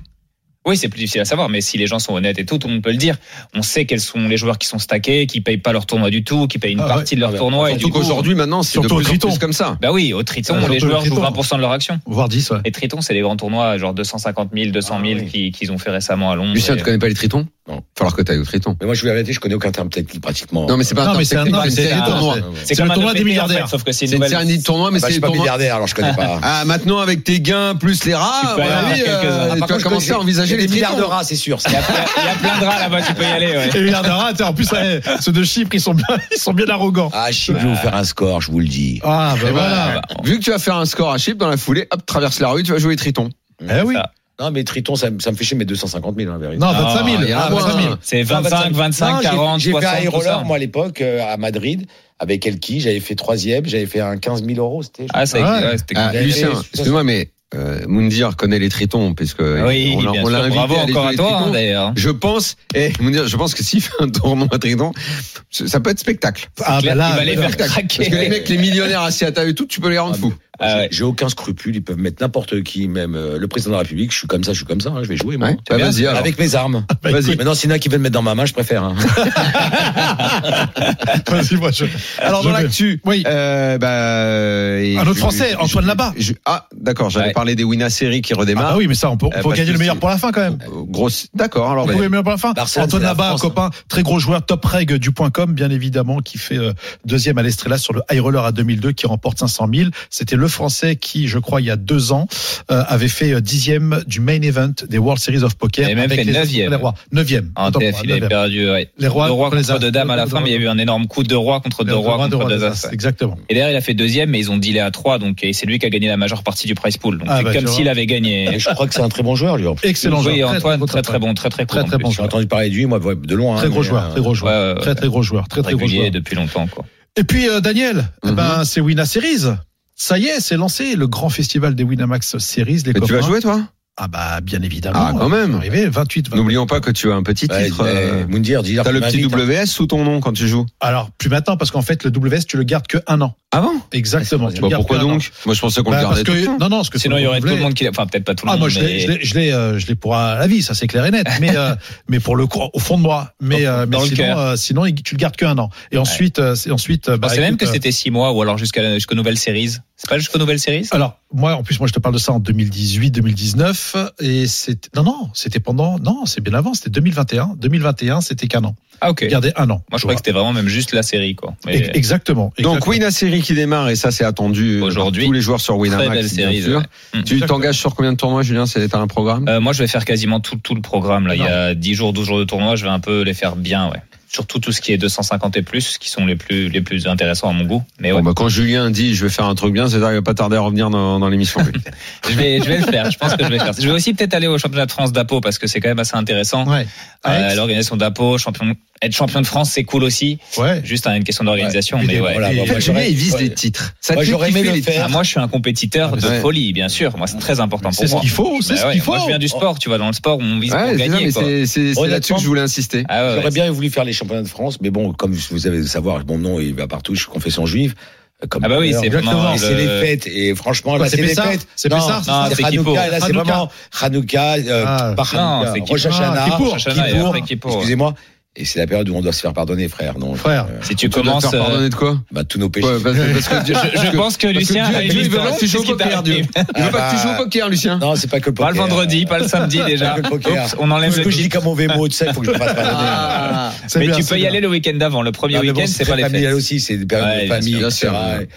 [SPEAKER 7] Oui, c'est plus difficile à savoir, mais si les gens sont honnêtes et tout, tout le monde peut le dire. On sait quels sont les joueurs qui sont stackés, qui payent pas leur tournoi du tout, qui payent une
[SPEAKER 6] Ah ouais.
[SPEAKER 7] partie de leur
[SPEAKER 8] Ah ouais.
[SPEAKER 7] tournoi. et
[SPEAKER 5] Surtout
[SPEAKER 7] du coup-
[SPEAKER 5] qu'aujourd'hui maintenant, c'est de
[SPEAKER 6] Surtout au
[SPEAKER 5] plus en
[SPEAKER 6] Triton.
[SPEAKER 5] plus comme ça.
[SPEAKER 7] Bah oui, au Triton,
[SPEAKER 6] Ah, surtout
[SPEAKER 7] les
[SPEAKER 6] le
[SPEAKER 7] joueurs jouent
[SPEAKER 6] Triton.
[SPEAKER 7] 20% de leur action.
[SPEAKER 6] Voire 10, ouais.
[SPEAKER 7] Et Triton, c'est les grands tournois, genre 250 000, 200 000
[SPEAKER 8] Ah oui.
[SPEAKER 7] qui- qu'ils ont fait récemment à Londres.
[SPEAKER 5] Lucien,
[SPEAKER 7] Et-
[SPEAKER 5] tu connais pas les tritons
[SPEAKER 8] Non.
[SPEAKER 5] Falloir que t'ailles au triton.
[SPEAKER 8] Mais moi, je vous la vérité, je connais aucun terme technique pratiquement. Ah
[SPEAKER 5] Non, mais c'est pas
[SPEAKER 6] Non,
[SPEAKER 5] un
[SPEAKER 6] mais c'est un
[SPEAKER 5] terme
[SPEAKER 6] non, mais
[SPEAKER 5] technique,
[SPEAKER 6] c'est
[SPEAKER 5] c'est
[SPEAKER 6] un
[SPEAKER 5] des tournois.
[SPEAKER 6] tournoi.
[SPEAKER 7] C'est
[SPEAKER 6] C'est
[SPEAKER 7] comme
[SPEAKER 6] le
[SPEAKER 7] un
[SPEAKER 6] tournoi des
[SPEAKER 7] EPT, en fait,
[SPEAKER 6] milliardaires.
[SPEAKER 7] sauf que c'est une
[SPEAKER 5] C'est une
[SPEAKER 7] nouvelle.
[SPEAKER 5] série de tournois, mais
[SPEAKER 8] Bah, je
[SPEAKER 5] c'est
[SPEAKER 8] suis
[SPEAKER 5] des
[SPEAKER 8] pas
[SPEAKER 5] tournois.
[SPEAKER 8] milliardaire, alors je connais pas.
[SPEAKER 5] Ah, maintenant, avec tes gains plus les rats,
[SPEAKER 7] Tu
[SPEAKER 5] à
[SPEAKER 7] peux
[SPEAKER 5] mon
[SPEAKER 7] aller en
[SPEAKER 5] avis,
[SPEAKER 7] faire quelques-uns.
[SPEAKER 5] euh,
[SPEAKER 7] Ah,
[SPEAKER 8] par
[SPEAKER 5] tu
[SPEAKER 8] contre,
[SPEAKER 5] vas
[SPEAKER 8] je
[SPEAKER 5] commencer
[SPEAKER 8] connais-
[SPEAKER 5] à envisager
[SPEAKER 8] Il y a
[SPEAKER 5] les
[SPEAKER 8] des milliards de
[SPEAKER 5] tritons. Ah,
[SPEAKER 8] rats, c'est sûr.
[SPEAKER 7] Il y a plein- il y a plein de rats là-bas, tu peux y aller. ouais.
[SPEAKER 6] Et milliards de rats, en plus, eh, ceux de Chypre, ils sont bien, ils sont bien arrogants.
[SPEAKER 8] Ah, Chip, je vais vous faire un score, je vous le dis.
[SPEAKER 6] Ah,
[SPEAKER 5] ben,
[SPEAKER 6] bah voilà.
[SPEAKER 5] Vu que tu vas faire un score à chip dans la foulée, hop, traverse la rue, tu vas jouer les tritons.
[SPEAKER 6] Eh oui.
[SPEAKER 8] Non, mais Triton, ça, me- ça me fait chier, mais 250 000, hein, la vérité.
[SPEAKER 6] Non, 25 000.
[SPEAKER 5] il y en a
[SPEAKER 6] Ah,
[SPEAKER 5] moins.
[SPEAKER 6] 25 000.
[SPEAKER 7] C'est
[SPEAKER 8] Non,
[SPEAKER 7] 25, 25,
[SPEAKER 8] non, j'ai-
[SPEAKER 7] 40,
[SPEAKER 8] J'ai fait
[SPEAKER 7] 60.
[SPEAKER 8] un
[SPEAKER 7] tout ça.
[SPEAKER 8] aérolore, moi, à l'époque, euh, à Madrid, avec Elki. J'avais fait troisième, j'avais fait un 15 000 euros, c'était.
[SPEAKER 7] Ah, c'est
[SPEAKER 6] Ah ouais.
[SPEAKER 7] ouais, c'était
[SPEAKER 5] Ah,
[SPEAKER 8] Allez,
[SPEAKER 5] Lucien,
[SPEAKER 8] allez,
[SPEAKER 5] excuse-moi, mais euh, Moundir connaît les tritons, puisque
[SPEAKER 7] Ah Oui,
[SPEAKER 5] on l'a-
[SPEAKER 7] bien
[SPEAKER 5] on l'a
[SPEAKER 7] sûr.
[SPEAKER 5] invité
[SPEAKER 7] Bravo
[SPEAKER 5] à aller
[SPEAKER 7] encore
[SPEAKER 5] jouer
[SPEAKER 7] à
[SPEAKER 5] les
[SPEAKER 7] toi, hein,
[SPEAKER 5] tritons.
[SPEAKER 7] d'ailleurs.
[SPEAKER 5] je pense, eh, Moundir, je pense que s'il fait un tournoi à triton, ça peut être spectacle.
[SPEAKER 6] Ah, bah là,
[SPEAKER 7] il va les
[SPEAKER 6] euh,
[SPEAKER 7] faire
[SPEAKER 5] Parce que les
[SPEAKER 7] craquer.
[SPEAKER 5] mecs, les millionnaires assis à table et tout, tu peux les rendre
[SPEAKER 8] Ah,
[SPEAKER 5] fous.
[SPEAKER 7] Ah ouais.
[SPEAKER 8] J'ai- J'ai aucun scrupule, ils peuvent mettre n'importe qui, même euh, le président de la République. Je suis comme ça, je suis comme ça, hein, je vais jouer, moi.
[SPEAKER 5] Ouais, bah
[SPEAKER 8] Bien,
[SPEAKER 5] vas-y, alors.
[SPEAKER 8] Avec mes armes.
[SPEAKER 5] Vas-y.
[SPEAKER 8] Maintenant, s'il y en a qui veulent me mettre dans ma main, je préfère. hein.
[SPEAKER 6] Vas-y, moi, je.
[SPEAKER 5] Alors,
[SPEAKER 6] je
[SPEAKER 5] dans
[SPEAKER 6] vais.
[SPEAKER 5] l'actu,
[SPEAKER 6] Oui.
[SPEAKER 5] euh, bah, et
[SPEAKER 6] Un autre
[SPEAKER 5] je-
[SPEAKER 6] Français,
[SPEAKER 5] je-
[SPEAKER 6] Antoine Labat.
[SPEAKER 5] je- Ah, d'accord, j'allais
[SPEAKER 7] Ouais.
[SPEAKER 5] parler des Wina série qui
[SPEAKER 6] Ah,
[SPEAKER 5] redémarrent.
[SPEAKER 6] bah oui, mais ça, on peut, on
[SPEAKER 5] Euh,
[SPEAKER 6] peut
[SPEAKER 5] parce
[SPEAKER 6] gagner
[SPEAKER 5] que
[SPEAKER 6] le meilleur
[SPEAKER 5] c'est-
[SPEAKER 6] pour la fin, quand même.
[SPEAKER 5] Euh, Grosse, d'accord. Alors,
[SPEAKER 6] On peut
[SPEAKER 5] bah,
[SPEAKER 6] gagner le meilleur pour la fin.
[SPEAKER 8] Barcelone,
[SPEAKER 6] Antoine
[SPEAKER 8] c'est la
[SPEAKER 6] Labat, un
[SPEAKER 8] France,
[SPEAKER 6] copain,
[SPEAKER 5] hein.
[SPEAKER 6] très gros joueur, top reg du point com, bien évidemment, qui fait euh, deuxième à l'Estrella sur le high roller à 2002, qui remporte 500 000. C'était le Français qui, je crois, il y a deux ans, euh, avait fait euh, dixième du main event des World Series of Poker.
[SPEAKER 7] Et même
[SPEAKER 6] avec
[SPEAKER 7] fait
[SPEAKER 6] les,
[SPEAKER 7] neuvième.
[SPEAKER 6] les rois. Neuvième.
[SPEAKER 7] En
[SPEAKER 6] Autant pour
[SPEAKER 7] TF,
[SPEAKER 6] moi,
[SPEAKER 7] il avait
[SPEAKER 6] neuvième.
[SPEAKER 7] perdu. ouais.
[SPEAKER 6] Les rois
[SPEAKER 7] deux rois
[SPEAKER 6] contre les
[SPEAKER 7] contre
[SPEAKER 6] as.
[SPEAKER 7] deux dames à la
[SPEAKER 6] Deux
[SPEAKER 7] fin,
[SPEAKER 6] rois.
[SPEAKER 7] mais il y a eu un énorme coup. Deux rois contre deux
[SPEAKER 6] Le
[SPEAKER 7] rois
[SPEAKER 6] roi, le
[SPEAKER 7] contre
[SPEAKER 6] roi
[SPEAKER 7] deux
[SPEAKER 6] des
[SPEAKER 7] as.
[SPEAKER 6] As,
[SPEAKER 7] ouais.
[SPEAKER 6] Exactement.
[SPEAKER 7] Et derrière, il a fait deuxième, mais ils ont dealé à trois, donc et c'est lui qui a gagné la majeure partie du prize pool. Donc
[SPEAKER 6] Ah,
[SPEAKER 7] c'est
[SPEAKER 6] bah, tu
[SPEAKER 7] comme
[SPEAKER 6] vois.
[SPEAKER 7] s'il avait gagné.
[SPEAKER 8] Et je crois que c'est un très bon joueur, lui. en plus.
[SPEAKER 6] Excellent
[SPEAKER 7] oui,
[SPEAKER 6] joueur.
[SPEAKER 7] Antoine, très très bon, très très
[SPEAKER 6] Très,
[SPEAKER 7] cool,
[SPEAKER 6] très
[SPEAKER 7] en
[SPEAKER 6] bon
[SPEAKER 7] plus.
[SPEAKER 8] J'ai entendu parler de lui, moi, de loin.
[SPEAKER 6] Très
[SPEAKER 8] hein,
[SPEAKER 6] gros
[SPEAKER 8] mais,
[SPEAKER 6] joueur,
[SPEAKER 8] euh,
[SPEAKER 6] très gros joueur.
[SPEAKER 7] ouais,
[SPEAKER 6] Très très gros joueur, très très gros
[SPEAKER 7] Régulier
[SPEAKER 6] joueur.
[SPEAKER 7] depuis longtemps. Quoi.
[SPEAKER 6] Et puis euh, Daniel, eh
[SPEAKER 5] Mhm.
[SPEAKER 6] ben c'est Wina Series. Ça y est, c'est lancé le grand festival des Winamax Series.
[SPEAKER 5] Mais
[SPEAKER 6] Les
[SPEAKER 5] tu
[SPEAKER 6] copains.
[SPEAKER 5] vas jouer, toi
[SPEAKER 6] Ah bah bien évidemment.
[SPEAKER 5] Ah, quand
[SPEAKER 6] euh,
[SPEAKER 5] même.
[SPEAKER 6] Arrivé 28. 20.
[SPEAKER 5] N'oublions pas que tu as un petit
[SPEAKER 8] Ouais,
[SPEAKER 5] titre.
[SPEAKER 8] eh,
[SPEAKER 5] euh,
[SPEAKER 8] Moundir, dis-leur
[SPEAKER 5] T'as le
[SPEAKER 8] qu'il
[SPEAKER 5] petit
[SPEAKER 8] m'invite, hein.
[SPEAKER 5] WS sous ton nom quand tu joues.
[SPEAKER 6] Alors plus maintenant parce qu'en fait le WS tu le gardes que un an.
[SPEAKER 5] Avant
[SPEAKER 6] Exactement. Tu
[SPEAKER 5] Bah,
[SPEAKER 6] le gardes
[SPEAKER 5] Pourquoi
[SPEAKER 6] que un an.
[SPEAKER 5] donc Moi, je pensais qu'on
[SPEAKER 6] Bah,
[SPEAKER 5] le
[SPEAKER 6] parce
[SPEAKER 5] gardait tout le
[SPEAKER 6] que
[SPEAKER 5] temps.
[SPEAKER 6] non non parce que
[SPEAKER 7] Sinon, il y aurait tout le
[SPEAKER 6] renouvelé-
[SPEAKER 7] monde qui. l'a- Enfin, peut-être pas tout le
[SPEAKER 6] Ah
[SPEAKER 7] monde.
[SPEAKER 6] moi je l'ai
[SPEAKER 7] mais-
[SPEAKER 6] je l'ai- je l'ai euh, je l'ai pour euh, la vie ça c'est clair et net mais euh, mais pour le coup, au fond de moi mais
[SPEAKER 7] Dans-
[SPEAKER 6] euh, mais
[SPEAKER 7] dans le
[SPEAKER 6] sinon
[SPEAKER 7] cœur.
[SPEAKER 6] euh, sinon il- tu le gardes que un an et ensuite euh, c'est- ensuite euh,
[SPEAKER 7] Je
[SPEAKER 6] bah,
[SPEAKER 7] pensais même
[SPEAKER 6] écoute,
[SPEAKER 7] que
[SPEAKER 6] euh,
[SPEAKER 7] c'était six mois ou alors jusqu'à la- jusqu'aux nouvelles séries. C'est pas jusqu'aux nouvelles séries
[SPEAKER 6] Alors, moi, en plus, moi, je te parle de ça en 2018, 2019, et c'est, non, non, c'était pendant, non, c'est bien avant, c'était 2021. 2021, c'était qu'un an.
[SPEAKER 7] Ah ok.
[SPEAKER 6] Regardez, un an.
[SPEAKER 7] Moi je
[SPEAKER 6] tu vois.
[SPEAKER 7] croyais que c'était vraiment même juste la série quoi. Mais-
[SPEAKER 6] Ex- Exactement.
[SPEAKER 5] Donc
[SPEAKER 6] exactement.
[SPEAKER 5] Wina série qui démarre et ça c'est attendu euh,
[SPEAKER 7] Aujourd'hui.
[SPEAKER 5] par tous les joueurs sur
[SPEAKER 7] Très belle
[SPEAKER 5] Winamax bien
[SPEAKER 7] série,
[SPEAKER 5] sûr.
[SPEAKER 7] ouais. Mm.
[SPEAKER 5] Tu t'engages sur combien de tournois Julien C'est t'as un programme
[SPEAKER 7] Euh, moi je vais faire quasiment tout, tout le programme là. Il y a 10 jours, 12 jours de tournoi, je vais un peu les faire bien ouais. Surtout tout ce qui est 250 et plus, qui sont les plus les plus intéressants à mon goût. Mais eh ouais,
[SPEAKER 5] Bon, bah, quand Julien dit je vais faire un truc bien, c'est-à-dire qu'il va pas tarder à revenir dans, dans l'émission. lui.
[SPEAKER 7] je vais je vais le faire. Je pense que je vais le faire. Je vais aussi peut-être aller au championnat de France d'Apo parce que c'est quand même assez intéressant.
[SPEAKER 6] Ouais.
[SPEAKER 7] Euh, L'organisation d'Apo, champion, être champion de France, c'est cool aussi.
[SPEAKER 6] Ouais.
[SPEAKER 7] Juste hein, une question d'organisation,
[SPEAKER 6] Ouais.
[SPEAKER 7] mais ouais.
[SPEAKER 8] Voilà,
[SPEAKER 6] Et-
[SPEAKER 8] bah,
[SPEAKER 5] En
[SPEAKER 8] moi,
[SPEAKER 5] fait, Julien
[SPEAKER 8] j'aurais-
[SPEAKER 5] il vise
[SPEAKER 8] ouais.
[SPEAKER 5] les titres. Ça
[SPEAKER 8] Moi,
[SPEAKER 5] te fait
[SPEAKER 8] j'aurais
[SPEAKER 5] kiffer
[SPEAKER 8] aimé le
[SPEAKER 5] les
[SPEAKER 8] faire.
[SPEAKER 7] Ah, moi, je suis un compétiteur de
[SPEAKER 5] Ouais.
[SPEAKER 7] folie, bien sûr. Moi, c'est très important pour
[SPEAKER 6] C'est ce
[SPEAKER 7] moi.
[SPEAKER 6] qu'il faut, c'est
[SPEAKER 7] Bah
[SPEAKER 6] ce
[SPEAKER 7] ouais,
[SPEAKER 6] qu'il
[SPEAKER 7] Moi, je
[SPEAKER 6] faut.
[SPEAKER 7] viens du sport, tu vois. Dans le sport, on vise
[SPEAKER 5] Ouais,
[SPEAKER 7] pour
[SPEAKER 5] c'est ça,
[SPEAKER 7] gagner.
[SPEAKER 5] mais
[SPEAKER 7] quoi.
[SPEAKER 5] c'est- c'est c'est là-dessus
[SPEAKER 8] Honnêtement,
[SPEAKER 5] que je voulais insister.
[SPEAKER 7] Ah ouais,
[SPEAKER 8] J'aurais
[SPEAKER 7] ouais.
[SPEAKER 8] bien voulu faire les championnats de France, mais bon, comme vous avez le savoir, mon nom, il va partout, je suis confession juive. euh, Comme
[SPEAKER 7] Ah bah oui, c'est
[SPEAKER 6] Exactement,
[SPEAKER 7] vraiment.
[SPEAKER 8] Et
[SPEAKER 7] le-
[SPEAKER 8] c'est les fêtes, et franchement,
[SPEAKER 6] Bah,
[SPEAKER 8] là,
[SPEAKER 6] c'est
[SPEAKER 8] c'est les
[SPEAKER 6] Pessah,
[SPEAKER 8] fêtes.
[SPEAKER 6] c'est
[SPEAKER 8] Non,
[SPEAKER 6] Pessah, c'est
[SPEAKER 8] non,
[SPEAKER 7] ça
[SPEAKER 8] c'est
[SPEAKER 7] Kippour.
[SPEAKER 8] Hanouka, là, c'est
[SPEAKER 6] Hanouka.
[SPEAKER 8] vraiment Hanouka, euh,
[SPEAKER 6] Ah.
[SPEAKER 8] pas
[SPEAKER 7] Non,
[SPEAKER 8] Hanouka,
[SPEAKER 7] c'est
[SPEAKER 8] Rosh
[SPEAKER 7] Kippour.
[SPEAKER 8] Hashanah,
[SPEAKER 7] Ah, Kippour.
[SPEAKER 8] Rosh
[SPEAKER 7] Hashanah, et
[SPEAKER 8] Kippour.
[SPEAKER 7] après Kippour, ouais.
[SPEAKER 8] Excusez-moi. Et c'est la période où on doit se faire pardonner, frère. Donc,
[SPEAKER 6] Frère.
[SPEAKER 8] euh,
[SPEAKER 7] Si tu
[SPEAKER 5] Tu dois te
[SPEAKER 7] commences.
[SPEAKER 5] faire
[SPEAKER 7] euh,
[SPEAKER 5] pardonner de quoi
[SPEAKER 8] bah, tous nos péchés.
[SPEAKER 5] Ouais, parce que- parce que Dieu-
[SPEAKER 7] je- Je pense Ah, que
[SPEAKER 5] parce que
[SPEAKER 7] Lucien
[SPEAKER 5] Dieu-
[SPEAKER 7] a une
[SPEAKER 5] Dieu, il veut
[SPEAKER 7] histoire.
[SPEAKER 5] pas que tu
[SPEAKER 7] C'est
[SPEAKER 5] joues
[SPEAKER 7] ce
[SPEAKER 5] au
[SPEAKER 7] qui
[SPEAKER 5] poker, Dieu.
[SPEAKER 7] t'arrive.
[SPEAKER 5] Il veut pas que tu joues au
[SPEAKER 8] bah,
[SPEAKER 5] poker, Lucien.
[SPEAKER 8] Non, c'est pas que le
[SPEAKER 7] Pas
[SPEAKER 8] poker. hein.
[SPEAKER 7] le vendredi, pas le samedi déjà.
[SPEAKER 8] Le poker.
[SPEAKER 7] Oups, on enlève
[SPEAKER 8] Parce que
[SPEAKER 7] le
[SPEAKER 8] je dis
[SPEAKER 7] titre.
[SPEAKER 8] comme mauvais mot, tu sais, faut que je me
[SPEAKER 5] Ah,
[SPEAKER 8] fasse
[SPEAKER 7] Ah,
[SPEAKER 8] pardonner.
[SPEAKER 6] C'est
[SPEAKER 7] Mais
[SPEAKER 6] bien,
[SPEAKER 7] tu
[SPEAKER 6] c'est
[SPEAKER 7] peux y
[SPEAKER 6] bien.
[SPEAKER 7] aller le week-end d'avant. Le premier
[SPEAKER 8] Non, mais
[SPEAKER 7] week-end,
[SPEAKER 8] bon,
[SPEAKER 7] c'est pas
[SPEAKER 8] très
[SPEAKER 7] les
[SPEAKER 8] familial
[SPEAKER 7] fêtes.
[SPEAKER 8] aussi, c'est des périodes
[SPEAKER 7] Ouais,
[SPEAKER 8] de
[SPEAKER 7] bien
[SPEAKER 8] famille,
[SPEAKER 7] sûr,
[SPEAKER 5] bien
[SPEAKER 8] etc.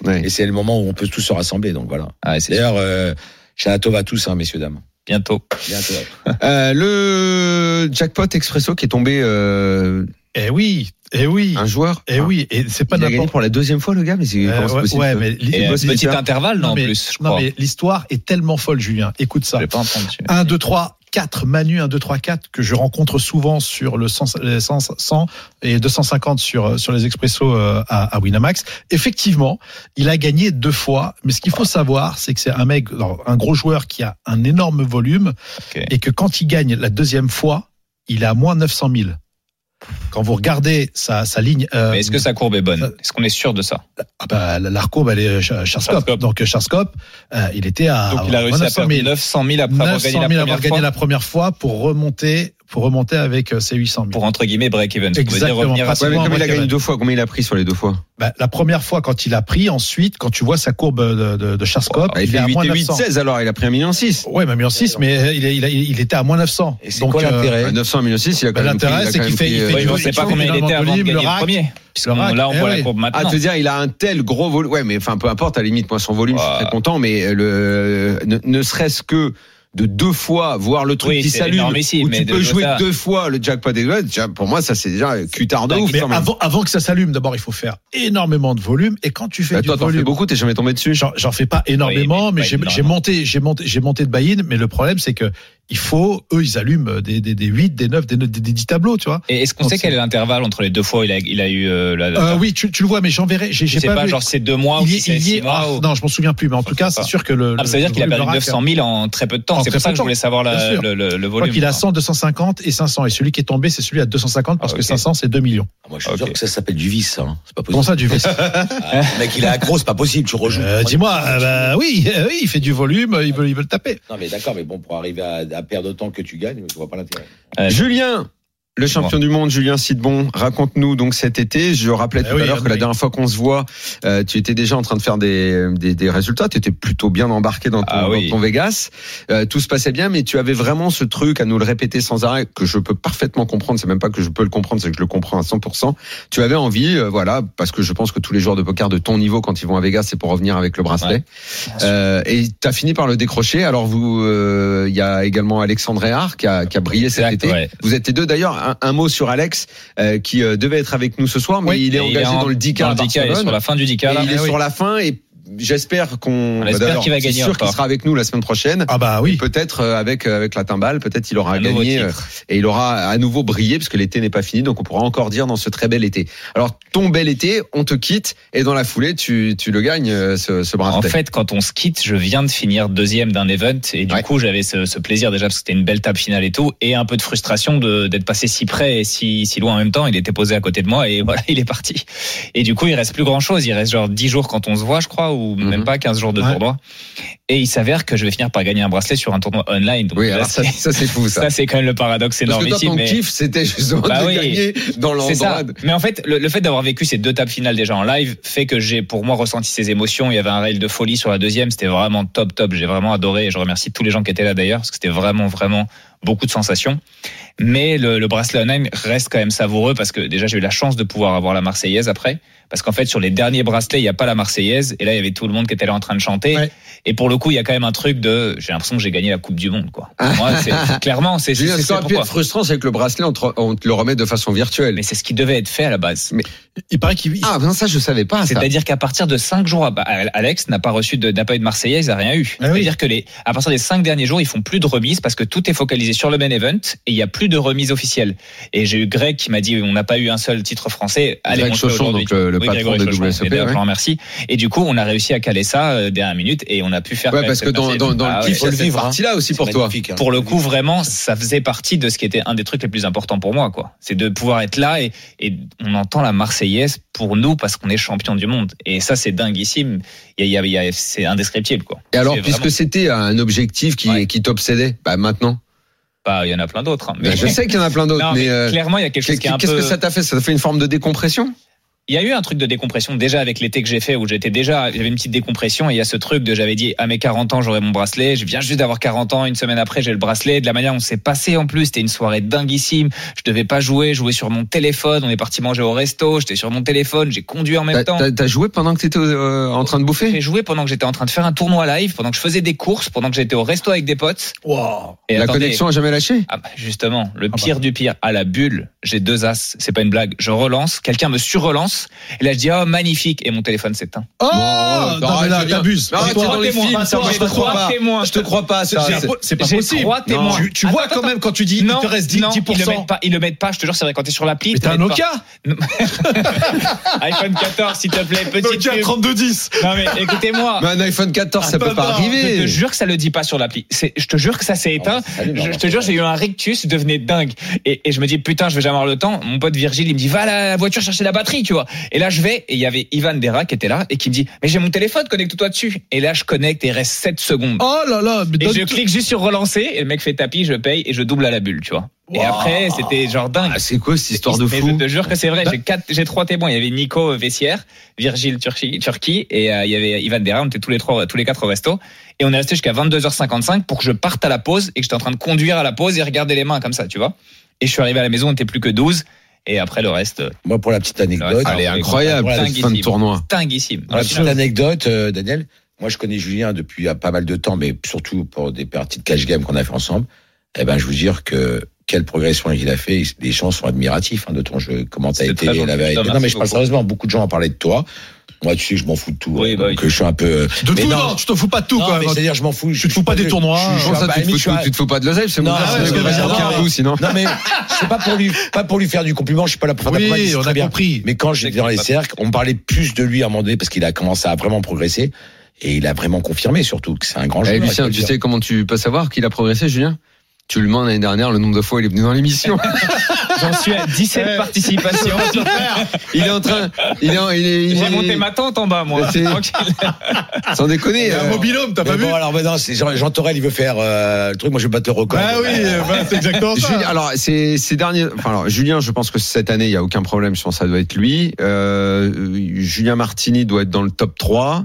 [SPEAKER 5] sûr, ouais. Ouais.
[SPEAKER 8] Et c'est le moment où on peut tous se rassembler, donc voilà.
[SPEAKER 7] Ouais, c'est
[SPEAKER 8] D'ailleurs, euh, j'ai un Tov à tous, hein, messieurs, dames.
[SPEAKER 7] bientôt.
[SPEAKER 8] Bientôt.
[SPEAKER 5] Euh, le jackpot expresso qui est tombé euh,
[SPEAKER 6] Eh oui. Eh oui.
[SPEAKER 7] Ah.
[SPEAKER 5] un joueur. Ah.
[SPEAKER 6] Eh oui. Et c'est pas
[SPEAKER 5] Il a gagné
[SPEAKER 6] n'importe
[SPEAKER 5] pour la deuxième fois le gars, mais c'est
[SPEAKER 6] Euh,
[SPEAKER 5] comment c'est
[SPEAKER 6] ouais,
[SPEAKER 5] possible
[SPEAKER 6] ouais,
[SPEAKER 5] ça
[SPEAKER 6] mais l'hi-
[SPEAKER 7] Et euh,
[SPEAKER 5] bosse
[SPEAKER 7] petit
[SPEAKER 5] l'hiver.
[SPEAKER 7] intervalle, non, en plus, je
[SPEAKER 6] non,
[SPEAKER 7] crois.
[SPEAKER 6] mais l'histoire est tellement folle, Julien. Écoute ça.
[SPEAKER 7] J'ai pas entendu.
[SPEAKER 6] 1, 2, 3, 4, Manu 1, 2, 3, 4, que je rencontre souvent sur le 100, les 100, 100 et 250 sur, euh, sur les expressos euh, à, à Winamax. Effectivement, il a gagné deux fois, mais ce qu'il faut savoir, c'est que c'est un mec, alors, un gros joueur qui a un énorme volume
[SPEAKER 7] Ok.
[SPEAKER 6] et que quand il gagne la deuxième fois, il est à moins 900 000. Quand vous regardez sa, sa ligne, euh,
[SPEAKER 7] Mais est-ce que sa courbe est bonne Est-ce qu'on est sûr de ça
[SPEAKER 6] ah bah, la courbe, elle est euh, Charscope.
[SPEAKER 7] Charscope.
[SPEAKER 6] Donc Charscope, euh, il était à
[SPEAKER 7] Donc il a réussi à
[SPEAKER 6] 900
[SPEAKER 7] perdre
[SPEAKER 6] 000.
[SPEAKER 7] 900 000 après avoir
[SPEAKER 6] 900 000
[SPEAKER 7] gagné la
[SPEAKER 6] avoir
[SPEAKER 7] première
[SPEAKER 6] gagné
[SPEAKER 7] fois.
[SPEAKER 6] la première fois pour remonter, pour remonter avec euh, ces 800 000.
[SPEAKER 7] pour entre guillemets break even. Ça veut dire
[SPEAKER 6] Exactement.
[SPEAKER 7] revenir à
[SPEAKER 6] Parce
[SPEAKER 7] ce
[SPEAKER 5] Ouais, mais
[SPEAKER 6] Souvent,
[SPEAKER 5] comme
[SPEAKER 6] moi,
[SPEAKER 5] il a
[SPEAKER 6] je
[SPEAKER 5] gagné
[SPEAKER 6] dirais.
[SPEAKER 5] deux fois, combien il a pris sur les deux fois
[SPEAKER 6] Bah, la première fois quand il a pris, ensuite quand tu vois sa courbe de, de, de Charskov,
[SPEAKER 7] Ah,
[SPEAKER 5] Bah, Il
[SPEAKER 6] il est
[SPEAKER 5] fait
[SPEAKER 6] à
[SPEAKER 5] 8
[SPEAKER 6] moins
[SPEAKER 5] et 8,
[SPEAKER 6] 900.
[SPEAKER 5] 16 alors, il a pris 1,6 million.
[SPEAKER 6] Ouais, même en 6, mais euh, il, est- il, a- il était à moins 900.
[SPEAKER 8] Et c'est
[SPEAKER 6] Donc,
[SPEAKER 8] quoi
[SPEAKER 6] euh,
[SPEAKER 8] l'intérêt
[SPEAKER 5] Bah, 900 millions 6, il a quand
[SPEAKER 6] Bah,
[SPEAKER 5] même pris- il a
[SPEAKER 6] l'intérêt,
[SPEAKER 5] quand
[SPEAKER 6] c'est
[SPEAKER 5] même
[SPEAKER 6] qu'il fait-
[SPEAKER 5] pris,
[SPEAKER 6] il fait
[SPEAKER 5] euh,
[SPEAKER 7] Oui, mais on ne
[SPEAKER 6] Oui,
[SPEAKER 7] sait pas
[SPEAKER 6] oui,
[SPEAKER 7] combien il
[SPEAKER 6] évidemment,
[SPEAKER 7] était avant de
[SPEAKER 6] Dolim,
[SPEAKER 7] gagner
[SPEAKER 6] le
[SPEAKER 7] le
[SPEAKER 6] rack.
[SPEAKER 7] premier. Puisqu'on-
[SPEAKER 6] Le rack,
[SPEAKER 7] Là, on
[SPEAKER 6] eh
[SPEAKER 7] voit
[SPEAKER 6] oui.
[SPEAKER 7] la courbe
[SPEAKER 5] Ah,
[SPEAKER 7] maintenant.
[SPEAKER 5] te dire, il a un tel gros volume. Ouais, mais enfin, peu importe, à la limite, moi, son volume, je suis
[SPEAKER 7] Ouais.
[SPEAKER 5] très content, mais euh, le, ne, ne serait-ce que de deux fois voir le truc
[SPEAKER 7] Oui,
[SPEAKER 5] qui
[SPEAKER 7] c'est
[SPEAKER 5] s'allume,
[SPEAKER 7] énormissime,
[SPEAKER 5] où
[SPEAKER 7] mais
[SPEAKER 5] tu
[SPEAKER 7] de
[SPEAKER 5] peux
[SPEAKER 7] jouer
[SPEAKER 5] jouer
[SPEAKER 7] ça.
[SPEAKER 5] deux fois le jackpot des Gods, déjà, pour moi, ça, c'est déjà euh, cutard de ouf.
[SPEAKER 6] Mais
[SPEAKER 5] quand même.
[SPEAKER 6] avant, avant que ça s'allume, d'abord, il faut faire énormément de volume. Et quand tu fais
[SPEAKER 5] Bah,
[SPEAKER 6] du
[SPEAKER 5] toi, t'en fais
[SPEAKER 6] volume,
[SPEAKER 5] beaucoup, t'es jamais tombé dessus.
[SPEAKER 6] J'en j'en fais pas énormément,
[SPEAKER 7] Oui, mais pas
[SPEAKER 6] mais j'ai
[SPEAKER 7] énormément.
[SPEAKER 6] j'ai monté, j'ai monté, j'ai monté de buy-in. Mais le problème, c'est que il faut, eux, ils allument des, des, des 8, des 9, des, 9, des, des 10 tableaux, tu vois.
[SPEAKER 7] Et est-ce qu'on
[SPEAKER 6] Donc,
[SPEAKER 7] sait quel est l'intervalle entre les deux fois où il a, il a eu euh, la.
[SPEAKER 6] Euh, oui, tu, tu le vois, mais j'enverrai. J'ai
[SPEAKER 7] je
[SPEAKER 6] j'ai
[SPEAKER 7] sais pas,
[SPEAKER 6] pas, vu.
[SPEAKER 7] genre c'est deux mois ou
[SPEAKER 6] il y
[SPEAKER 7] si
[SPEAKER 6] est,
[SPEAKER 7] Oh, c'est
[SPEAKER 6] il y est.
[SPEAKER 7] six mois.
[SPEAKER 6] ah,
[SPEAKER 7] ou-
[SPEAKER 6] Non, je m'en souviens plus, mais en tout cas,
[SPEAKER 7] pas.
[SPEAKER 6] c'est sûr que le.
[SPEAKER 7] Ah, ça veut dire qu'il a perdu 900
[SPEAKER 5] hein.
[SPEAKER 7] 000 en très peu de temps.
[SPEAKER 6] En
[SPEAKER 7] C'est
[SPEAKER 6] très
[SPEAKER 7] pour ça
[SPEAKER 6] peu
[SPEAKER 7] que
[SPEAKER 6] de
[SPEAKER 7] je voulais savoir la-
[SPEAKER 6] Bien sûr.
[SPEAKER 7] le, le, le
[SPEAKER 6] Je crois
[SPEAKER 7] volume.
[SPEAKER 6] qu'il a 100, 250 et 500. Et celui qui est tombé, c'est celui à 250 parce
[SPEAKER 7] Ah,
[SPEAKER 6] que
[SPEAKER 7] ok.
[SPEAKER 6] 500, c'est 2 millions.
[SPEAKER 8] Ah, Moi, je suis
[SPEAKER 7] Ok.
[SPEAKER 8] sûr que ça s'appelle du vice, hein. C'est pas
[SPEAKER 6] Comment
[SPEAKER 8] possible.
[SPEAKER 6] ça, du vice
[SPEAKER 8] Ah, le mec, il est accro, c'est pas possible, tu rejoues.
[SPEAKER 6] Euh, Dis-moi, euh, bah, oui, euh, oui, il fait du volume, euh, il veut, il veut le taper.
[SPEAKER 8] Non, mais d'accord, mais bon, pour arriver à, à perdre autant que tu gagnes, je vois pas l'intérêt.
[SPEAKER 7] Ouais.
[SPEAKER 5] Julien, Le champion du monde, Julien Sidbon, raconte-nous donc cet été. Je rappelais
[SPEAKER 6] Eh
[SPEAKER 5] tout
[SPEAKER 6] oui,
[SPEAKER 5] à l'heure que la
[SPEAKER 6] oui.
[SPEAKER 5] dernière fois qu'on se voit, euh, tu étais déjà en train de faire des, des, des résultats. Tu étais plutôt bien embarqué dans ton,
[SPEAKER 7] Ah oui.
[SPEAKER 5] dans ton Vegas. Euh, tout se passait bien, mais tu avais vraiment ce truc à nous le répéter sans arrêt que je peux parfaitement comprendre. C'est même pas que je peux le comprendre, c'est que je le comprends à 100%. Tu avais envie, euh, voilà, parce que je pense que tous les joueurs de poker de ton niveau, quand ils vont à Vegas, c'est pour revenir avec le bracelet. Euh, et tu as fini par le décrocher. Alors vous, euh, il y a également Alexandre Réard qui a, qui a brillé cet
[SPEAKER 7] Exact,
[SPEAKER 5] été.
[SPEAKER 7] ouais.
[SPEAKER 5] Vous êtes les deux d'ailleurs. Un, un mot sur Alex euh, qui euh, devait être avec nous ce soir, mais
[SPEAKER 7] Oui,
[SPEAKER 5] il est
[SPEAKER 7] et
[SPEAKER 5] engagé
[SPEAKER 7] en-
[SPEAKER 5] dans le 10K.
[SPEAKER 7] dans
[SPEAKER 5] à
[SPEAKER 7] le 10K, il est
[SPEAKER 5] Barcelone.
[SPEAKER 7] sur la fin du 10K.
[SPEAKER 5] Et
[SPEAKER 7] là.
[SPEAKER 5] il est
[SPEAKER 7] Ah oui.
[SPEAKER 5] sur la fin et j'espère
[SPEAKER 7] On
[SPEAKER 5] qu'on.
[SPEAKER 7] espère
[SPEAKER 5] d'ailleurs,
[SPEAKER 7] qu'il va
[SPEAKER 5] c'est
[SPEAKER 7] gagner
[SPEAKER 5] sûr qu'il
[SPEAKER 7] encore.
[SPEAKER 5] sera avec nous la semaine prochaine.
[SPEAKER 6] Ah bah oui.
[SPEAKER 5] Peut-être euh, avec euh, avec la timbale, peut-être il aura
[SPEAKER 7] Un nouveau
[SPEAKER 5] gagné euh,
[SPEAKER 7] titre.
[SPEAKER 5] et il aura à nouveau brillé parce que l'été n'est pas fini, donc on pourra encore dire dans ce très bel été. Alors ton bel été, on te quitte et dans la foulée tu tu le gagnes euh, ce, ce bracelet.
[SPEAKER 7] En fait, quand on se quitte, je viens de finir deuxième d'un event et du
[SPEAKER 5] Ouais.
[SPEAKER 7] coup, j'avais ce, ce plaisir déjà parce que c'était une belle table finale et tout, et un peu de frustration de- d'être passé si près et si, si loin en même temps. Il était posé à côté de moi et voilà, il est parti. Et du coup, il reste plus grand chose. Il reste genre 10 jours quand on se voit, je crois, ou même
[SPEAKER 5] Mhm.
[SPEAKER 7] pas 15 jours de
[SPEAKER 6] Ouais.
[SPEAKER 7] tournoi. Et il s'avère que je vais finir par gagner un bracelet sur un tournoi online. Donc
[SPEAKER 5] Oui,
[SPEAKER 7] là,
[SPEAKER 5] alors ça,
[SPEAKER 7] c'est-
[SPEAKER 5] ça c'est fou ça.
[SPEAKER 7] ça, c'est quand même le paradoxe
[SPEAKER 5] Parce
[SPEAKER 7] énorme
[SPEAKER 5] que toi,
[SPEAKER 7] ici.
[SPEAKER 5] ton
[SPEAKER 7] mais-
[SPEAKER 5] kiff, c'était justement
[SPEAKER 7] Bah
[SPEAKER 5] de
[SPEAKER 7] oui.
[SPEAKER 5] gagner dans
[SPEAKER 7] C'est ça.
[SPEAKER 5] l'endroit.
[SPEAKER 7] Mais en fait, le, le fait d'avoir vécu ces deux tables finales déjà en live fait que j'ai pour moi ressenti ces émotions. Il y avait un rail de folie sur la deuxième. C'était vraiment top, top. J'ai vraiment adoré et je remercie tous les gens qui étaient là d'ailleurs parce que c'était vraiment, vraiment beaucoup de sensations. Mais le, le bracelet online reste quand même savoureux parce que déjà j'ai eu la chance de pouvoir avoir la Marseillaise après. Parce qu'en fait, sur les derniers bracelets, il n'y a pas la Marseillaise. Et là, il y avait tout le monde qui était là en train de chanter.
[SPEAKER 6] Ouais.
[SPEAKER 7] Et pour le coup, il y a quand même un truc de j'ai l'impression que j'ai gagné la Coupe du Monde, quoi. Moi, c'est- clairement, c'est c'est-
[SPEAKER 5] Ah. Julien,
[SPEAKER 7] c'est
[SPEAKER 5] ça aurait pu
[SPEAKER 7] pourquoi.
[SPEAKER 5] être frustrant, c'est que le bracelet, on te, on te le remet de façon virtuelle.
[SPEAKER 7] Mais c'est ce qui devait être fait à la base.
[SPEAKER 6] Il paraît qu'il
[SPEAKER 5] Ah, ben ça, je savais pas. Ça.
[SPEAKER 7] C'est-à-dire qu'à partir de 5 jours, bah, Alex n'a pas reçu de, n'a pas eu de Marseillaise, n'a rien eu.
[SPEAKER 6] Ah oui.
[SPEAKER 7] C'est-à-dire que les, à partir des 5 derniers jours, ils font plus de remises parce que tout est focalisé sur le main event et il n'y a plus de remise officielle. Et j'ai eu Greg qui m'a dit, on n'a pas eu un seul titre français. Allez,
[SPEAKER 5] Greg
[SPEAKER 7] on le fait
[SPEAKER 5] Chauchon,
[SPEAKER 7] aujourd'hui.
[SPEAKER 5] donc le, le
[SPEAKER 7] Oui,
[SPEAKER 5] patron
[SPEAKER 7] Grégory
[SPEAKER 5] de
[SPEAKER 7] Chauchon,
[SPEAKER 5] WSOP.
[SPEAKER 7] et d'ailleurs,
[SPEAKER 5] E Eh ben, ouais.
[SPEAKER 7] je l'en remercie. Et du coup, on a réussi à caler ça euh, dernière minute et on a pu faire.
[SPEAKER 5] Ouais,
[SPEAKER 7] quand
[SPEAKER 5] parce que
[SPEAKER 7] même cette
[SPEAKER 5] dans, dans,
[SPEAKER 7] Marseillaise. Ah ouais. Faut
[SPEAKER 5] dans le kiff, il y a
[SPEAKER 7] le
[SPEAKER 5] cette
[SPEAKER 7] vivre, hein.
[SPEAKER 5] partie-là aussi pour toi.
[SPEAKER 8] Magnifique, hein.
[SPEAKER 7] Pour le coup, vraiment, ça faisait partie de ce qui était un des trucs les plus importants pour moi, quoi. C'est de pouvoir être là et, et on entend la Marseillaise pour nous parce qu'on est champion du monde. Et ça, c'est dinguissime. Il y a- il y a- il y a- c'est indescriptible, quoi.
[SPEAKER 5] Et alors,
[SPEAKER 7] C'est
[SPEAKER 5] puisque
[SPEAKER 7] vraiment-
[SPEAKER 5] c'était un objectif qui,
[SPEAKER 7] Ouais.
[SPEAKER 5] qui t'obsédait, bah maintenant,
[SPEAKER 7] bah, il y en a plein d'autres. hein.
[SPEAKER 5] je sais qu'il y en a plein d'autres,
[SPEAKER 7] Non,
[SPEAKER 5] mais,
[SPEAKER 7] mais
[SPEAKER 5] euh,
[SPEAKER 7] clairement, il y a quelque chose
[SPEAKER 5] qu'est-
[SPEAKER 7] qui est un
[SPEAKER 5] qu'est-ce
[SPEAKER 7] peu.
[SPEAKER 5] que ça t'a fait Ça t'a fait une forme de décompression
[SPEAKER 7] Il y a eu un truc de décompression déjà avec l'été que j'ai fait où j'étais déjà, j'avais une petite décompression et il y a ce truc de j'avais dit à mes 40 ans j'aurai mon bracelet, je viens juste d'avoir 40 ans, une semaine après j'ai le bracelet, de la manière dont s'est passé en plus, c'était une soirée dinguissime, je devais pas jouer, jouer sur mon téléphone, on est parti manger au resto, j'étais sur mon téléphone, j'ai conduit en
[SPEAKER 5] T'as-
[SPEAKER 7] même temps.
[SPEAKER 5] T'as t'as joué pendant que t'étais euh, en train de
[SPEAKER 7] J'ai
[SPEAKER 5] bouffer
[SPEAKER 7] joué pendant que j'étais en train de faire un tournoi live, pendant que je faisais des courses, pendant que j'étais au resto avec des potes. Et
[SPEAKER 5] La
[SPEAKER 7] attendez,
[SPEAKER 5] connexion bah. a jamais lâché
[SPEAKER 7] ah bah, justement, le pire du pire, à la bulle, j'ai deux as, c'est pas une blague. Je relance, quelqu'un me surrelance, et là je dis oh magnifique, et mon téléphone s'éteint.
[SPEAKER 6] Oh
[SPEAKER 5] Bon,
[SPEAKER 6] Non, mais
[SPEAKER 5] arrête,
[SPEAKER 6] là,
[SPEAKER 5] Julien.
[SPEAKER 6] t'abuses.
[SPEAKER 5] Mais arrête,
[SPEAKER 6] Toi,
[SPEAKER 5] c'est dans les
[SPEAKER 6] témoin.
[SPEAKER 5] films, ça,
[SPEAKER 6] Toi,
[SPEAKER 5] moi, je te
[SPEAKER 6] trois
[SPEAKER 5] crois pas.
[SPEAKER 7] témoins.
[SPEAKER 5] Je te crois pas, ça.
[SPEAKER 6] J'ai-
[SPEAKER 5] c'est-
[SPEAKER 6] C'est pas
[SPEAKER 7] J'ai
[SPEAKER 6] possible.
[SPEAKER 7] trois témoins.
[SPEAKER 6] Tu, tu
[SPEAKER 7] Attends,
[SPEAKER 6] vois quand
[SPEAKER 7] attends.
[SPEAKER 6] même quand tu dis il te reste 10,
[SPEAKER 7] non,
[SPEAKER 6] 10%.
[SPEAKER 7] ils le mettent pas, ils le mettent pas, je te jure, c'est vrai, quand t'es sur l'appli.
[SPEAKER 6] mais
[SPEAKER 7] ils te
[SPEAKER 6] t'as un
[SPEAKER 7] mettent
[SPEAKER 6] Nokia
[SPEAKER 7] pas. iPhone 14, s'il te plaît, petite
[SPEAKER 6] Nokia
[SPEAKER 7] pub.
[SPEAKER 6] 3210
[SPEAKER 7] Non mais écoutez-moi.
[SPEAKER 5] Mais un iPhone 14, ça
[SPEAKER 6] Ah,
[SPEAKER 5] peut pas
[SPEAKER 6] pas grave.
[SPEAKER 5] arriver.
[SPEAKER 7] Je te jure que ça le dit pas sur l'appli. C'est- Je te jure que ça s'est éteint. Je, je te jure, j'ai eu un rectus, devenait dingue. Et, et je me dis putain, je vais jamais avoir le temps. Mon pote Virgile, il me dit va à la voiture chercher la batterie, tu vois. Et là, je vais et il y avait Ivan Dera qui était là et qui me dit mais j'ai mon téléphone, connecte-toi dessus. Et là, je connecte et il reste 7 secondes.
[SPEAKER 6] Oh là là mais
[SPEAKER 7] Et
[SPEAKER 6] donne-
[SPEAKER 7] je clique juste sur relancer et le mec fait tapis, je paye et je double à la bulle, tu vois. Et après, c'était genre dingue.
[SPEAKER 5] Ah, c'est quoi cette histoire de
[SPEAKER 7] Mais
[SPEAKER 5] fou
[SPEAKER 7] Je te jure que c'est vrai.
[SPEAKER 6] Bah-
[SPEAKER 7] J'ai quatre, j'ai trois témoins. Il y avait Nico euh, Vessière, Virgile Turchi, Turki et euh, il y avait Ivan Dera. On était tous les trois, tous les quatre au resto. Et on est resté jusqu'à 22h55 pour que je parte à la pause et que j'étais en train de conduire à la pause et regarder les mains comme ça, tu vois. Et je suis arrivé à la maison, on était plus que 12. Et après, le reste, euh,
[SPEAKER 8] Moi, pour la petite anecdote,
[SPEAKER 7] Ah,
[SPEAKER 5] Elle est
[SPEAKER 7] Alors,
[SPEAKER 5] incroyable,
[SPEAKER 7] voilà,
[SPEAKER 5] cette fin de
[SPEAKER 7] dinguissime.
[SPEAKER 5] tournoi.
[SPEAKER 7] dinguissime.
[SPEAKER 5] Ah,
[SPEAKER 8] Pour la petite anecdote, euh, Daniel, moi je connais Julien depuis euh, pas mal de temps, mais surtout pour des parties de cash game qu'on a fait ensemble. Eh ben, je vous dire que quelle progression il a fait. Les gens sont admiratifs hein, de ton jeu. Comment t'as
[SPEAKER 7] C'est très
[SPEAKER 8] été
[SPEAKER 7] gentil,
[SPEAKER 8] la vérité.
[SPEAKER 7] Thomas,
[SPEAKER 8] Non, mais
[SPEAKER 7] merci
[SPEAKER 8] je parle
[SPEAKER 7] beaucoup.
[SPEAKER 8] sérieusement. Beaucoup de gens en parlaient de toi. Moi, tu sais, je m'en fous de tout.
[SPEAKER 7] Oui,
[SPEAKER 8] hein,
[SPEAKER 7] bah
[SPEAKER 8] donc,
[SPEAKER 7] oui.
[SPEAKER 8] je suis un peu. euh,
[SPEAKER 6] De
[SPEAKER 8] mais
[SPEAKER 6] tout,
[SPEAKER 8] non,
[SPEAKER 6] non, tu te fous pas de tout
[SPEAKER 8] non,
[SPEAKER 6] quand
[SPEAKER 8] mais
[SPEAKER 6] même.
[SPEAKER 8] c'est-à-dire, je m'en fous.
[SPEAKER 6] Tu te fous pas des tournois.
[SPEAKER 8] Je suis
[SPEAKER 5] Comment
[SPEAKER 8] un
[SPEAKER 5] hein. ça,
[SPEAKER 8] bah,
[SPEAKER 5] tu, te
[SPEAKER 8] limite,
[SPEAKER 5] fous-
[SPEAKER 8] je suis un-
[SPEAKER 5] tu te fous pas de l'oseille C'est
[SPEAKER 8] Non,
[SPEAKER 5] mon
[SPEAKER 8] ouais,
[SPEAKER 5] frère,
[SPEAKER 8] ouais,
[SPEAKER 5] c'est
[SPEAKER 8] ouais,
[SPEAKER 5] un
[SPEAKER 8] ouais,
[SPEAKER 5] cardou,
[SPEAKER 8] ouais.
[SPEAKER 5] sinon.
[SPEAKER 8] Non mais c'est pas pour lui, pas pour lui faire du compliment. Je suis pas là pour faire de la propagande,
[SPEAKER 6] Oui,
[SPEAKER 8] c'est
[SPEAKER 6] on
[SPEAKER 8] très
[SPEAKER 6] a
[SPEAKER 8] bien.
[SPEAKER 6] compris.
[SPEAKER 8] Mais quand j'étais dans les cercles, on me parlait plus de lui à un moment donné parce qu'il a commencé à vraiment progresser et il a vraiment confirmé surtout que c'est un grand
[SPEAKER 5] Eh,
[SPEAKER 8] joueur.
[SPEAKER 5] Lucien, tu sais comment tu peux savoir qu'il a progressé, Julien Tu le demandes l'année dernière le nombre de fois il est venu dans l'émission.
[SPEAKER 7] J'en suis à 17 participations.
[SPEAKER 5] Il est en train. Il est. en- il est- il
[SPEAKER 7] J'ai
[SPEAKER 5] est-
[SPEAKER 7] monté ma tente en bas, moi.
[SPEAKER 5] C'est-
[SPEAKER 7] Tranquille.
[SPEAKER 5] Sans déconner.
[SPEAKER 6] Un
[SPEAKER 5] euh,
[SPEAKER 6] mobilhome, t'as
[SPEAKER 8] Mais
[SPEAKER 6] pas vu
[SPEAKER 8] bon, alors maintenant, c'est Jean, Jean Torel, il veut faire euh, le truc. Moi, je vais battre le record.
[SPEAKER 6] Bah oui, euh, bah, c'est exactement ça.
[SPEAKER 5] Julien- alors, ces, ces derniers. Enfin, alors, Julien, je pense que cette année, il n'y a aucun problème. Je pense que ça doit être lui. Euh, Julien Martini doit être dans le top 3.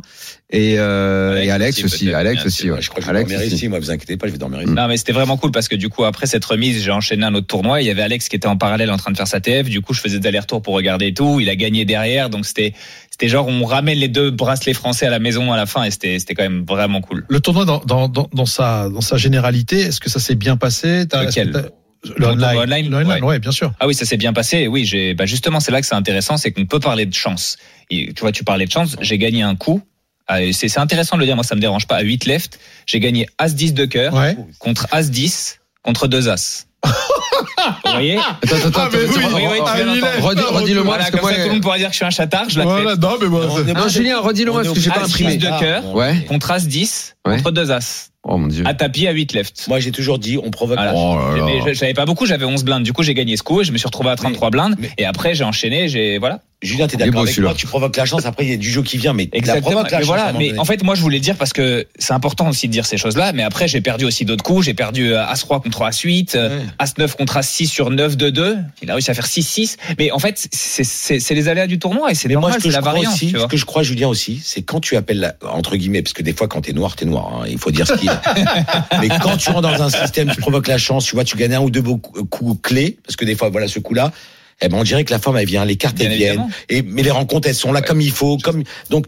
[SPEAKER 5] Et, euh,
[SPEAKER 7] Alex
[SPEAKER 5] et Alex
[SPEAKER 7] aussi,
[SPEAKER 5] aussi.
[SPEAKER 7] peut-être,
[SPEAKER 5] Alex
[SPEAKER 7] bien
[SPEAKER 5] aussi.
[SPEAKER 7] sûr.
[SPEAKER 5] ouais.
[SPEAKER 8] Je crois que je vais
[SPEAKER 5] Alex
[SPEAKER 8] dormir
[SPEAKER 5] aussi.
[SPEAKER 8] ici. Moi, vous inquiétez pas, je vais dormir
[SPEAKER 5] Mm.
[SPEAKER 8] ici.
[SPEAKER 7] Non, mais c'était vraiment cool parce que du coup, après cette remise, j'ai enchaîné un autre tournoi. Il y avait Alex qui était en parallèle en train de faire sa TF. Du coup, je faisais des allers-retours pour regarder et tout. Il a gagné derrière. Donc, c'était, c'était genre, on ramène les deux bracelets français à la maison à la fin et c'était, c'était quand même vraiment cool.
[SPEAKER 6] Le tournoi dans, dans, dans, dans sa, dans sa généralité, est-ce que ça s'est bien passé T'as-
[SPEAKER 7] Lequel
[SPEAKER 6] est-ce que t'as-
[SPEAKER 7] Le
[SPEAKER 6] Le
[SPEAKER 7] tournoi
[SPEAKER 6] online.
[SPEAKER 7] online
[SPEAKER 6] Le
[SPEAKER 7] Ouais.
[SPEAKER 6] online, ouais, bien sûr.
[SPEAKER 7] Ah oui, ça s'est bien passé. Et Oui, j'ai, bah justement, c'est là que c'est intéressant, c'est qu'on peut parler de chance. Et tu vois, tu parlais de chance. J'ai gagné un coup. Ah, et C'est, c'est intéressant de le dire. Moi, ça me dérange pas. À 8 left, j'ai gagné As 10 de cœur
[SPEAKER 6] Ouais.
[SPEAKER 7] contre As 10 contre deux As. Vous voyez?
[SPEAKER 5] Attends, attends, attends, attends,
[SPEAKER 7] oui,
[SPEAKER 5] attends,
[SPEAKER 7] oui, oui, tu
[SPEAKER 5] attends, attends,
[SPEAKER 7] viens
[SPEAKER 5] attends,
[SPEAKER 7] d'entendre.
[SPEAKER 5] redis- Redis-le moi
[SPEAKER 7] Voilà,
[SPEAKER 5] parce que
[SPEAKER 7] comme
[SPEAKER 5] moi.
[SPEAKER 7] ça, tout le monde pourra dire que je suis un chatard, je l'accepte.
[SPEAKER 6] Voilà, non, mais bon, c'est-
[SPEAKER 5] Non, Julien, redis-le moi parce que j'ai pas
[SPEAKER 7] As 6
[SPEAKER 5] imprimé.
[SPEAKER 7] de cœur
[SPEAKER 5] Ouais.
[SPEAKER 7] contre As 10
[SPEAKER 5] Ouais.
[SPEAKER 7] contre 2 As.
[SPEAKER 5] Oh mon dieu.
[SPEAKER 7] À tapis à 8 left.
[SPEAKER 8] Moi, j'ai toujours dit, on provoque.
[SPEAKER 7] Voilà.
[SPEAKER 5] Oh là
[SPEAKER 7] Mais
[SPEAKER 5] là.
[SPEAKER 7] je- j'avais pas beaucoup, j'avais 11 blindes. Du coup, j'ai gagné ce coup et je me suis retrouvé à 33 blindes.
[SPEAKER 8] mais-
[SPEAKER 7] Et après, j'ai enchaîné, j'ai. Voilà.
[SPEAKER 8] Julien, t'es
[SPEAKER 5] Il est beau,
[SPEAKER 8] d'accord avec
[SPEAKER 5] celui-là.
[SPEAKER 8] moi Tu provoques la chance. Après, il y a du jeu qui vient, mais tu la
[SPEAKER 7] Exactement.
[SPEAKER 8] provoques la
[SPEAKER 7] mais
[SPEAKER 8] chance. à un
[SPEAKER 7] voilà,
[SPEAKER 8] moment
[SPEAKER 7] mais
[SPEAKER 8] donné.
[SPEAKER 7] en fait, moi, je voulais dire parce que c'est important aussi de dire ces choses-là. Mais après, j'ai perdu aussi d'autres coups. J'ai perdu euh, As-3 contre As-8, euh, As-9 contre As-6 sur 9 de 2. Il a réussi à faire 6-6. Mais en fait, c'est- c'est c'est les aléas du tournoi et c'est
[SPEAKER 8] Mais moi,
[SPEAKER 7] normal,
[SPEAKER 8] ce
[SPEAKER 7] c'est
[SPEAKER 8] que je
[SPEAKER 7] la
[SPEAKER 8] crois
[SPEAKER 7] variance.
[SPEAKER 8] aussi,
[SPEAKER 7] tu
[SPEAKER 8] ce
[SPEAKER 7] vois.
[SPEAKER 8] que je crois, Julien aussi, c'est quand tu appelles la- entre guillemets, parce que des fois, quand t'es noir, t'es noir. hein, il faut dire ce qu'il est. Mais quand tu rentres dans un système, tu provoques la chance. Tu vois, tu gagnes un ou deux beaux cou- coups clés, parce que des fois, voilà, ce coup-là. Eh ben, on dirait que la femme, elle vient, les cartes,
[SPEAKER 7] Bien
[SPEAKER 8] elles viennent.
[SPEAKER 7] évidemment.
[SPEAKER 8] Et, mais les rencontres, elles sont là comme il faut, comme, donc,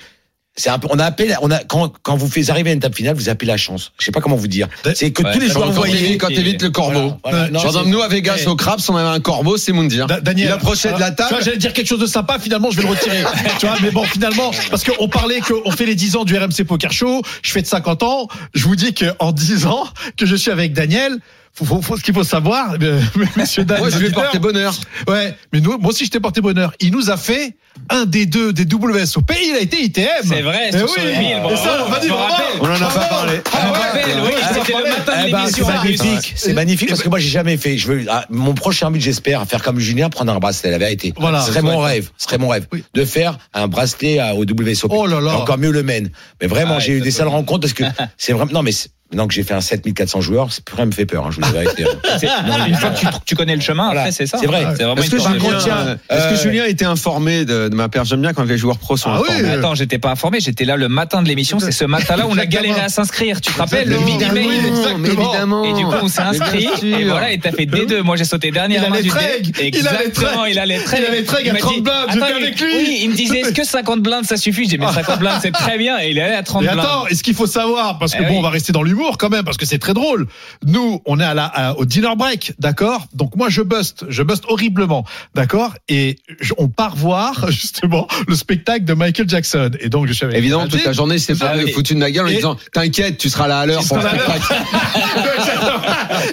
[SPEAKER 8] c'est un peu, on a appelé, on a, quand, quand vous faites arriver à une table finale, vous appelez la chance. Je sais pas comment vous dire. C'est que
[SPEAKER 7] Ouais,
[SPEAKER 8] tous les
[SPEAKER 7] ça
[SPEAKER 8] joueurs
[SPEAKER 5] Quand
[SPEAKER 7] encore
[SPEAKER 8] voyaient.
[SPEAKER 5] t'évites- Quand t'évites le corbeau.
[SPEAKER 8] Voilà,
[SPEAKER 6] Euh,
[SPEAKER 8] voilà. Non,
[SPEAKER 5] Genre,
[SPEAKER 8] c'est-
[SPEAKER 5] nous à Vegas
[SPEAKER 6] Eh.
[SPEAKER 5] au Craps, on avait un corbeau, c'est Mundir.
[SPEAKER 6] Da- Daniel,
[SPEAKER 5] il approchait de la
[SPEAKER 6] alors, tu
[SPEAKER 5] table.
[SPEAKER 6] vois, J'allais dire quelque chose de sympa, finalement, je vais le retirer. tu vois, mais bon, finalement, parce qu'on parlait qu'on fait les 10 ans du RMC Poker Show, je fais de 50 ans, je vous dis qu'en 10 ans que je suis avec Daniel, faut, faut- faut- ce qu'il faut savoir, euh, monsieur Dan,
[SPEAKER 5] Moi, je lui ai
[SPEAKER 6] auditeur,
[SPEAKER 5] porté bonheur.
[SPEAKER 6] Ouais, mais nous, moi aussi, je t'ai porté bonheur. Il nous a fait un des deux des WSOP, il a été ITM.
[SPEAKER 7] C'est vrai,
[SPEAKER 6] Eh
[SPEAKER 7] sur
[SPEAKER 6] oui.
[SPEAKER 7] son mille,
[SPEAKER 6] Et
[SPEAKER 7] bravo,
[SPEAKER 6] ça, on va
[SPEAKER 7] je
[SPEAKER 6] dire
[SPEAKER 7] me
[SPEAKER 6] bravo. Ah
[SPEAKER 7] rappelle.
[SPEAKER 5] On en a pas parlé.
[SPEAKER 7] Je me rappelle, oui,
[SPEAKER 6] ouais,
[SPEAKER 7] c'était
[SPEAKER 6] ouais.
[SPEAKER 7] le matin de
[SPEAKER 8] Eh ben, c'est
[SPEAKER 7] l'émission. en plus.
[SPEAKER 8] magnifique, c'est magnifique
[SPEAKER 6] eh
[SPEAKER 8] parce que moi j'ai jamais fait. Je veux ah, mon prochain but, j'espère, faire comme Julien, prendre un bracelet. La vérité,
[SPEAKER 6] Voilà.
[SPEAKER 8] ce serait mon rêve, ce serait mon rêve
[SPEAKER 6] Oui.
[SPEAKER 8] de faire un bracelet à- au WSOP.
[SPEAKER 6] Oh là là.
[SPEAKER 8] Et encore mieux le Maine. Mais vraiment,
[SPEAKER 7] Ah,
[SPEAKER 8] j'ai eu
[SPEAKER 7] ça
[SPEAKER 8] des
[SPEAKER 7] peut-
[SPEAKER 8] sales rencontres parce que c'est vraiment. Non, mais c'est- maintenant que j'ai fait un 7400 joueurs, c'est plus rien me fait peur. hein, je vous dis la vérité.
[SPEAKER 7] C'est- non, une fois que tu, tu connais le chemin,
[SPEAKER 8] Voilà.
[SPEAKER 7] après, c'est ça.
[SPEAKER 8] C'est vrai.
[SPEAKER 7] C'est vraiment
[SPEAKER 5] Est-ce
[SPEAKER 7] une
[SPEAKER 5] que,
[SPEAKER 7] sorte de-
[SPEAKER 5] Julien,
[SPEAKER 8] tiens,
[SPEAKER 5] est-ce que
[SPEAKER 8] euh,
[SPEAKER 5] Julien était informé de, de ma paire J'aime bien quand les joueurs pros sont
[SPEAKER 6] Ah oui.
[SPEAKER 5] informés.
[SPEAKER 7] Mais attends, j'étais pas informé, j'étais là le matin de l'émission, c'est ce matin-là où on a galéré à s'inscrire, tu te rappelles Le
[SPEAKER 6] Exactement.
[SPEAKER 7] midi
[SPEAKER 6] Mais
[SPEAKER 7] mail.
[SPEAKER 6] oui,
[SPEAKER 5] Exactement. Mais évidemment.
[SPEAKER 7] Et du coup, on s'est
[SPEAKER 5] Mais bien
[SPEAKER 7] inscrit.
[SPEAKER 5] sûr.
[SPEAKER 7] Et voilà, et t'as fait D2. Moi, j'ai sauté
[SPEAKER 6] Hein Il
[SPEAKER 7] dernièrement
[SPEAKER 6] allait
[SPEAKER 7] du
[SPEAKER 6] treg,
[SPEAKER 7] D.
[SPEAKER 6] il allait
[SPEAKER 7] Exactement,
[SPEAKER 6] treg,
[SPEAKER 7] il allait très.
[SPEAKER 6] il allait treg à 30 blindes, j'étais avec lui.
[SPEAKER 7] Oui, il me disait, est-ce que 50 blindes, ça suffit J'ai dit, mais 50 blindes, c'est très bien. Et il est allé à 30
[SPEAKER 6] Ah. Mais
[SPEAKER 7] blindes.
[SPEAKER 6] attends, est-ce qu'il faut savoir Parce que
[SPEAKER 7] Eh
[SPEAKER 6] bon,
[SPEAKER 7] oui.
[SPEAKER 6] on va rester dans l'humour quand même, parce que c'est très drôle. Nous, on est à la, à- au dinner break, d'accord Donc moi, je buste, je buste horriblement, d'accord Et je- on part voir justement le spectacle de Michael Jackson. Et donc je suis avec
[SPEAKER 5] Évidemment,
[SPEAKER 6] Nadine.
[SPEAKER 5] toute la journée, c'est pas
[SPEAKER 7] Ah oui.
[SPEAKER 5] foutu de ma gueule en lui
[SPEAKER 6] Et-
[SPEAKER 5] disant T'inquiète, tu seras là à l'heure
[SPEAKER 6] Tu
[SPEAKER 5] pour le
[SPEAKER 6] seras là à
[SPEAKER 5] spectacle.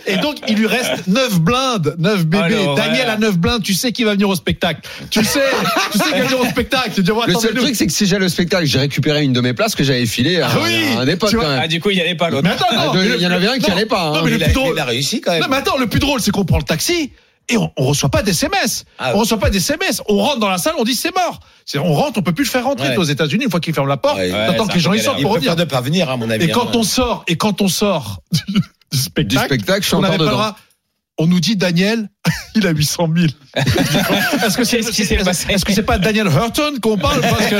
[SPEAKER 6] Et donc, il lui reste 9 blindes, 9 bébés.
[SPEAKER 7] Alors,
[SPEAKER 6] Daniel
[SPEAKER 7] voilà.
[SPEAKER 6] a 9 blindes, tu sais qui va venir au spectacle. Tu sais, tu sais qui va venir au spectacle. Tu dis, bon,
[SPEAKER 5] Le seul
[SPEAKER 6] attendez-nous.
[SPEAKER 5] truc, c'est que si j'allais au spectacle, j'ai récupéré une de mes places que j'avais filée à,
[SPEAKER 6] Ah oui,
[SPEAKER 5] à un des potes
[SPEAKER 6] tu vois,
[SPEAKER 5] quand même.
[SPEAKER 7] Ah, du coup, il y allait pas l'autre.
[SPEAKER 6] Mais attends, non,
[SPEAKER 5] Ah,
[SPEAKER 6] mais
[SPEAKER 5] il y en avait un qui
[SPEAKER 6] non,
[SPEAKER 5] allait pas, hein.
[SPEAKER 6] Non, mais le
[SPEAKER 8] il, a,
[SPEAKER 6] plus drôle,
[SPEAKER 8] il a réussi quand même.
[SPEAKER 6] Non, mais attends, le plus drôle, c'est qu'on prend le taxi et on, on reçoit pas des SMS.
[SPEAKER 8] Ah
[SPEAKER 6] on
[SPEAKER 8] ouais.
[SPEAKER 6] reçoit pas des SMS. On rentre dans la salle, on dit c'est mort. C'est- On rentre, on peut plus le faire rentrer.
[SPEAKER 8] Ouais.
[SPEAKER 6] T'es Aux États-Unis, une fois qu'il ferme la porte,
[SPEAKER 8] Ouais,
[SPEAKER 6] t'attends
[SPEAKER 7] ouais,
[SPEAKER 6] que les gens
[SPEAKER 7] c'est
[SPEAKER 6] ils sortent
[SPEAKER 7] galère.
[SPEAKER 8] il
[SPEAKER 6] pour
[SPEAKER 8] préfère
[SPEAKER 6] revenir.
[SPEAKER 8] ne pas venir, à mon avis.
[SPEAKER 6] Et quand
[SPEAKER 8] hein.
[SPEAKER 6] on sort, et quand on sort du, du
[SPEAKER 5] Du
[SPEAKER 6] spectacle,
[SPEAKER 5] spectacle, je suis
[SPEAKER 6] on
[SPEAKER 5] encore
[SPEAKER 6] n'avait pas le
[SPEAKER 5] dedans.
[SPEAKER 6] droit. On nous dit Daniel, il a 800 000. Est-ce que c'est
[SPEAKER 7] Qu'est-ce qui s'est passé
[SPEAKER 6] Est-ce que c'est pas Daniel Hurton qu'on parle Parce que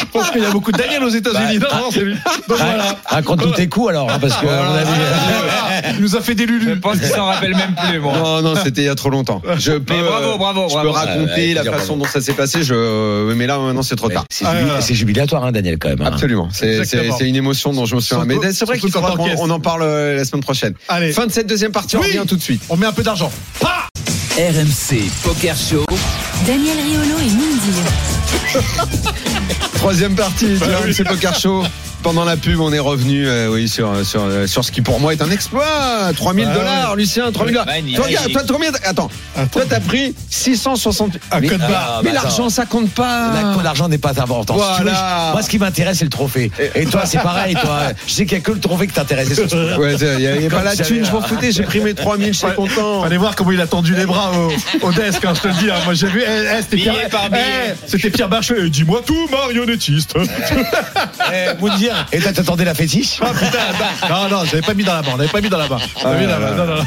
[SPEAKER 6] je pense qu'il y a beaucoup de Daniel aux États-Unis.
[SPEAKER 7] Bah,
[SPEAKER 6] non, non, c'est lui. Donc voilà. Ah,
[SPEAKER 8] Raconte tous tes coups alors, hein, parce que à mon avis,
[SPEAKER 6] Il nous a fait des
[SPEAKER 7] Je
[SPEAKER 6] lulus.
[SPEAKER 7] pense qu'il s'en rappelle même plus, moi.
[SPEAKER 5] Non, non, c'était il y a trop longtemps. Je peux,
[SPEAKER 7] Mais bravo, bravo,
[SPEAKER 5] je peux
[SPEAKER 7] bravo.
[SPEAKER 5] raconter
[SPEAKER 8] Ouais, ouais,
[SPEAKER 5] la
[SPEAKER 8] faut dire
[SPEAKER 5] façon
[SPEAKER 8] bravo.
[SPEAKER 5] dont ça s'est passé, je... euh, mais là, maintenant, c'est trop tard.
[SPEAKER 8] c'est
[SPEAKER 6] Ah,
[SPEAKER 8] jubi- c'est jubilatoire, hein, Daniel, quand même. hein.
[SPEAKER 5] Absolument. C'est- C'est
[SPEAKER 6] Exactement.
[SPEAKER 5] c'est une émotion dont je me souviens.
[SPEAKER 6] Surtout-
[SPEAKER 5] Mais c'est vrai
[SPEAKER 6] surtout
[SPEAKER 5] qu'il faudra
[SPEAKER 6] quand
[SPEAKER 5] qu'on
[SPEAKER 6] t'encaisses.
[SPEAKER 5] on en parle euh, la semaine prochaine.
[SPEAKER 6] Allez.
[SPEAKER 5] Fin de cette deuxième partie, on
[SPEAKER 6] Oui.
[SPEAKER 5] revient tout de suite.
[SPEAKER 6] On met un peu d'argent.
[SPEAKER 4] RMC Poker Show.
[SPEAKER 3] Daniel Riolo et Mindy.
[SPEAKER 5] Troisième partie du RMC Poker Show. Pendant la pub, on est revenu euh, oui, sur, sur, euh, sur ce qui pour moi est un exploit. 3000
[SPEAKER 6] Ouais,
[SPEAKER 5] dollars, Lucien, 3000 dollars.
[SPEAKER 7] Magnifique.
[SPEAKER 5] Toi, regarde, toi, combien t'as- Attends,
[SPEAKER 6] Attends.
[SPEAKER 5] toi, t'as pris 660.
[SPEAKER 6] Un
[SPEAKER 5] mais
[SPEAKER 6] code barre.
[SPEAKER 8] Ah,
[SPEAKER 5] mais
[SPEAKER 8] bah,
[SPEAKER 5] l'argent, ça compte pas.
[SPEAKER 8] La- L'argent n'est pas important. Si tu veux,
[SPEAKER 5] Ah. Voilà.
[SPEAKER 8] je- moi, ce qui m'intéresse, c'est le trophée. Et toi, c'est pareil. Toi, je sais qu'il n'y a que le trophée qui t'intéresse. c'est ce truc-là.
[SPEAKER 5] Ouais, il n'y avait
[SPEAKER 8] Euh, Comme
[SPEAKER 5] pas la
[SPEAKER 8] j'avais
[SPEAKER 5] thune,
[SPEAKER 8] la-
[SPEAKER 5] je m'en foutais, j'ai pris mes 3000, je suis content.
[SPEAKER 6] Allez voir comment il a tendu les bras au, au desk, hein, je te le dis. hein. Moi j'ai vu, eh, eh, c'était
[SPEAKER 7] Billet
[SPEAKER 6] Pierre,
[SPEAKER 7] par billet.
[SPEAKER 6] eh, c'était Pierre Barcheux. Eh, Dis-moi tout, marionnettiste.
[SPEAKER 8] Eh, Mounir, Et toi, t'attendais la fétiche
[SPEAKER 6] Ah, putain, non, non, j'avais pas mis dans la main, on n'avait pas mis dans la main. On avait mis dans la main, non, non, non.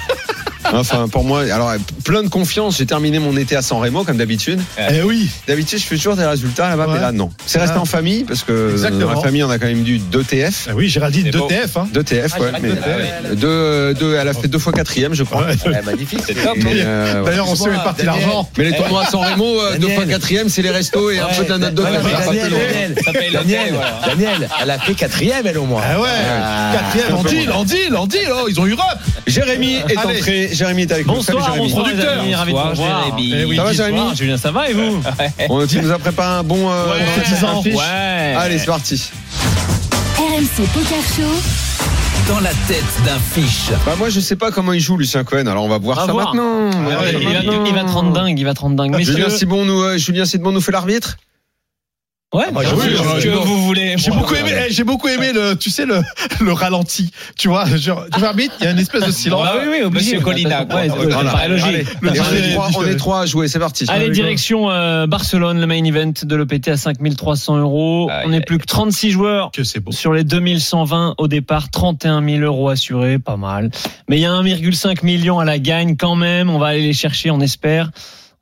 [SPEAKER 5] Enfin, pour moi, alors, plein de confiance, j'ai terminé mon été à San Remo, comme d'habitude.
[SPEAKER 7] Ah,
[SPEAKER 6] Eh oui,
[SPEAKER 5] D'habitude, je fais toujours des résultats là-bas,
[SPEAKER 6] Ouais.
[SPEAKER 5] mais là, non. C'est resté
[SPEAKER 6] Ah.
[SPEAKER 5] en famille, parce que euh, dans la
[SPEAKER 6] Exactement.
[SPEAKER 5] famille, on a quand même dû deux TF.
[SPEAKER 6] Eh oui, Géraldine
[SPEAKER 7] C'est beau.
[SPEAKER 6] 2TF. Hein.
[SPEAKER 5] Deux TF,
[SPEAKER 7] Ah,
[SPEAKER 5] ouais.
[SPEAKER 7] j'ai
[SPEAKER 5] Mais
[SPEAKER 7] raté.
[SPEAKER 5] euh, deux, euh, deux, elle a fait deux fois quatrième, je crois.
[SPEAKER 6] Ouais.
[SPEAKER 8] Magnifique.
[SPEAKER 7] C'est top.
[SPEAKER 5] Et, euh, ouais.
[SPEAKER 6] D'ailleurs, on sait où est parti
[SPEAKER 8] Daniel.
[SPEAKER 6] l'argent.
[SPEAKER 5] Mais les tournois à San Remo, euh, deux
[SPEAKER 8] Daniel.
[SPEAKER 5] fois quatrième, c'est les restos et un peu de la note de
[SPEAKER 8] Voilà,
[SPEAKER 5] frais.
[SPEAKER 8] mais
[SPEAKER 5] Ça va pas
[SPEAKER 8] Daniel,
[SPEAKER 5] plus loin.
[SPEAKER 8] Daniel,
[SPEAKER 7] Ça paye l'hôtel,
[SPEAKER 8] Daniel,
[SPEAKER 7] voilà.
[SPEAKER 8] Daniel, elle a fait quatrième, elle au moins.
[SPEAKER 6] Ah ouais, quatrième, en deal, en deal, en deal, oh, ils ont eu rep.
[SPEAKER 5] Jérémy est
[SPEAKER 6] Allez.
[SPEAKER 5] entré. Jérémy est avec nous.
[SPEAKER 11] Bonsoir,
[SPEAKER 5] Salut,
[SPEAKER 11] bonsoir
[SPEAKER 5] Jérémy.
[SPEAKER 11] les amis, ravi de vous
[SPEAKER 7] Bonsoir,
[SPEAKER 11] revoir.
[SPEAKER 7] Jérémy.
[SPEAKER 11] Eh oui,
[SPEAKER 5] Ça va,
[SPEAKER 11] bonsoir,
[SPEAKER 5] Jérémy
[SPEAKER 11] Julien, ça va et vous
[SPEAKER 7] Ah,
[SPEAKER 5] On, tu nous as préparé un bon. euh,
[SPEAKER 11] Ouais.
[SPEAKER 5] bon petit
[SPEAKER 6] Ouais.
[SPEAKER 5] affiche.
[SPEAKER 11] Ouais.
[SPEAKER 5] Allez, c'est parti.
[SPEAKER 3] RMC Poker Show,
[SPEAKER 4] Dans la tête d'un fiche.
[SPEAKER 5] Bah, moi, je sais pas comment il joue, Lucien Cohen. Alors, on va voir
[SPEAKER 11] On va
[SPEAKER 5] ça
[SPEAKER 11] voir.
[SPEAKER 5] maintenant. On va
[SPEAKER 11] Ah
[SPEAKER 5] voir
[SPEAKER 11] ouais,
[SPEAKER 5] ça
[SPEAKER 11] il, va,
[SPEAKER 5] maintenant.
[SPEAKER 11] il va 30 dingue, il va 30
[SPEAKER 7] Ah,
[SPEAKER 11] dingue.
[SPEAKER 5] Julien
[SPEAKER 11] Messieurs,
[SPEAKER 5] Simon nous, euh, Julien Simon nous fait l'arbitre.
[SPEAKER 11] ouais,
[SPEAKER 7] ah,
[SPEAKER 8] moi,
[SPEAKER 11] bien
[SPEAKER 8] je-
[SPEAKER 11] sûr.
[SPEAKER 7] Ce
[SPEAKER 8] je-
[SPEAKER 6] je-
[SPEAKER 7] que vous voulez.
[SPEAKER 6] J'ai beaucoup aimé, eh, j'ai beaucoup aimé le, tu sais, le, le ralenti. Tu vois, genre, tu vois, arbitre, il y a une espèce de silence.
[SPEAKER 11] Ah oui, oui, obligé.
[SPEAKER 7] Monsieur Colina, quoi.
[SPEAKER 11] Ouais, c'est- ça
[SPEAKER 5] Voilà.
[SPEAKER 11] paraît
[SPEAKER 5] Allez,
[SPEAKER 11] logique.
[SPEAKER 6] le
[SPEAKER 11] Ça
[SPEAKER 5] Et on
[SPEAKER 11] paraît
[SPEAKER 6] dernier.
[SPEAKER 5] est
[SPEAKER 11] logique.
[SPEAKER 5] trois, on est trois à jouer, c'est parti.
[SPEAKER 11] Allez, direction euh, Barcelone, le main event de l'EPT à 5300 euros.
[SPEAKER 7] Aïe,
[SPEAKER 11] On
[SPEAKER 7] aïe,
[SPEAKER 11] n'est plus que 36 joueurs.
[SPEAKER 6] Que c'est beau.
[SPEAKER 11] Sur les 2120 au départ, 31 000 euros assurés, pas mal. Mais il y a 1,5 million à la gagne quand même. On va aller les chercher, on espère.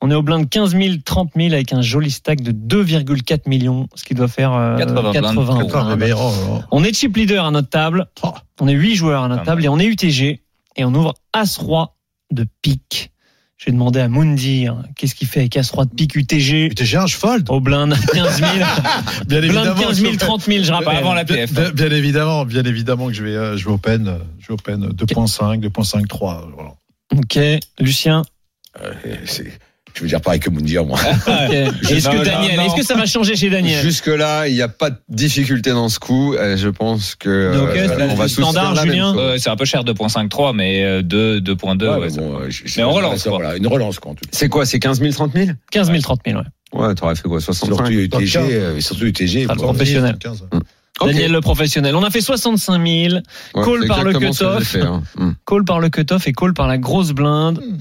[SPEAKER 11] On est au blind 15 000, 30 000 avec un joli stack de 2,4 millions, ce qui doit faire euh,
[SPEAKER 7] 80,
[SPEAKER 11] 80,
[SPEAKER 7] 80,
[SPEAKER 11] euros.
[SPEAKER 6] mais oh, oh.
[SPEAKER 11] On est chip leader à notre table.
[SPEAKER 6] Oh.
[SPEAKER 11] On est 8 joueurs à notre
[SPEAKER 7] Pas
[SPEAKER 11] table
[SPEAKER 7] mal.
[SPEAKER 11] et on est UTG. Et on ouvre As-Roi de pique. J'ai demandé à Mundi hein, qu'est-ce qu'il fait avec As-Roi de pique UTG
[SPEAKER 6] Putain, j'ai un, je fold.
[SPEAKER 11] au blind 15 000.
[SPEAKER 6] Bien
[SPEAKER 11] blind
[SPEAKER 6] évidemment.
[SPEAKER 11] 15
[SPEAKER 6] je
[SPEAKER 11] 000,
[SPEAKER 6] vais-
[SPEAKER 11] 30 000, je
[SPEAKER 7] Pas
[SPEAKER 11] rappelle.
[SPEAKER 7] avant la PF.
[SPEAKER 11] hein.
[SPEAKER 6] Bien, bien évidemment, bien évidemment que je vais, euh, je vais open, euh, je vais open 2.5, 2.5, 3. euh, Voilà.
[SPEAKER 11] Ok, Lucien.
[SPEAKER 8] Euh, c'est- Je veux dire pareil que Mounir, moi.
[SPEAKER 11] Ok. Est-ce
[SPEAKER 7] non,
[SPEAKER 11] que, Daniel,
[SPEAKER 7] non.
[SPEAKER 11] est-ce que ça va changer chez Daniel
[SPEAKER 5] Jusque là, il n'y a pas de difficulté dans ce coup. Euh, Je pense que
[SPEAKER 11] Donc,
[SPEAKER 5] euh,
[SPEAKER 11] euh,
[SPEAKER 5] on va tous
[SPEAKER 11] standard,
[SPEAKER 5] faire la même
[SPEAKER 11] Julien.
[SPEAKER 5] chose.
[SPEAKER 7] Euh, C'est un peu cher 2.53, mais euh, 2, 2.2.
[SPEAKER 8] Ouais,
[SPEAKER 7] ouais,
[SPEAKER 8] mais
[SPEAKER 7] ça-
[SPEAKER 8] bon, euh, je- je-
[SPEAKER 7] Mais on relance,
[SPEAKER 8] ça,
[SPEAKER 7] quoi.
[SPEAKER 8] voilà, Une relance, quoi, en tout cas.
[SPEAKER 5] C'est quoi C'est 15 000, 30 000
[SPEAKER 11] 15 000, 30 000, ouais.
[SPEAKER 5] Ouais, t'aurais fait quoi 65
[SPEAKER 8] Surtout UTG,
[SPEAKER 6] Dans le
[SPEAKER 8] euh, surtout UTG.
[SPEAKER 11] Pardon.
[SPEAKER 8] bon,
[SPEAKER 11] Professionnel.
[SPEAKER 6] 15.
[SPEAKER 5] Ok.
[SPEAKER 11] Daniel le professionnel. On a fait 65 000.
[SPEAKER 5] Ouais,
[SPEAKER 11] Call
[SPEAKER 5] c'est
[SPEAKER 11] par le
[SPEAKER 5] exactement ce que
[SPEAKER 11] cutoff.
[SPEAKER 5] j'ai fait, hein. Mm.
[SPEAKER 11] Call par le cutoff et call par la grosse blinde.
[SPEAKER 7] Hmm.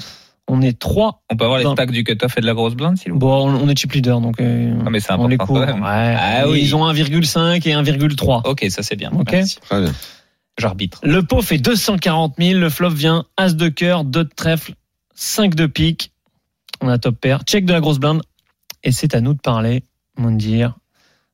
[SPEAKER 11] On est 3.
[SPEAKER 7] On peut avoir les
[SPEAKER 11] Non.
[SPEAKER 7] stacks du cut-off et de la grosse blinde, s'il vous plaît.
[SPEAKER 11] Bon, on- on est chip leader, donc euh,
[SPEAKER 7] Ah, mais c'est
[SPEAKER 11] on les
[SPEAKER 7] important
[SPEAKER 11] couvre.
[SPEAKER 7] quand même.
[SPEAKER 11] Ouais.
[SPEAKER 7] Ah
[SPEAKER 11] Et
[SPEAKER 7] oui. Oh.
[SPEAKER 11] Ils ont 1,5 et 1,3.
[SPEAKER 7] Ok, ça c'est bien.
[SPEAKER 11] Ok.
[SPEAKER 7] Merci.
[SPEAKER 5] Très bien.
[SPEAKER 7] J'arbitre.
[SPEAKER 11] Le pot fait 240 000. Le flop vient As de cœur, 2 de trèfle, 5 de pique. On a top pair. Check de la grosse blinde. Et c'est à nous de parler, Mondir.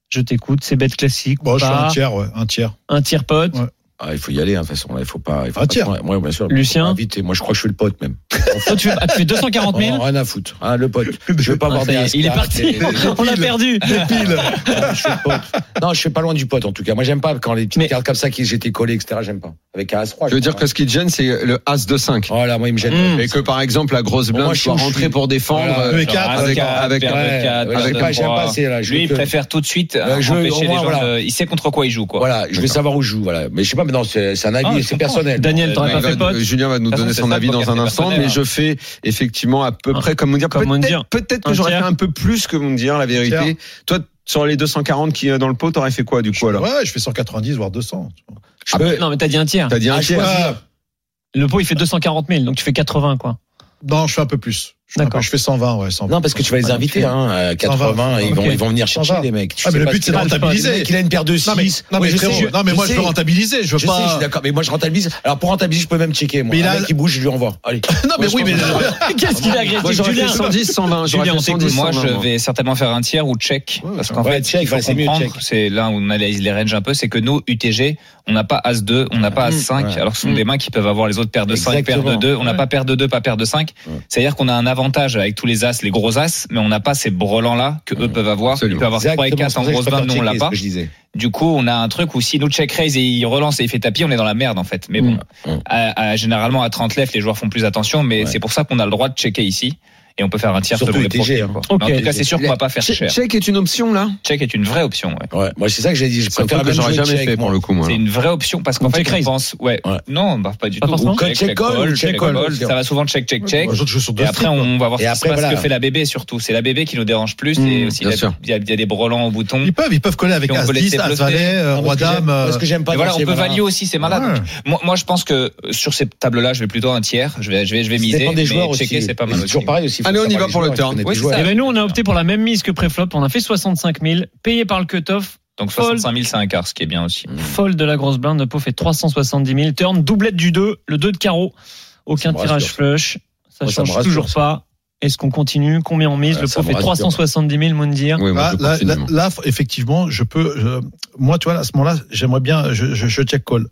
[SPEAKER 11] Je t'écoute. C'est bête classique.
[SPEAKER 6] Bon,
[SPEAKER 11] ou
[SPEAKER 6] je suis
[SPEAKER 11] pas.
[SPEAKER 6] un tiers, ouais, un tiers.
[SPEAKER 11] un tiers pote.
[SPEAKER 6] Ouais.
[SPEAKER 8] Ah, il faut y aller, hein, de toute façon. là, Il faut pas. il faut
[SPEAKER 6] Ah,
[SPEAKER 8] pas
[SPEAKER 6] tiens.
[SPEAKER 8] se- Ouais, bien sûr.
[SPEAKER 11] Lucien.
[SPEAKER 6] Ah,
[SPEAKER 8] Faut pas inviter. Moi, je crois que je suis le pote, même.
[SPEAKER 11] Toi, tu fais, ah, tu fais 240
[SPEAKER 8] On
[SPEAKER 11] 000
[SPEAKER 6] Oh,
[SPEAKER 8] en a rien à foutre. hein, le pote. Je veux pas
[SPEAKER 11] Ah,
[SPEAKER 8] avoir
[SPEAKER 11] ça y
[SPEAKER 8] des.
[SPEAKER 11] est, Il est
[SPEAKER 8] escarres,
[SPEAKER 11] parti.
[SPEAKER 8] des-
[SPEAKER 11] On l'a perdu.
[SPEAKER 8] Je suis le pote. Non, je suis pas loin du pote, en tout cas. Moi, j'aime pas quand les petites
[SPEAKER 11] Mais-
[SPEAKER 8] cartes comme ça, qui j'étais collé, etc. J'aime pas. Avec un As-3.
[SPEAKER 5] Je veux dire que ce qui te gêne, c'est le As de 5.
[SPEAKER 8] Voilà, moi, il me gêne.
[SPEAKER 7] Mmh.
[SPEAKER 11] Mm.
[SPEAKER 5] Et que par exemple, la grosse blinde
[SPEAKER 8] Moi, je suis
[SPEAKER 5] soit
[SPEAKER 8] où je
[SPEAKER 5] rentrée
[SPEAKER 8] suis.
[SPEAKER 5] pour défendre.
[SPEAKER 8] Voilà.
[SPEAKER 5] euh,
[SPEAKER 6] Le 4,
[SPEAKER 5] avec- avec-
[SPEAKER 7] perdre
[SPEAKER 8] ouais,
[SPEAKER 7] quatre,
[SPEAKER 8] ouais, j'aime
[SPEAKER 7] perdre
[SPEAKER 8] pas- j'aime
[SPEAKER 7] trois.
[SPEAKER 8] pas, c'est là, Ah, je
[SPEAKER 7] Lui, il
[SPEAKER 8] veux que-
[SPEAKER 7] préfère tout de suite
[SPEAKER 8] Euh, je veux-
[SPEAKER 7] empêcher
[SPEAKER 8] au moins,
[SPEAKER 7] les gens.
[SPEAKER 8] voilà.
[SPEAKER 7] de- Il sait contre quoi il joue, quoi.
[SPEAKER 8] Voilà, je veux savoir où je joue, voilà. Mais je sais pas, mais non, c'est c'est un avis,
[SPEAKER 7] Ah, je
[SPEAKER 8] c'est
[SPEAKER 7] comprends.
[SPEAKER 8] personnel.
[SPEAKER 11] Daniel, t'aurais
[SPEAKER 5] Ouais,
[SPEAKER 11] pas
[SPEAKER 5] il
[SPEAKER 11] fait
[SPEAKER 5] va-
[SPEAKER 11] pote
[SPEAKER 5] Julien va nous
[SPEAKER 7] De toute
[SPEAKER 5] donner
[SPEAKER 7] façon,
[SPEAKER 5] son
[SPEAKER 7] c'est
[SPEAKER 5] avis
[SPEAKER 7] ça,
[SPEAKER 5] dans
[SPEAKER 7] poker,
[SPEAKER 5] un
[SPEAKER 7] c'est
[SPEAKER 5] instant, mais
[SPEAKER 7] personnel,
[SPEAKER 5] je fais effectivement à peu
[SPEAKER 11] Ah,
[SPEAKER 5] près comme Moundir.
[SPEAKER 11] comme
[SPEAKER 5] Peut-être
[SPEAKER 11] Moundir.
[SPEAKER 5] peut-être que
[SPEAKER 11] Un
[SPEAKER 5] j'aurais fait
[SPEAKER 11] tiers.
[SPEAKER 5] un peu plus que Moundir, la vérité. Toi, sur les 240 qui euh, dans le pot, t'aurais fait quoi du coup alors
[SPEAKER 6] Ouais, je fais 190, voire 200.
[SPEAKER 8] Je
[SPEAKER 7] ah,
[SPEAKER 8] peux-
[SPEAKER 11] Non, mais t'as dit un tiers.
[SPEAKER 5] T'as dit un
[SPEAKER 8] Ah, je
[SPEAKER 5] tiers.
[SPEAKER 6] Ah,
[SPEAKER 11] Le pot, il fait 240 000, donc tu fais 80, quoi.
[SPEAKER 6] non, je fais un peu plus. Je fais un
[SPEAKER 11] D'accord.
[SPEAKER 6] peu- Je fais 120, ouais, 120.
[SPEAKER 8] Non, parce que tu vas les inviter, hein, à 80,
[SPEAKER 6] va.
[SPEAKER 8] ils vont,
[SPEAKER 11] Ok.
[SPEAKER 8] ils vont venir
[SPEAKER 6] Ça
[SPEAKER 8] chercher
[SPEAKER 6] va.
[SPEAKER 8] les mecs. Tu
[SPEAKER 6] Ah, mais
[SPEAKER 8] sais
[SPEAKER 6] le
[SPEAKER 8] pas
[SPEAKER 6] but,
[SPEAKER 8] ce
[SPEAKER 6] c'est de
[SPEAKER 8] qu'il a.
[SPEAKER 6] rentabiliser.
[SPEAKER 8] Le mec, il a une paire de 6.
[SPEAKER 6] Non, mais, non, mais frérot, non, mais moi, je veux rentabiliser, je
[SPEAKER 8] Je
[SPEAKER 6] veux
[SPEAKER 8] sais,
[SPEAKER 6] pas.
[SPEAKER 8] je suis d'accord, mais moi je rentabilise. Alors pour rentabiliser, je peux même checker. Moi.
[SPEAKER 6] Mais
[SPEAKER 8] Mais
[SPEAKER 6] il a-
[SPEAKER 8] là, qui bouge, je lui envoie. Allez.
[SPEAKER 6] non, mais oui, mais. Ah,
[SPEAKER 11] Qu'est-ce qu'il a
[SPEAKER 5] Moi,
[SPEAKER 11] agressif,
[SPEAKER 5] j'aurais fait
[SPEAKER 11] Julien
[SPEAKER 5] 110, 120. J'aurais
[SPEAKER 11] Julien,
[SPEAKER 5] fait
[SPEAKER 11] on t'écoute.
[SPEAKER 5] 110,
[SPEAKER 7] Moi,
[SPEAKER 5] 120,
[SPEAKER 7] je
[SPEAKER 5] moi.
[SPEAKER 7] vais certainement faire un tiers ou check.
[SPEAKER 6] Ouais,
[SPEAKER 7] Parce
[SPEAKER 6] ouais.
[SPEAKER 7] qu'en
[SPEAKER 8] Ouais,
[SPEAKER 7] fait,
[SPEAKER 8] check,
[SPEAKER 7] il faut
[SPEAKER 8] ouais, c'est mieux,
[SPEAKER 7] comprendre,
[SPEAKER 8] check.
[SPEAKER 7] c'est là où on analyse les ranges un peu, c'est que nous, UTG, on n'a pas As2, on n'a pas As5,
[SPEAKER 8] Mm. Ouais.
[SPEAKER 7] alors que ce sont des mains qui peuvent avoir les autres paires de 5, paires de
[SPEAKER 8] Exactement.
[SPEAKER 7] 2. On n'a pas paire de 2, pas paire de 5.
[SPEAKER 8] Ouais.
[SPEAKER 7] C'est-à-dire qu'on a un avantage avec tous les As, les gros As, mais on n'a pas ces brelans-là que eux
[SPEAKER 8] Mm.
[SPEAKER 7] peuvent avoir. Ils
[SPEAKER 5] Absolument.
[SPEAKER 7] peuvent avoir 3 et 4 en grosse 20, nous, on l'a pas.
[SPEAKER 8] Je disais.
[SPEAKER 7] Du coup, on a un truc où si nous check raise et il relance et il fait tapis, on est dans la merde en fait. Mais bon,
[SPEAKER 8] Mm.
[SPEAKER 7] à- à- généralement à 30 left, les joueurs font plus attention, mais
[SPEAKER 8] Ouais.
[SPEAKER 7] c'est pour ça qu'on a le droit de checker ici. et on peut faire un tiers
[SPEAKER 8] Surtout
[SPEAKER 7] selon les
[SPEAKER 8] UTG,
[SPEAKER 7] profils.
[SPEAKER 8] hein.
[SPEAKER 7] Mais En tout cas, c'est sûr qu'on va pas faire
[SPEAKER 5] Che-
[SPEAKER 7] cher.
[SPEAKER 5] Check est une option là
[SPEAKER 7] Check est une vraie option. ouais.
[SPEAKER 8] Ouais, moi c'est ça que j'ai dit. Je
[SPEAKER 5] C'est un
[SPEAKER 8] préfère
[SPEAKER 5] truc que
[SPEAKER 8] même
[SPEAKER 5] j'aurais
[SPEAKER 8] jouer
[SPEAKER 5] jamais
[SPEAKER 8] check,
[SPEAKER 5] fait pour
[SPEAKER 8] moi.
[SPEAKER 5] le coup moi.
[SPEAKER 7] C'est une vraie option parce qu'en
[SPEAKER 11] Ou
[SPEAKER 7] fait,
[SPEAKER 11] check
[SPEAKER 7] on
[SPEAKER 11] raise.
[SPEAKER 7] pense. Ouais.
[SPEAKER 8] Ouais.
[SPEAKER 7] Non, bah, pas du
[SPEAKER 11] Pas
[SPEAKER 7] tout.
[SPEAKER 11] forcément.
[SPEAKER 8] Check, check, call, ou check, call,
[SPEAKER 7] call.
[SPEAKER 8] c'est
[SPEAKER 7] Ça va souvent check, check, check.
[SPEAKER 6] Les autres jouent sur deux
[SPEAKER 7] Et après,
[SPEAKER 6] strips,
[SPEAKER 7] on va voir
[SPEAKER 8] Et
[SPEAKER 7] ce, qui se
[SPEAKER 8] après,
[SPEAKER 7] passe,
[SPEAKER 8] voilà.
[SPEAKER 7] que fait la bébé surtout. C'est la bébé qui nous dérange plus.
[SPEAKER 5] Mmh,
[SPEAKER 7] et aussi, il
[SPEAKER 5] bien
[SPEAKER 7] y, a-
[SPEAKER 5] sûr.
[SPEAKER 7] il y a il y a des brelans au bouton.
[SPEAKER 6] Ils peuvent, ils peuvent coller avec
[SPEAKER 7] Et on peut laisser
[SPEAKER 6] As-10,
[SPEAKER 7] bluffer.
[SPEAKER 6] As-Valet, euh,
[SPEAKER 8] Moi, ce que
[SPEAKER 6] Roi-Dame.
[SPEAKER 8] j'aime-
[SPEAKER 6] euh, Hein.
[SPEAKER 8] moi, ce que j'aime pas
[SPEAKER 7] Et
[SPEAKER 8] dans
[SPEAKER 7] voilà, on
[SPEAKER 8] ces
[SPEAKER 7] peut
[SPEAKER 8] valeurs-
[SPEAKER 7] value aussi ces malades.
[SPEAKER 6] Ouais.
[SPEAKER 7] Moi, moi, je pense que euh, sur ces tables-là, je vais plutôt un tiers. Je vais, je vais, je vais
[SPEAKER 8] Ça
[SPEAKER 7] miser.
[SPEAKER 8] dépend
[SPEAKER 7] mais
[SPEAKER 8] des joueurs
[SPEAKER 7] checker,
[SPEAKER 8] aussi.
[SPEAKER 7] c'est pas
[SPEAKER 8] Mais
[SPEAKER 7] mal.
[SPEAKER 8] c'est toujours
[SPEAKER 7] aussi.
[SPEAKER 8] pareil aussi. faut
[SPEAKER 5] Allez, on y
[SPEAKER 8] savoir
[SPEAKER 5] va
[SPEAKER 8] les
[SPEAKER 5] pour le
[SPEAKER 8] joueurs,
[SPEAKER 5] turn.
[SPEAKER 8] il faut connaître
[SPEAKER 7] Oui,
[SPEAKER 8] les
[SPEAKER 7] c'est
[SPEAKER 8] joueurs.
[SPEAKER 7] ça.
[SPEAKER 11] Et ben nous, on a opté pour la même mise que préflop. On a fait 65 000, payé par le cut-off.
[SPEAKER 7] Donc
[SPEAKER 11] Fold.
[SPEAKER 7] 65 000, c'est un quart, ce qui est bien
[SPEAKER 8] Mmh.
[SPEAKER 7] aussi.
[SPEAKER 11] Fold de la grosse blinde. Le pot fait 370 000. Turn, doublette du 2, le 2 de carreau. Aucun
[SPEAKER 8] Ça me
[SPEAKER 11] tirage
[SPEAKER 8] rassure,
[SPEAKER 11] flush. Ça
[SPEAKER 8] Moi, ça me
[SPEAKER 11] change
[SPEAKER 8] rassure,
[SPEAKER 11] toujours
[SPEAKER 8] ça.
[SPEAKER 11] pas. Est-ce qu'on continue Combien on mise
[SPEAKER 8] Ouais,
[SPEAKER 11] Le
[SPEAKER 8] ça
[SPEAKER 11] pot
[SPEAKER 8] me
[SPEAKER 11] fait
[SPEAKER 8] rassure.
[SPEAKER 11] 370 000, Moundir.
[SPEAKER 5] Oui, moi,
[SPEAKER 6] Là,
[SPEAKER 5] je
[SPEAKER 6] Bah, Ah, là,
[SPEAKER 5] continue,
[SPEAKER 6] là-
[SPEAKER 5] moi.
[SPEAKER 6] là, effectivement, je peux. euh, moi, tu vois, là, à ce moment-là, j'aimerais bien. Je, je, je check call.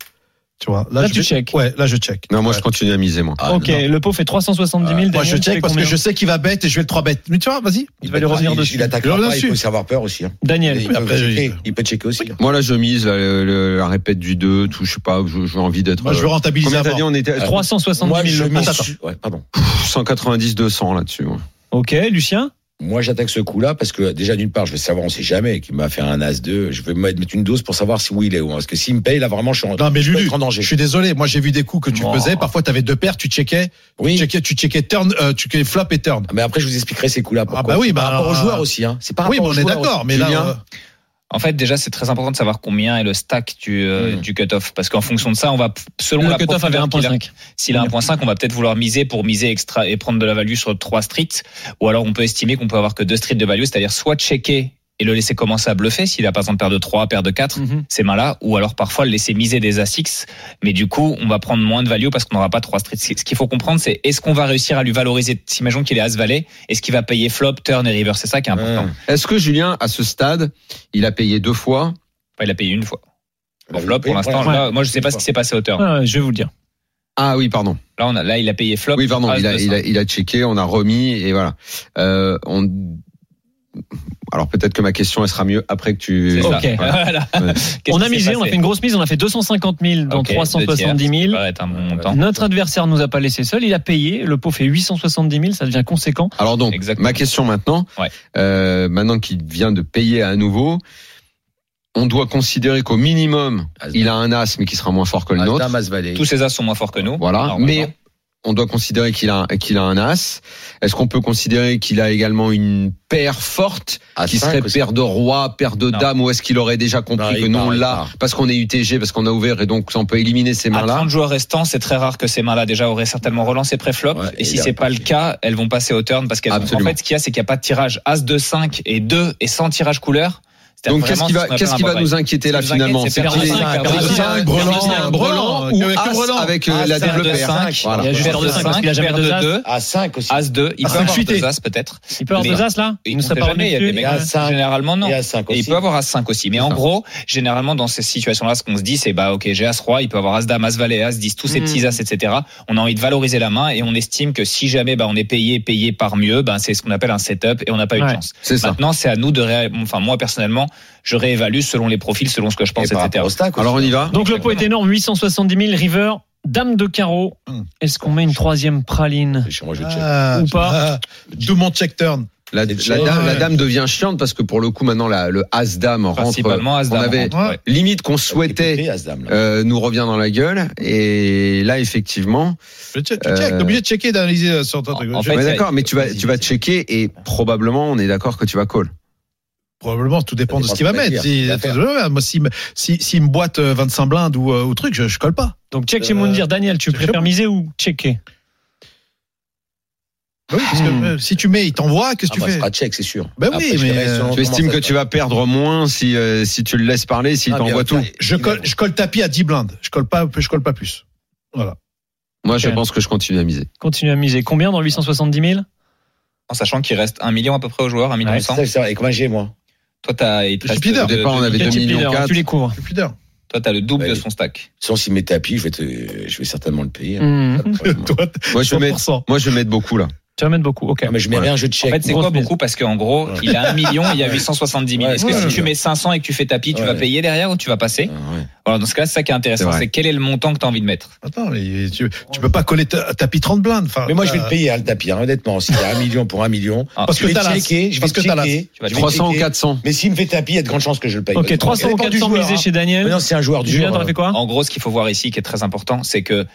[SPEAKER 6] Tu vois, là,
[SPEAKER 11] Là,
[SPEAKER 6] je
[SPEAKER 11] tu
[SPEAKER 6] vais-
[SPEAKER 11] check.
[SPEAKER 6] Ouais, là, je check.
[SPEAKER 5] Non, moi je continue à miser moi.
[SPEAKER 8] Ah,
[SPEAKER 11] ok,
[SPEAKER 8] non. Euh,
[SPEAKER 11] le pot fait 370 000.
[SPEAKER 6] Moi,
[SPEAKER 11] Derrière,
[SPEAKER 6] je
[SPEAKER 11] on fait
[SPEAKER 6] check parce que
[SPEAKER 11] combien
[SPEAKER 6] je sais qu'il va bête et je vais le 3 bête. Mais tu vois, vas-y.
[SPEAKER 11] Il va lui revenir
[SPEAKER 8] il,
[SPEAKER 11] dessus.
[SPEAKER 8] Il attaquera
[SPEAKER 6] Bien
[SPEAKER 8] pas, il
[SPEAKER 6] sûr.
[SPEAKER 8] peut aussi avoir peur aussi. hein.
[SPEAKER 11] Daniel.
[SPEAKER 8] il, peut
[SPEAKER 6] après,
[SPEAKER 8] checker,
[SPEAKER 6] je-
[SPEAKER 8] il peut checker aussi. hein.
[SPEAKER 5] Moi là je mise la, le- la répète du 2, tout, je sais pas, je- j'ai envie d'être.
[SPEAKER 6] Moi, je veux
[SPEAKER 5] euh,
[SPEAKER 6] rentabiliser
[SPEAKER 5] Combien t'as
[SPEAKER 6] avant.
[SPEAKER 5] dit on était à
[SPEAKER 8] Moi,
[SPEAKER 11] 370
[SPEAKER 8] je
[SPEAKER 11] 000 le pot.
[SPEAKER 8] mise
[SPEAKER 6] attends.
[SPEAKER 8] sur- ouais, pardon.
[SPEAKER 5] 190 200 là-dessus. ouais.
[SPEAKER 11] Ok, Lucien
[SPEAKER 8] Moi, j'attaque ce coup-là parce que déjà, d'une part, je vais savoir, on sait jamais qu'il m'a fait un as 2. Je vais me mettre une dose pour savoir si oui, il est où. hein. Parce que s'il me paye, là, vraiment, je suis en,
[SPEAKER 6] Non, mais
[SPEAKER 8] je peux
[SPEAKER 6] Lulu,
[SPEAKER 8] être en danger.
[SPEAKER 6] je suis désolé. Moi, j'ai vu des coups que tu
[SPEAKER 11] Oh.
[SPEAKER 6] faisais. Parfois, tu avais deux paires, tu checkais.
[SPEAKER 8] Oui.
[SPEAKER 6] Tu checkais, tu checkais turn, euh, tu checkais flop et turn.
[SPEAKER 8] Mais après, je vous expliquerai ces coups-là. pourquoi.
[SPEAKER 6] Ah bah oui,
[SPEAKER 8] C'est
[SPEAKER 6] bah
[SPEAKER 8] par rapport
[SPEAKER 6] alors,
[SPEAKER 8] aux joueurs
[SPEAKER 6] euh,
[SPEAKER 8] aussi. Hein. C'est par
[SPEAKER 6] oui, mais
[SPEAKER 8] rapport
[SPEAKER 6] on
[SPEAKER 8] aux
[SPEAKER 6] est
[SPEAKER 8] joueurs aussi.
[SPEAKER 6] d'accord. Mais
[SPEAKER 5] Julien,
[SPEAKER 6] là, euh,
[SPEAKER 7] En fait, déjà, c'est très important de savoir combien est le stack du, euh,
[SPEAKER 8] Mmh.
[SPEAKER 7] du cut-off. Parce qu'en fonction de ça, on va, p- selon
[SPEAKER 11] Le
[SPEAKER 7] la
[SPEAKER 11] cut-off avait
[SPEAKER 7] profondeur qu'il a-
[SPEAKER 11] 1.5.
[SPEAKER 7] S'il a 1.5, on va peut-être vouloir miser pour miser extra et prendre de la value sur trois streets. Ou alors, on peut estimer qu'on peut avoir que deux streets de value, c'est-à-dire soit checker et le laisser commencer à bluffer s'il a par exemple paire de 3, paire de 4,
[SPEAKER 11] Mhm.
[SPEAKER 7] ces mains-là, ou alors parfois le laisser miser des A6, mais du coup, on va prendre moins de value parce qu'on n'aura pas trois streets. Ce qu'il faut comprendre, c'est est-ce qu'on va réussir à lui valoriser, imaginons qu'il est As-Valet, est-ce qu'il va payer flop, turn et river C'est ça qui est important.
[SPEAKER 8] Hum.
[SPEAKER 5] Est-ce que Julien, à ce stade, il a payé deux fois
[SPEAKER 7] Enfin, il a payé une fois.
[SPEAKER 8] Il
[SPEAKER 5] Bah,
[SPEAKER 8] a
[SPEAKER 7] Flop, pour
[SPEAKER 8] payé,
[SPEAKER 7] l'instant,
[SPEAKER 8] voilà.
[SPEAKER 7] là, moi, je sais pas ce qui s'est passé au
[SPEAKER 5] Mmh.
[SPEAKER 7] turn.
[SPEAKER 11] Ouais, ouais, je vais vous le dire.
[SPEAKER 5] Ah oui, pardon.
[SPEAKER 7] Là, on a, là, il a payé flop. Ah,
[SPEAKER 5] Oui, pardon.
[SPEAKER 7] As
[SPEAKER 5] Il a,
[SPEAKER 7] de
[SPEAKER 5] il, a, il a checké, on a remis et voilà. Euh, on... Alors peut-être que ma question elle sera mieux après que tu.
[SPEAKER 7] C'est ça.
[SPEAKER 11] Ok.
[SPEAKER 7] Voilà. Qu'est-ce
[SPEAKER 11] On
[SPEAKER 7] qui
[SPEAKER 11] a
[SPEAKER 7] s'est
[SPEAKER 11] misé, on a
[SPEAKER 7] passé
[SPEAKER 11] fait une grosse mise, on a fait 250 000 dans
[SPEAKER 7] Ok, deux
[SPEAKER 11] 370
[SPEAKER 7] tiers,
[SPEAKER 11] 000.
[SPEAKER 7] ça paraît être un bon montant.
[SPEAKER 11] Notre adversaire nous a pas laissé seul, il a payé, le pot fait 870 000, ça devient conséquent.
[SPEAKER 5] Alors donc,
[SPEAKER 7] Exactement.
[SPEAKER 5] ma question maintenant,
[SPEAKER 7] Ouais.
[SPEAKER 5] euh, maintenant qu'il vient de payer à nouveau, on doit considérer qu'au minimum,
[SPEAKER 8] As-Dame.
[SPEAKER 5] il a un as mais qui sera moins fort que le
[SPEAKER 8] As-Dame,
[SPEAKER 5] nôtre.
[SPEAKER 8] As-Valet.
[SPEAKER 7] Tous ces as sont moins forts que nous.
[SPEAKER 5] Voilà,
[SPEAKER 7] Ah, normalement.
[SPEAKER 5] mais on doit considérer qu'il a qu'il a un as. Est-ce qu'on peut considérer qu'il a également une paire forte
[SPEAKER 8] À
[SPEAKER 5] qui
[SPEAKER 8] cinq
[SPEAKER 5] serait
[SPEAKER 8] aussi.
[SPEAKER 5] paire de roi, paire de
[SPEAKER 7] Non.
[SPEAKER 5] dame ou est-ce qu'il aurait déjà
[SPEAKER 8] Non,
[SPEAKER 5] compris
[SPEAKER 8] il
[SPEAKER 5] que nous
[SPEAKER 8] part,
[SPEAKER 5] on
[SPEAKER 8] il
[SPEAKER 5] l'a
[SPEAKER 8] part.
[SPEAKER 5] parce qu'on est UTG parce qu'on a ouvert et donc on peut éliminer ces
[SPEAKER 7] À
[SPEAKER 5] mains-là.
[SPEAKER 7] 30 joueurs restants, c'est très rare que ces mains-là déjà auraient certainement relancé pré-flop.
[SPEAKER 8] Ouais,
[SPEAKER 7] et
[SPEAKER 8] et
[SPEAKER 7] si
[SPEAKER 8] il a
[SPEAKER 7] c'est pas le cas, elles vont passer au turn parce qu'elles ont- en
[SPEAKER 5] Absolument.
[SPEAKER 7] fait, ce qu'il y a, c'est qu'il n'y a pas de tirage as 2, 5 et 2 et sans tirage couleur. C'est-à-dire
[SPEAKER 5] Donc qu'est-ce
[SPEAKER 7] vraiment
[SPEAKER 5] qui
[SPEAKER 7] ce
[SPEAKER 5] va
[SPEAKER 7] qu'on
[SPEAKER 5] qu'est-ce
[SPEAKER 7] appelle
[SPEAKER 5] qui
[SPEAKER 7] un
[SPEAKER 5] va
[SPEAKER 7] bye-bye.
[SPEAKER 5] nous inquiéter
[SPEAKER 7] Ce
[SPEAKER 5] là
[SPEAKER 7] qui nous inquiète,
[SPEAKER 5] finalement
[SPEAKER 7] c'est
[SPEAKER 5] C'est
[SPEAKER 7] paire
[SPEAKER 11] qu'il
[SPEAKER 5] qu'il
[SPEAKER 11] y a
[SPEAKER 5] a
[SPEAKER 11] un
[SPEAKER 5] un
[SPEAKER 11] brelan,
[SPEAKER 5] brelan,
[SPEAKER 6] un brelan, euh,
[SPEAKER 5] ou
[SPEAKER 6] que
[SPEAKER 5] as
[SPEAKER 6] brelan.
[SPEAKER 5] avec euh,
[SPEAKER 8] Ah,
[SPEAKER 5] la
[SPEAKER 8] ça,
[SPEAKER 5] double
[SPEAKER 8] deux,
[SPEAKER 5] paire.
[SPEAKER 8] cinq.
[SPEAKER 5] Voilà.
[SPEAKER 11] Il y a juste
[SPEAKER 7] Paire
[SPEAKER 11] paire de
[SPEAKER 7] de
[SPEAKER 11] 5 parce
[SPEAKER 7] cinq,
[SPEAKER 11] qu'il a jamais
[SPEAKER 7] paire
[SPEAKER 11] deux
[SPEAKER 7] de
[SPEAKER 11] as.
[SPEAKER 7] deux.
[SPEAKER 8] À 5 aussi.
[SPEAKER 7] As 2, il
[SPEAKER 6] Ah,
[SPEAKER 7] peut avoir
[SPEAKER 6] fuité.
[SPEAKER 7] deux as peut-être.
[SPEAKER 11] Il peut avoir
[SPEAKER 7] Mais-
[SPEAKER 11] deux as là
[SPEAKER 7] Et
[SPEAKER 11] Il
[SPEAKER 7] on
[SPEAKER 11] ne serait
[SPEAKER 7] sait
[SPEAKER 11] pas Ah,
[SPEAKER 7] jamais, il y a des
[SPEAKER 11] revenu
[SPEAKER 7] mecs-
[SPEAKER 8] Et à cinq.
[SPEAKER 7] Généralement non.
[SPEAKER 8] Et à 5
[SPEAKER 7] Et
[SPEAKER 8] aussi.
[SPEAKER 7] il peut avoir As-5 aussi. Mais en
[SPEAKER 5] ça.
[SPEAKER 7] gros, généralement, dans ces situations-là, ce qu'on se dit, c'est bah, ok, j'ai As-Roi, il peut avoir As-Dame, As-Valet, As-10, tous ces
[SPEAKER 11] Mm.
[SPEAKER 7] petits As, etc. On a envie de valoriser la main et on estime que si jamais bah, on est payé, payé par mieux, bah, c'est ce qu'on appelle un setup et on n'a pas eu
[SPEAKER 11] Ouais.
[SPEAKER 7] de chance.
[SPEAKER 5] C'est ça.
[SPEAKER 7] Maintenant, c'est à nous de ré... Enfin, moi, personnellement, je réévalue selon les profils, selon ce que je pense,
[SPEAKER 8] Et par
[SPEAKER 7] etc.
[SPEAKER 8] rapport au stack aussi.
[SPEAKER 5] Alors on y va.
[SPEAKER 11] Euh, Donc le pot est énorme, 870 000, river, dame de carreau.
[SPEAKER 6] Hum.
[SPEAKER 11] Est-ce qu'on met une troisième praline
[SPEAKER 8] Moi, je check.
[SPEAKER 6] Ah,
[SPEAKER 11] Ou pas.
[SPEAKER 6] ah, D'où mon check turn.
[SPEAKER 5] La,
[SPEAKER 8] C'est
[SPEAKER 5] la
[SPEAKER 8] chiant,
[SPEAKER 5] dame, la
[SPEAKER 6] ouais.
[SPEAKER 5] dame devient chiante parce que pour le coup maintenant la- le as dame rentre.
[SPEAKER 7] Principalement
[SPEAKER 5] On
[SPEAKER 7] As-Dame.
[SPEAKER 5] avait
[SPEAKER 7] rentre, ouais.
[SPEAKER 5] limite qu'on
[SPEAKER 8] Et
[SPEAKER 5] souhaitait
[SPEAKER 8] puis, As-Dame, là.
[SPEAKER 5] euh, nous revient dans la gueule. Et là, effectivement,
[SPEAKER 6] Je check, tu
[SPEAKER 5] Euh,
[SPEAKER 6] check. T'es obligé de checker, d'analyser euh, sur toi.
[SPEAKER 7] En-
[SPEAKER 6] truc.
[SPEAKER 7] en
[SPEAKER 6] Je-
[SPEAKER 7] fait,
[SPEAKER 5] Ouais,
[SPEAKER 7] ça-
[SPEAKER 5] d'accord, mais tu vas,
[SPEAKER 7] vas-y,
[SPEAKER 5] tu vas
[SPEAKER 7] vas-y.
[SPEAKER 5] checker et probablement on est d'accord que tu vas call.
[SPEAKER 6] Probablement, tout dépend
[SPEAKER 8] Ça
[SPEAKER 6] de ce
[SPEAKER 8] dépend
[SPEAKER 6] qu'il va
[SPEAKER 8] de la
[SPEAKER 6] mettre.
[SPEAKER 8] dire,
[SPEAKER 6] Si-
[SPEAKER 8] la faire.
[SPEAKER 6] Ouais, Moi, s'il me- si, si me boite euh, 25 blindes ou, euh, ou truc, je, je colle pas.
[SPEAKER 11] Donc check chez
[SPEAKER 6] Euh,
[SPEAKER 11] Moundir. Daniel, tu
[SPEAKER 6] c'est
[SPEAKER 11] préfères
[SPEAKER 6] sûr.
[SPEAKER 11] miser ou checker
[SPEAKER 6] Bah oui, parce que
[SPEAKER 11] Hmm.
[SPEAKER 6] euh, si tu mets, il t'envoie, qu'est-ce
[SPEAKER 8] Ah,
[SPEAKER 6] que
[SPEAKER 8] bah,
[SPEAKER 6] tu
[SPEAKER 8] ce
[SPEAKER 6] fais
[SPEAKER 8] sera check, c'est sûr.
[SPEAKER 6] Ben
[SPEAKER 8] Après,
[SPEAKER 6] oui,
[SPEAKER 8] je
[SPEAKER 6] mais,
[SPEAKER 8] verrai
[SPEAKER 6] euh,
[SPEAKER 5] Tu
[SPEAKER 8] selon comment
[SPEAKER 5] estimes
[SPEAKER 8] ça
[SPEAKER 5] que
[SPEAKER 8] se
[SPEAKER 5] tu vas perdre moins si, euh, si tu le laisses parler, s'il
[SPEAKER 8] Ah,
[SPEAKER 5] t'envoie
[SPEAKER 8] bien,
[SPEAKER 5] tout.
[SPEAKER 8] bien.
[SPEAKER 6] Je colle, je colle tapis à 10 blindes. Je colle pas, je colle pas plus. Voilà.
[SPEAKER 5] Moi, je
[SPEAKER 11] Ok.
[SPEAKER 5] pense que je continue à miser.
[SPEAKER 11] Continue à miser. Combien dans 870 000
[SPEAKER 7] En sachant qu'il reste 1 million à peu près aux joueurs, 1 million
[SPEAKER 11] Ouais,
[SPEAKER 7] 100.
[SPEAKER 8] Ça, c'est vrai. Et combien j'ai, moi
[SPEAKER 7] Toi, t'as, il te
[SPEAKER 6] Je suis
[SPEAKER 7] reste
[SPEAKER 6] leader.
[SPEAKER 5] Au
[SPEAKER 7] deux-
[SPEAKER 5] départ, on
[SPEAKER 7] deux-
[SPEAKER 5] avait
[SPEAKER 11] Quel
[SPEAKER 5] 2
[SPEAKER 11] type
[SPEAKER 5] millions
[SPEAKER 11] leader Tu les couvres.
[SPEAKER 6] Je suis plus d'heures.
[SPEAKER 7] Toi, t'as le double
[SPEAKER 8] Ouais.
[SPEAKER 7] de son stack.
[SPEAKER 8] Sinon, s'il met tapis, je vais, te- je vais certainement le payer.
[SPEAKER 11] Hum.
[SPEAKER 8] Pas de problème.
[SPEAKER 6] Toi,
[SPEAKER 5] Moi, je vais mettre,
[SPEAKER 6] 100%.
[SPEAKER 5] moi, je vais mettre beaucoup là.
[SPEAKER 11] Tu vas mettre beaucoup, ok.
[SPEAKER 8] mais je mets
[SPEAKER 11] Voilà.
[SPEAKER 8] rien, je check.
[SPEAKER 7] En fait, c'est
[SPEAKER 11] Grosse
[SPEAKER 7] quoi
[SPEAKER 11] mise.
[SPEAKER 7] beaucoup Parce qu'en gros,
[SPEAKER 8] Ouais.
[SPEAKER 7] il a 1 million, il y a 870 000.
[SPEAKER 8] Ouais,
[SPEAKER 7] Est-ce que
[SPEAKER 8] ouais,
[SPEAKER 7] si tu
[SPEAKER 8] ouais.
[SPEAKER 7] mets 500 et que tu fais tapis, tu
[SPEAKER 8] Ouais.
[SPEAKER 7] vas payer derrière ou tu vas passer
[SPEAKER 8] Ah, ouais.
[SPEAKER 7] Voilà, dans ce cas, c'est ça qui est
[SPEAKER 5] C'est
[SPEAKER 7] intéressant,
[SPEAKER 5] vrai.
[SPEAKER 7] c'est quel est le montant que tu as envie de mettre
[SPEAKER 6] Attends, mais tu, tu peux pas coller ta, tapis 30 blindes. Enfin,
[SPEAKER 8] Mais moi, je vais
[SPEAKER 6] euh,
[SPEAKER 8] le payer, hein, le tapis, hein, honnêtement. Si t'as un million pour un million,
[SPEAKER 7] Ah,
[SPEAKER 6] Parce
[SPEAKER 8] je
[SPEAKER 6] que
[SPEAKER 8] vais
[SPEAKER 6] t'as l'as.
[SPEAKER 8] checker, je vais
[SPEAKER 6] Parce que t'as l'as.
[SPEAKER 8] checker,
[SPEAKER 7] Tu vas
[SPEAKER 8] je vais
[SPEAKER 5] 300 ou
[SPEAKER 8] checker.
[SPEAKER 5] 400
[SPEAKER 8] Mais s'il me fait tapis, il y a de grandes chances que je le paye.
[SPEAKER 11] Ok, 300 ou 400 misés chez Daniel.
[SPEAKER 8] Maintenant, c'est un joueur du
[SPEAKER 11] Julien,
[SPEAKER 8] jour.
[SPEAKER 11] t'aurais
[SPEAKER 8] euh,
[SPEAKER 11] fait quoi
[SPEAKER 7] En gros, ce qu'il faut voir ici, qui est très important, c'est que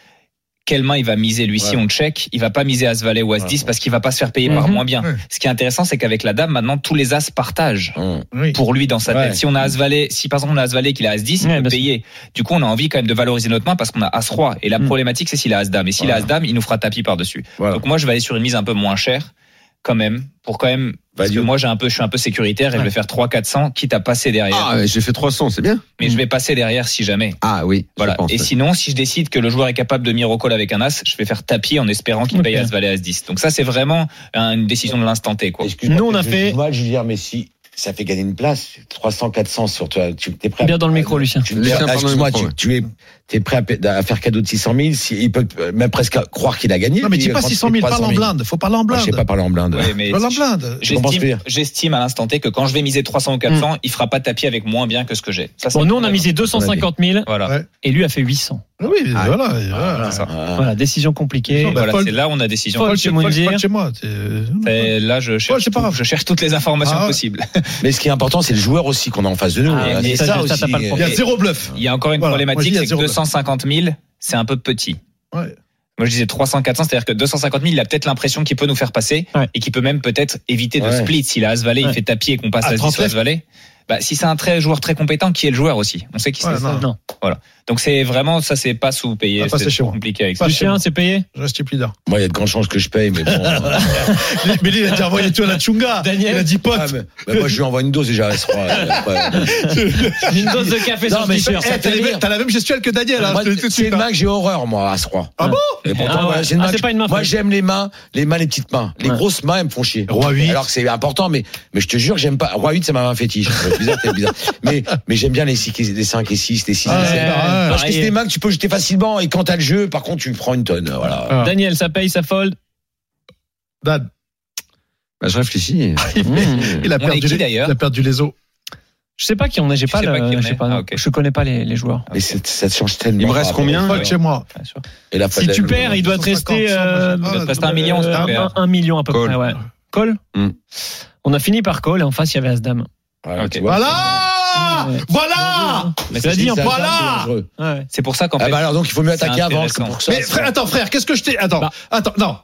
[SPEAKER 7] quelle main il va miser lui si
[SPEAKER 8] Ouais.
[SPEAKER 7] on check, il va pas miser as valet ou as 10 parce qu'il va pas se faire payer par
[SPEAKER 11] Mhm.
[SPEAKER 7] moins bien.
[SPEAKER 6] Ouais.
[SPEAKER 7] Ce qui est intéressant, c'est qu'avec la dame, maintenant tous les as partagent
[SPEAKER 8] hum.
[SPEAKER 6] oui.
[SPEAKER 7] pour lui dans sa
[SPEAKER 8] Ouais.
[SPEAKER 7] tête. Si on a as valet, si par exemple on a as valet et qu'il a as 10,
[SPEAKER 11] Ouais,
[SPEAKER 7] il
[SPEAKER 11] bien
[SPEAKER 7] peut
[SPEAKER 11] sûr.
[SPEAKER 7] payer. Du coup, on a envie quand même de valoriser notre main parce qu'on a as roi et la
[SPEAKER 11] Mhm.
[SPEAKER 7] problématique c'est s'il a as dame et s'il a
[SPEAKER 8] Voilà.
[SPEAKER 7] as dame, il nous fera tapis par-dessus.
[SPEAKER 8] Voilà.
[SPEAKER 7] Donc moi je vais aller sur une mise un peu moins chère quand même pour quand même parce que
[SPEAKER 8] Value.
[SPEAKER 7] moi j'ai un peu je suis un peu sécuritaire et je vais faire 3 400 quitte à passer derrière.
[SPEAKER 5] Ah, ouais, j'ai fait 300, c'est bien.
[SPEAKER 7] Mais je vais passer derrière si jamais.
[SPEAKER 5] Ah oui,
[SPEAKER 7] Voilà.
[SPEAKER 5] je pense.
[SPEAKER 7] et sinon, si je décide que le joueur est capable de miro-call avec un as, je vais faire tapis en espérant qu'il
[SPEAKER 11] Ok.
[SPEAKER 7] paye as valet as 10. Donc ça, c'est vraiment hein, une décision de l'instant T, quoi.
[SPEAKER 8] Excuse-moi,
[SPEAKER 11] Nous, on a
[SPEAKER 8] je-
[SPEAKER 11] fait-
[SPEAKER 8] je vois, Julien, mais si ça fait gagner une place, 300, 400 sur toi, tu t'es prêt à-
[SPEAKER 11] Bien dans le micro, Lucien.
[SPEAKER 8] Tu me
[SPEAKER 5] Lucien,
[SPEAKER 8] perds-
[SPEAKER 5] pardon,
[SPEAKER 8] excuse-moi,
[SPEAKER 5] le
[SPEAKER 8] tu,
[SPEAKER 5] micro,
[SPEAKER 8] tu es, t'es prêt à pa- à, faire cadeau de 600 000, si, il peut euh, même presque croire qu'il a gagné.
[SPEAKER 6] Non, mais
[SPEAKER 8] lui,
[SPEAKER 6] dis pas
[SPEAKER 8] euh, quand il
[SPEAKER 6] 600
[SPEAKER 8] fait
[SPEAKER 6] 000, parle
[SPEAKER 8] 300
[SPEAKER 6] en
[SPEAKER 8] 000.
[SPEAKER 6] blinde. Faut parler en
[SPEAKER 8] Moi,
[SPEAKER 6] blinde.
[SPEAKER 8] Ah, je sais pas parler en blinde.
[SPEAKER 7] Ouais, mais
[SPEAKER 6] Parle en
[SPEAKER 7] je-
[SPEAKER 6] blinde.
[SPEAKER 8] je comprends ce que
[SPEAKER 7] J'estime,
[SPEAKER 8] tu veux dire.
[SPEAKER 7] j'estime à l'instant T que quand je vais miser 300 ou
[SPEAKER 6] Mm.
[SPEAKER 7] 400, il fera pas tapis avec moins bien que ce que j'ai. Ça, c'est
[SPEAKER 11] Bon, nous, on a
[SPEAKER 7] clair.
[SPEAKER 11] misé 250 000
[SPEAKER 7] Voilà.
[SPEAKER 6] Ouais.
[SPEAKER 11] et lui a fait 800.
[SPEAKER 6] Ah Oui,
[SPEAKER 5] Ah,
[SPEAKER 6] voilà.
[SPEAKER 7] Voilà,
[SPEAKER 6] voilà.
[SPEAKER 7] c'est ça.
[SPEAKER 8] Ah.
[SPEAKER 11] Voilà, décision compliquée.
[SPEAKER 6] Bah,
[SPEAKER 7] Voilà,
[SPEAKER 6] Paul-
[SPEAKER 7] c'est là où on a décision.
[SPEAKER 11] Paul-
[SPEAKER 6] Folle
[SPEAKER 11] Paul-
[SPEAKER 6] chez, folle-
[SPEAKER 11] Paul- Paul-
[SPEAKER 6] folle chez moi. t'es-
[SPEAKER 7] Et là, je
[SPEAKER 6] Ouais,
[SPEAKER 7] cherche,
[SPEAKER 6] c'est pas
[SPEAKER 7] tout.
[SPEAKER 6] grave.
[SPEAKER 7] je cherche toutes les informations
[SPEAKER 6] Ah ouais.
[SPEAKER 7] possibles.
[SPEAKER 8] Mais ce qui est important, c'est le joueur aussi qu'on a en face de nous.
[SPEAKER 11] Ah,
[SPEAKER 8] Voilà,
[SPEAKER 7] mais
[SPEAKER 8] c'est
[SPEAKER 7] ça,
[SPEAKER 8] ça
[SPEAKER 11] ça,
[SPEAKER 8] aussi.
[SPEAKER 11] t'as pas le
[SPEAKER 6] Il y a zéro bluff.
[SPEAKER 7] Il y a encore une
[SPEAKER 6] Voilà. Moi, je
[SPEAKER 7] problématique,
[SPEAKER 6] dis à
[SPEAKER 7] c'est que
[SPEAKER 6] zéro.
[SPEAKER 7] 250 000, c'est un peu petit.
[SPEAKER 6] Ouais.
[SPEAKER 7] Moi, je disais 300, 400, c'est-à-dire que 250 000, il a peut-être l'impression qu'il peut nous faire passer
[SPEAKER 11] Ouais.
[SPEAKER 7] et qu'il peut même peut-être éviter de
[SPEAKER 8] Ouais.
[SPEAKER 7] split. S'il a As-Valet,
[SPEAKER 11] Ouais.
[SPEAKER 7] il fait tapis et qu'on passe à
[SPEAKER 6] Ah,
[SPEAKER 7] As-10 sur
[SPEAKER 6] 39.
[SPEAKER 7] As-Valet. Bah, si c'est un très joueur très compétent, qui est le joueur aussi On sait qui
[SPEAKER 6] Ouais,
[SPEAKER 7] c'est.
[SPEAKER 6] non.
[SPEAKER 11] Non.
[SPEAKER 7] Donc c'est vraiment, ça c'est pas sous-payé.
[SPEAKER 6] Ah, ça, c'est chez moi.
[SPEAKER 7] compliqué avec ça.
[SPEAKER 6] Pas chez
[SPEAKER 11] Lucien,
[SPEAKER 6] moi.
[SPEAKER 11] c'est payé
[SPEAKER 6] Je reste plus d'art.
[SPEAKER 8] Moi, il y a de grandes chances que je paye, mais bon. euh,
[SPEAKER 6] Mais lui, il a déjà envoyé tout à la Chunga.
[SPEAKER 11] Daniel.
[SPEAKER 6] Il a dit pote.
[SPEAKER 8] ah, mais- bah, moi, je lui envoie une dose déjà. elle sera, euh, après.
[SPEAKER 11] Une dose de café
[SPEAKER 8] Non,
[SPEAKER 11] sur
[SPEAKER 8] mais
[SPEAKER 11] le t-shirt.
[SPEAKER 8] c'est-
[SPEAKER 6] Eh, t'as les mêmes- T'as la même gestuelle que Daniel. hein,
[SPEAKER 8] Moi,
[SPEAKER 6] je te le dis tout de
[SPEAKER 8] C'est
[SPEAKER 6] suite,
[SPEAKER 8] une
[SPEAKER 6] hein.
[SPEAKER 8] main que j'ai horreur, moi, à ce roi.
[SPEAKER 6] Ah bon
[SPEAKER 8] Et pourtant,
[SPEAKER 11] Ah ouais.
[SPEAKER 8] voilà, c'est une
[SPEAKER 11] Ah,
[SPEAKER 8] main
[SPEAKER 11] c'est
[SPEAKER 8] que-
[SPEAKER 11] pas une main
[SPEAKER 8] Moi,
[SPEAKER 11] faible.
[SPEAKER 8] j'aime les mains, les mains, les petites mains. Les
[SPEAKER 11] Ouais.
[SPEAKER 8] grosses mains, elles me font chier.
[SPEAKER 6] Roi huit.
[SPEAKER 8] Alors que c'est important, mais, mais je te jure, j'aime pas. Roi 8, c'est ma main fétiche. C'est bizarre, c'est bizarre. Mais, mais j'aime bien les 6, les 5 et 6, les 6
[SPEAKER 6] Ah,
[SPEAKER 8] et 7.
[SPEAKER 6] ouais, ouais.
[SPEAKER 8] Parce que c'est
[SPEAKER 11] Pareil.
[SPEAKER 8] des mains que tu peux jeter facilement, et quand t'as le jeu, par contre, tu prends une tonne. Voilà.
[SPEAKER 6] Ah.
[SPEAKER 11] Daniel, ça paye, ça fold.
[SPEAKER 6] Dan,
[SPEAKER 5] Bah, je réfléchis.
[SPEAKER 6] il a
[SPEAKER 7] On est
[SPEAKER 6] perdu
[SPEAKER 7] qui,
[SPEAKER 6] les-
[SPEAKER 7] d'ailleurs
[SPEAKER 6] il a perdu les os.
[SPEAKER 11] Je sais pas qui on est, j'ai
[SPEAKER 7] Tu
[SPEAKER 11] pas,
[SPEAKER 7] sais pas
[SPEAKER 11] le-
[SPEAKER 7] qui on
[SPEAKER 11] j'ai
[SPEAKER 7] est
[SPEAKER 11] pas, non.
[SPEAKER 7] Ah, ok.
[SPEAKER 11] Je connais pas les, les joueurs.
[SPEAKER 8] Mais c'est- ça te change tellement.
[SPEAKER 5] Il me reste
[SPEAKER 8] par rapport
[SPEAKER 5] combien
[SPEAKER 8] au
[SPEAKER 6] Folle
[SPEAKER 8] jeu.
[SPEAKER 6] chez moi.
[SPEAKER 7] Bien sûr.
[SPEAKER 8] Et la
[SPEAKER 11] Si
[SPEAKER 8] fin-
[SPEAKER 11] tu perds, il doit te
[SPEAKER 6] 250,
[SPEAKER 11] rester, euh,
[SPEAKER 6] cent,
[SPEAKER 7] il doit te rester un million,
[SPEAKER 6] euh,
[SPEAKER 7] s'il te plaît. hein.
[SPEAKER 11] un, un million à peu
[SPEAKER 5] Call.
[SPEAKER 11] près, ouais. Call
[SPEAKER 5] Hmm.
[SPEAKER 11] On a fini par call et en face, il y avait As-Dame.
[SPEAKER 8] Voilà,
[SPEAKER 7] Ok.
[SPEAKER 8] tu vois.
[SPEAKER 6] Voilà
[SPEAKER 11] Ouais.
[SPEAKER 6] Voilà
[SPEAKER 7] Mais
[SPEAKER 11] Cela
[SPEAKER 7] c'est-
[SPEAKER 11] dit,
[SPEAKER 8] C'est
[SPEAKER 11] en-
[SPEAKER 8] ça,
[SPEAKER 6] voilà
[SPEAKER 8] c'est dangereux.
[SPEAKER 11] ouais.
[SPEAKER 7] C'est pour ça qu'en
[SPEAKER 8] Ah
[SPEAKER 7] fait,
[SPEAKER 8] bah alors, donc, il faut mieux attaquer avant.
[SPEAKER 7] intéressant.
[SPEAKER 8] pour ça,
[SPEAKER 6] Mais
[SPEAKER 8] ça-
[SPEAKER 6] frère, attends, frère, qu'est-ce que je t'ai. Attends,
[SPEAKER 11] Bah.
[SPEAKER 6] attends, non.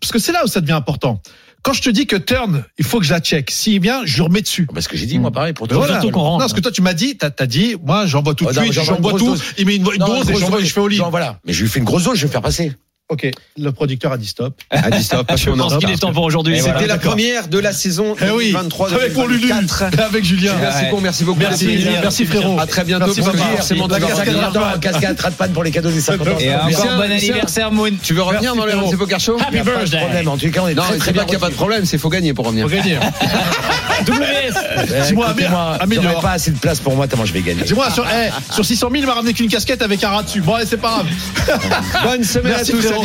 [SPEAKER 6] Parce que c'est là où ça devient important. Quand je te dis que turn, il faut que je la check. S'il vient, je lui remets dessus.
[SPEAKER 8] Parce que j'ai dit, moi, pareil, pour
[SPEAKER 6] Mais
[SPEAKER 8] toi.
[SPEAKER 6] voilà.
[SPEAKER 11] surtout qu'on
[SPEAKER 6] Non,
[SPEAKER 11] rentre.
[SPEAKER 6] parce que toi, tu m'as dit, t'as as dit, moi, j'envoie tout de
[SPEAKER 8] Oh, non,
[SPEAKER 6] suite,
[SPEAKER 8] j'envoie une
[SPEAKER 6] j'envoie
[SPEAKER 8] grosse
[SPEAKER 6] tout,
[SPEAKER 8] dose.
[SPEAKER 6] il met une, une
[SPEAKER 8] Non,
[SPEAKER 6] dose et
[SPEAKER 8] grosse
[SPEAKER 6] j'envoie et
[SPEAKER 8] dose.
[SPEAKER 6] je fais au lit.
[SPEAKER 8] Non, voilà. Mais je lui fais une grosse dose, je vais me faire passer.
[SPEAKER 6] Ok, le producteur a dit stop.
[SPEAKER 5] Ah, dis stop, parce
[SPEAKER 11] Je
[SPEAKER 5] qu'on est en
[SPEAKER 11] pense qu'il
[SPEAKER 5] retard.
[SPEAKER 11] est temps pour aujourd'hui.
[SPEAKER 7] Et
[SPEAKER 11] C'était
[SPEAKER 5] C'était
[SPEAKER 11] la-
[SPEAKER 5] la première de la saison
[SPEAKER 6] Eh oui,
[SPEAKER 5] 23
[SPEAKER 6] avec mon Lulu, avec Julien.
[SPEAKER 5] Merci
[SPEAKER 7] Ouais.
[SPEAKER 5] beaucoup, merci beaucoup.
[SPEAKER 6] Merci,
[SPEAKER 5] Plaisir.
[SPEAKER 6] merci frérot.
[SPEAKER 5] À très bientôt.
[SPEAKER 6] Merci,
[SPEAKER 5] parce que
[SPEAKER 8] Bah,
[SPEAKER 6] papa.
[SPEAKER 5] forcément,
[SPEAKER 6] La
[SPEAKER 5] tu vas
[SPEAKER 6] cascade
[SPEAKER 5] revenir.
[SPEAKER 6] Rapan.
[SPEAKER 8] Attends, cascade Ratpan pour les cadeaux des 50 ans.
[SPEAKER 7] Et
[SPEAKER 8] ça va bien.
[SPEAKER 7] encore bon anniversaire, Moon.
[SPEAKER 5] Tu veux revenir
[SPEAKER 6] Merci,
[SPEAKER 5] dans les
[SPEAKER 6] frérot.
[SPEAKER 5] RMC Poker Show
[SPEAKER 11] Happy
[SPEAKER 8] Pas de
[SPEAKER 11] birthday.
[SPEAKER 8] problème. En tout cas, on est
[SPEAKER 5] Non,
[SPEAKER 8] très
[SPEAKER 5] c'est
[SPEAKER 8] très
[SPEAKER 5] bien
[SPEAKER 8] bien
[SPEAKER 5] qu'il n'y a pas de problème, c'est faut gagner pour revenir.
[SPEAKER 6] Faut gagner.
[SPEAKER 11] WS.
[SPEAKER 8] reçus.
[SPEAKER 6] Dis-moi,
[SPEAKER 8] Écoutez,
[SPEAKER 6] Amé- Améliore.
[SPEAKER 8] j'aurais pas assez de place pour moi, tellement je vais gagner.
[SPEAKER 6] Dis-moi, sur, eh, sur 600 000, il m'a ramené qu'une casquette avec un rat dessus. Bon, allez, c'est pas grave.
[SPEAKER 5] Bonne semaine
[SPEAKER 6] Merci, frérot.
[SPEAKER 5] bientôt.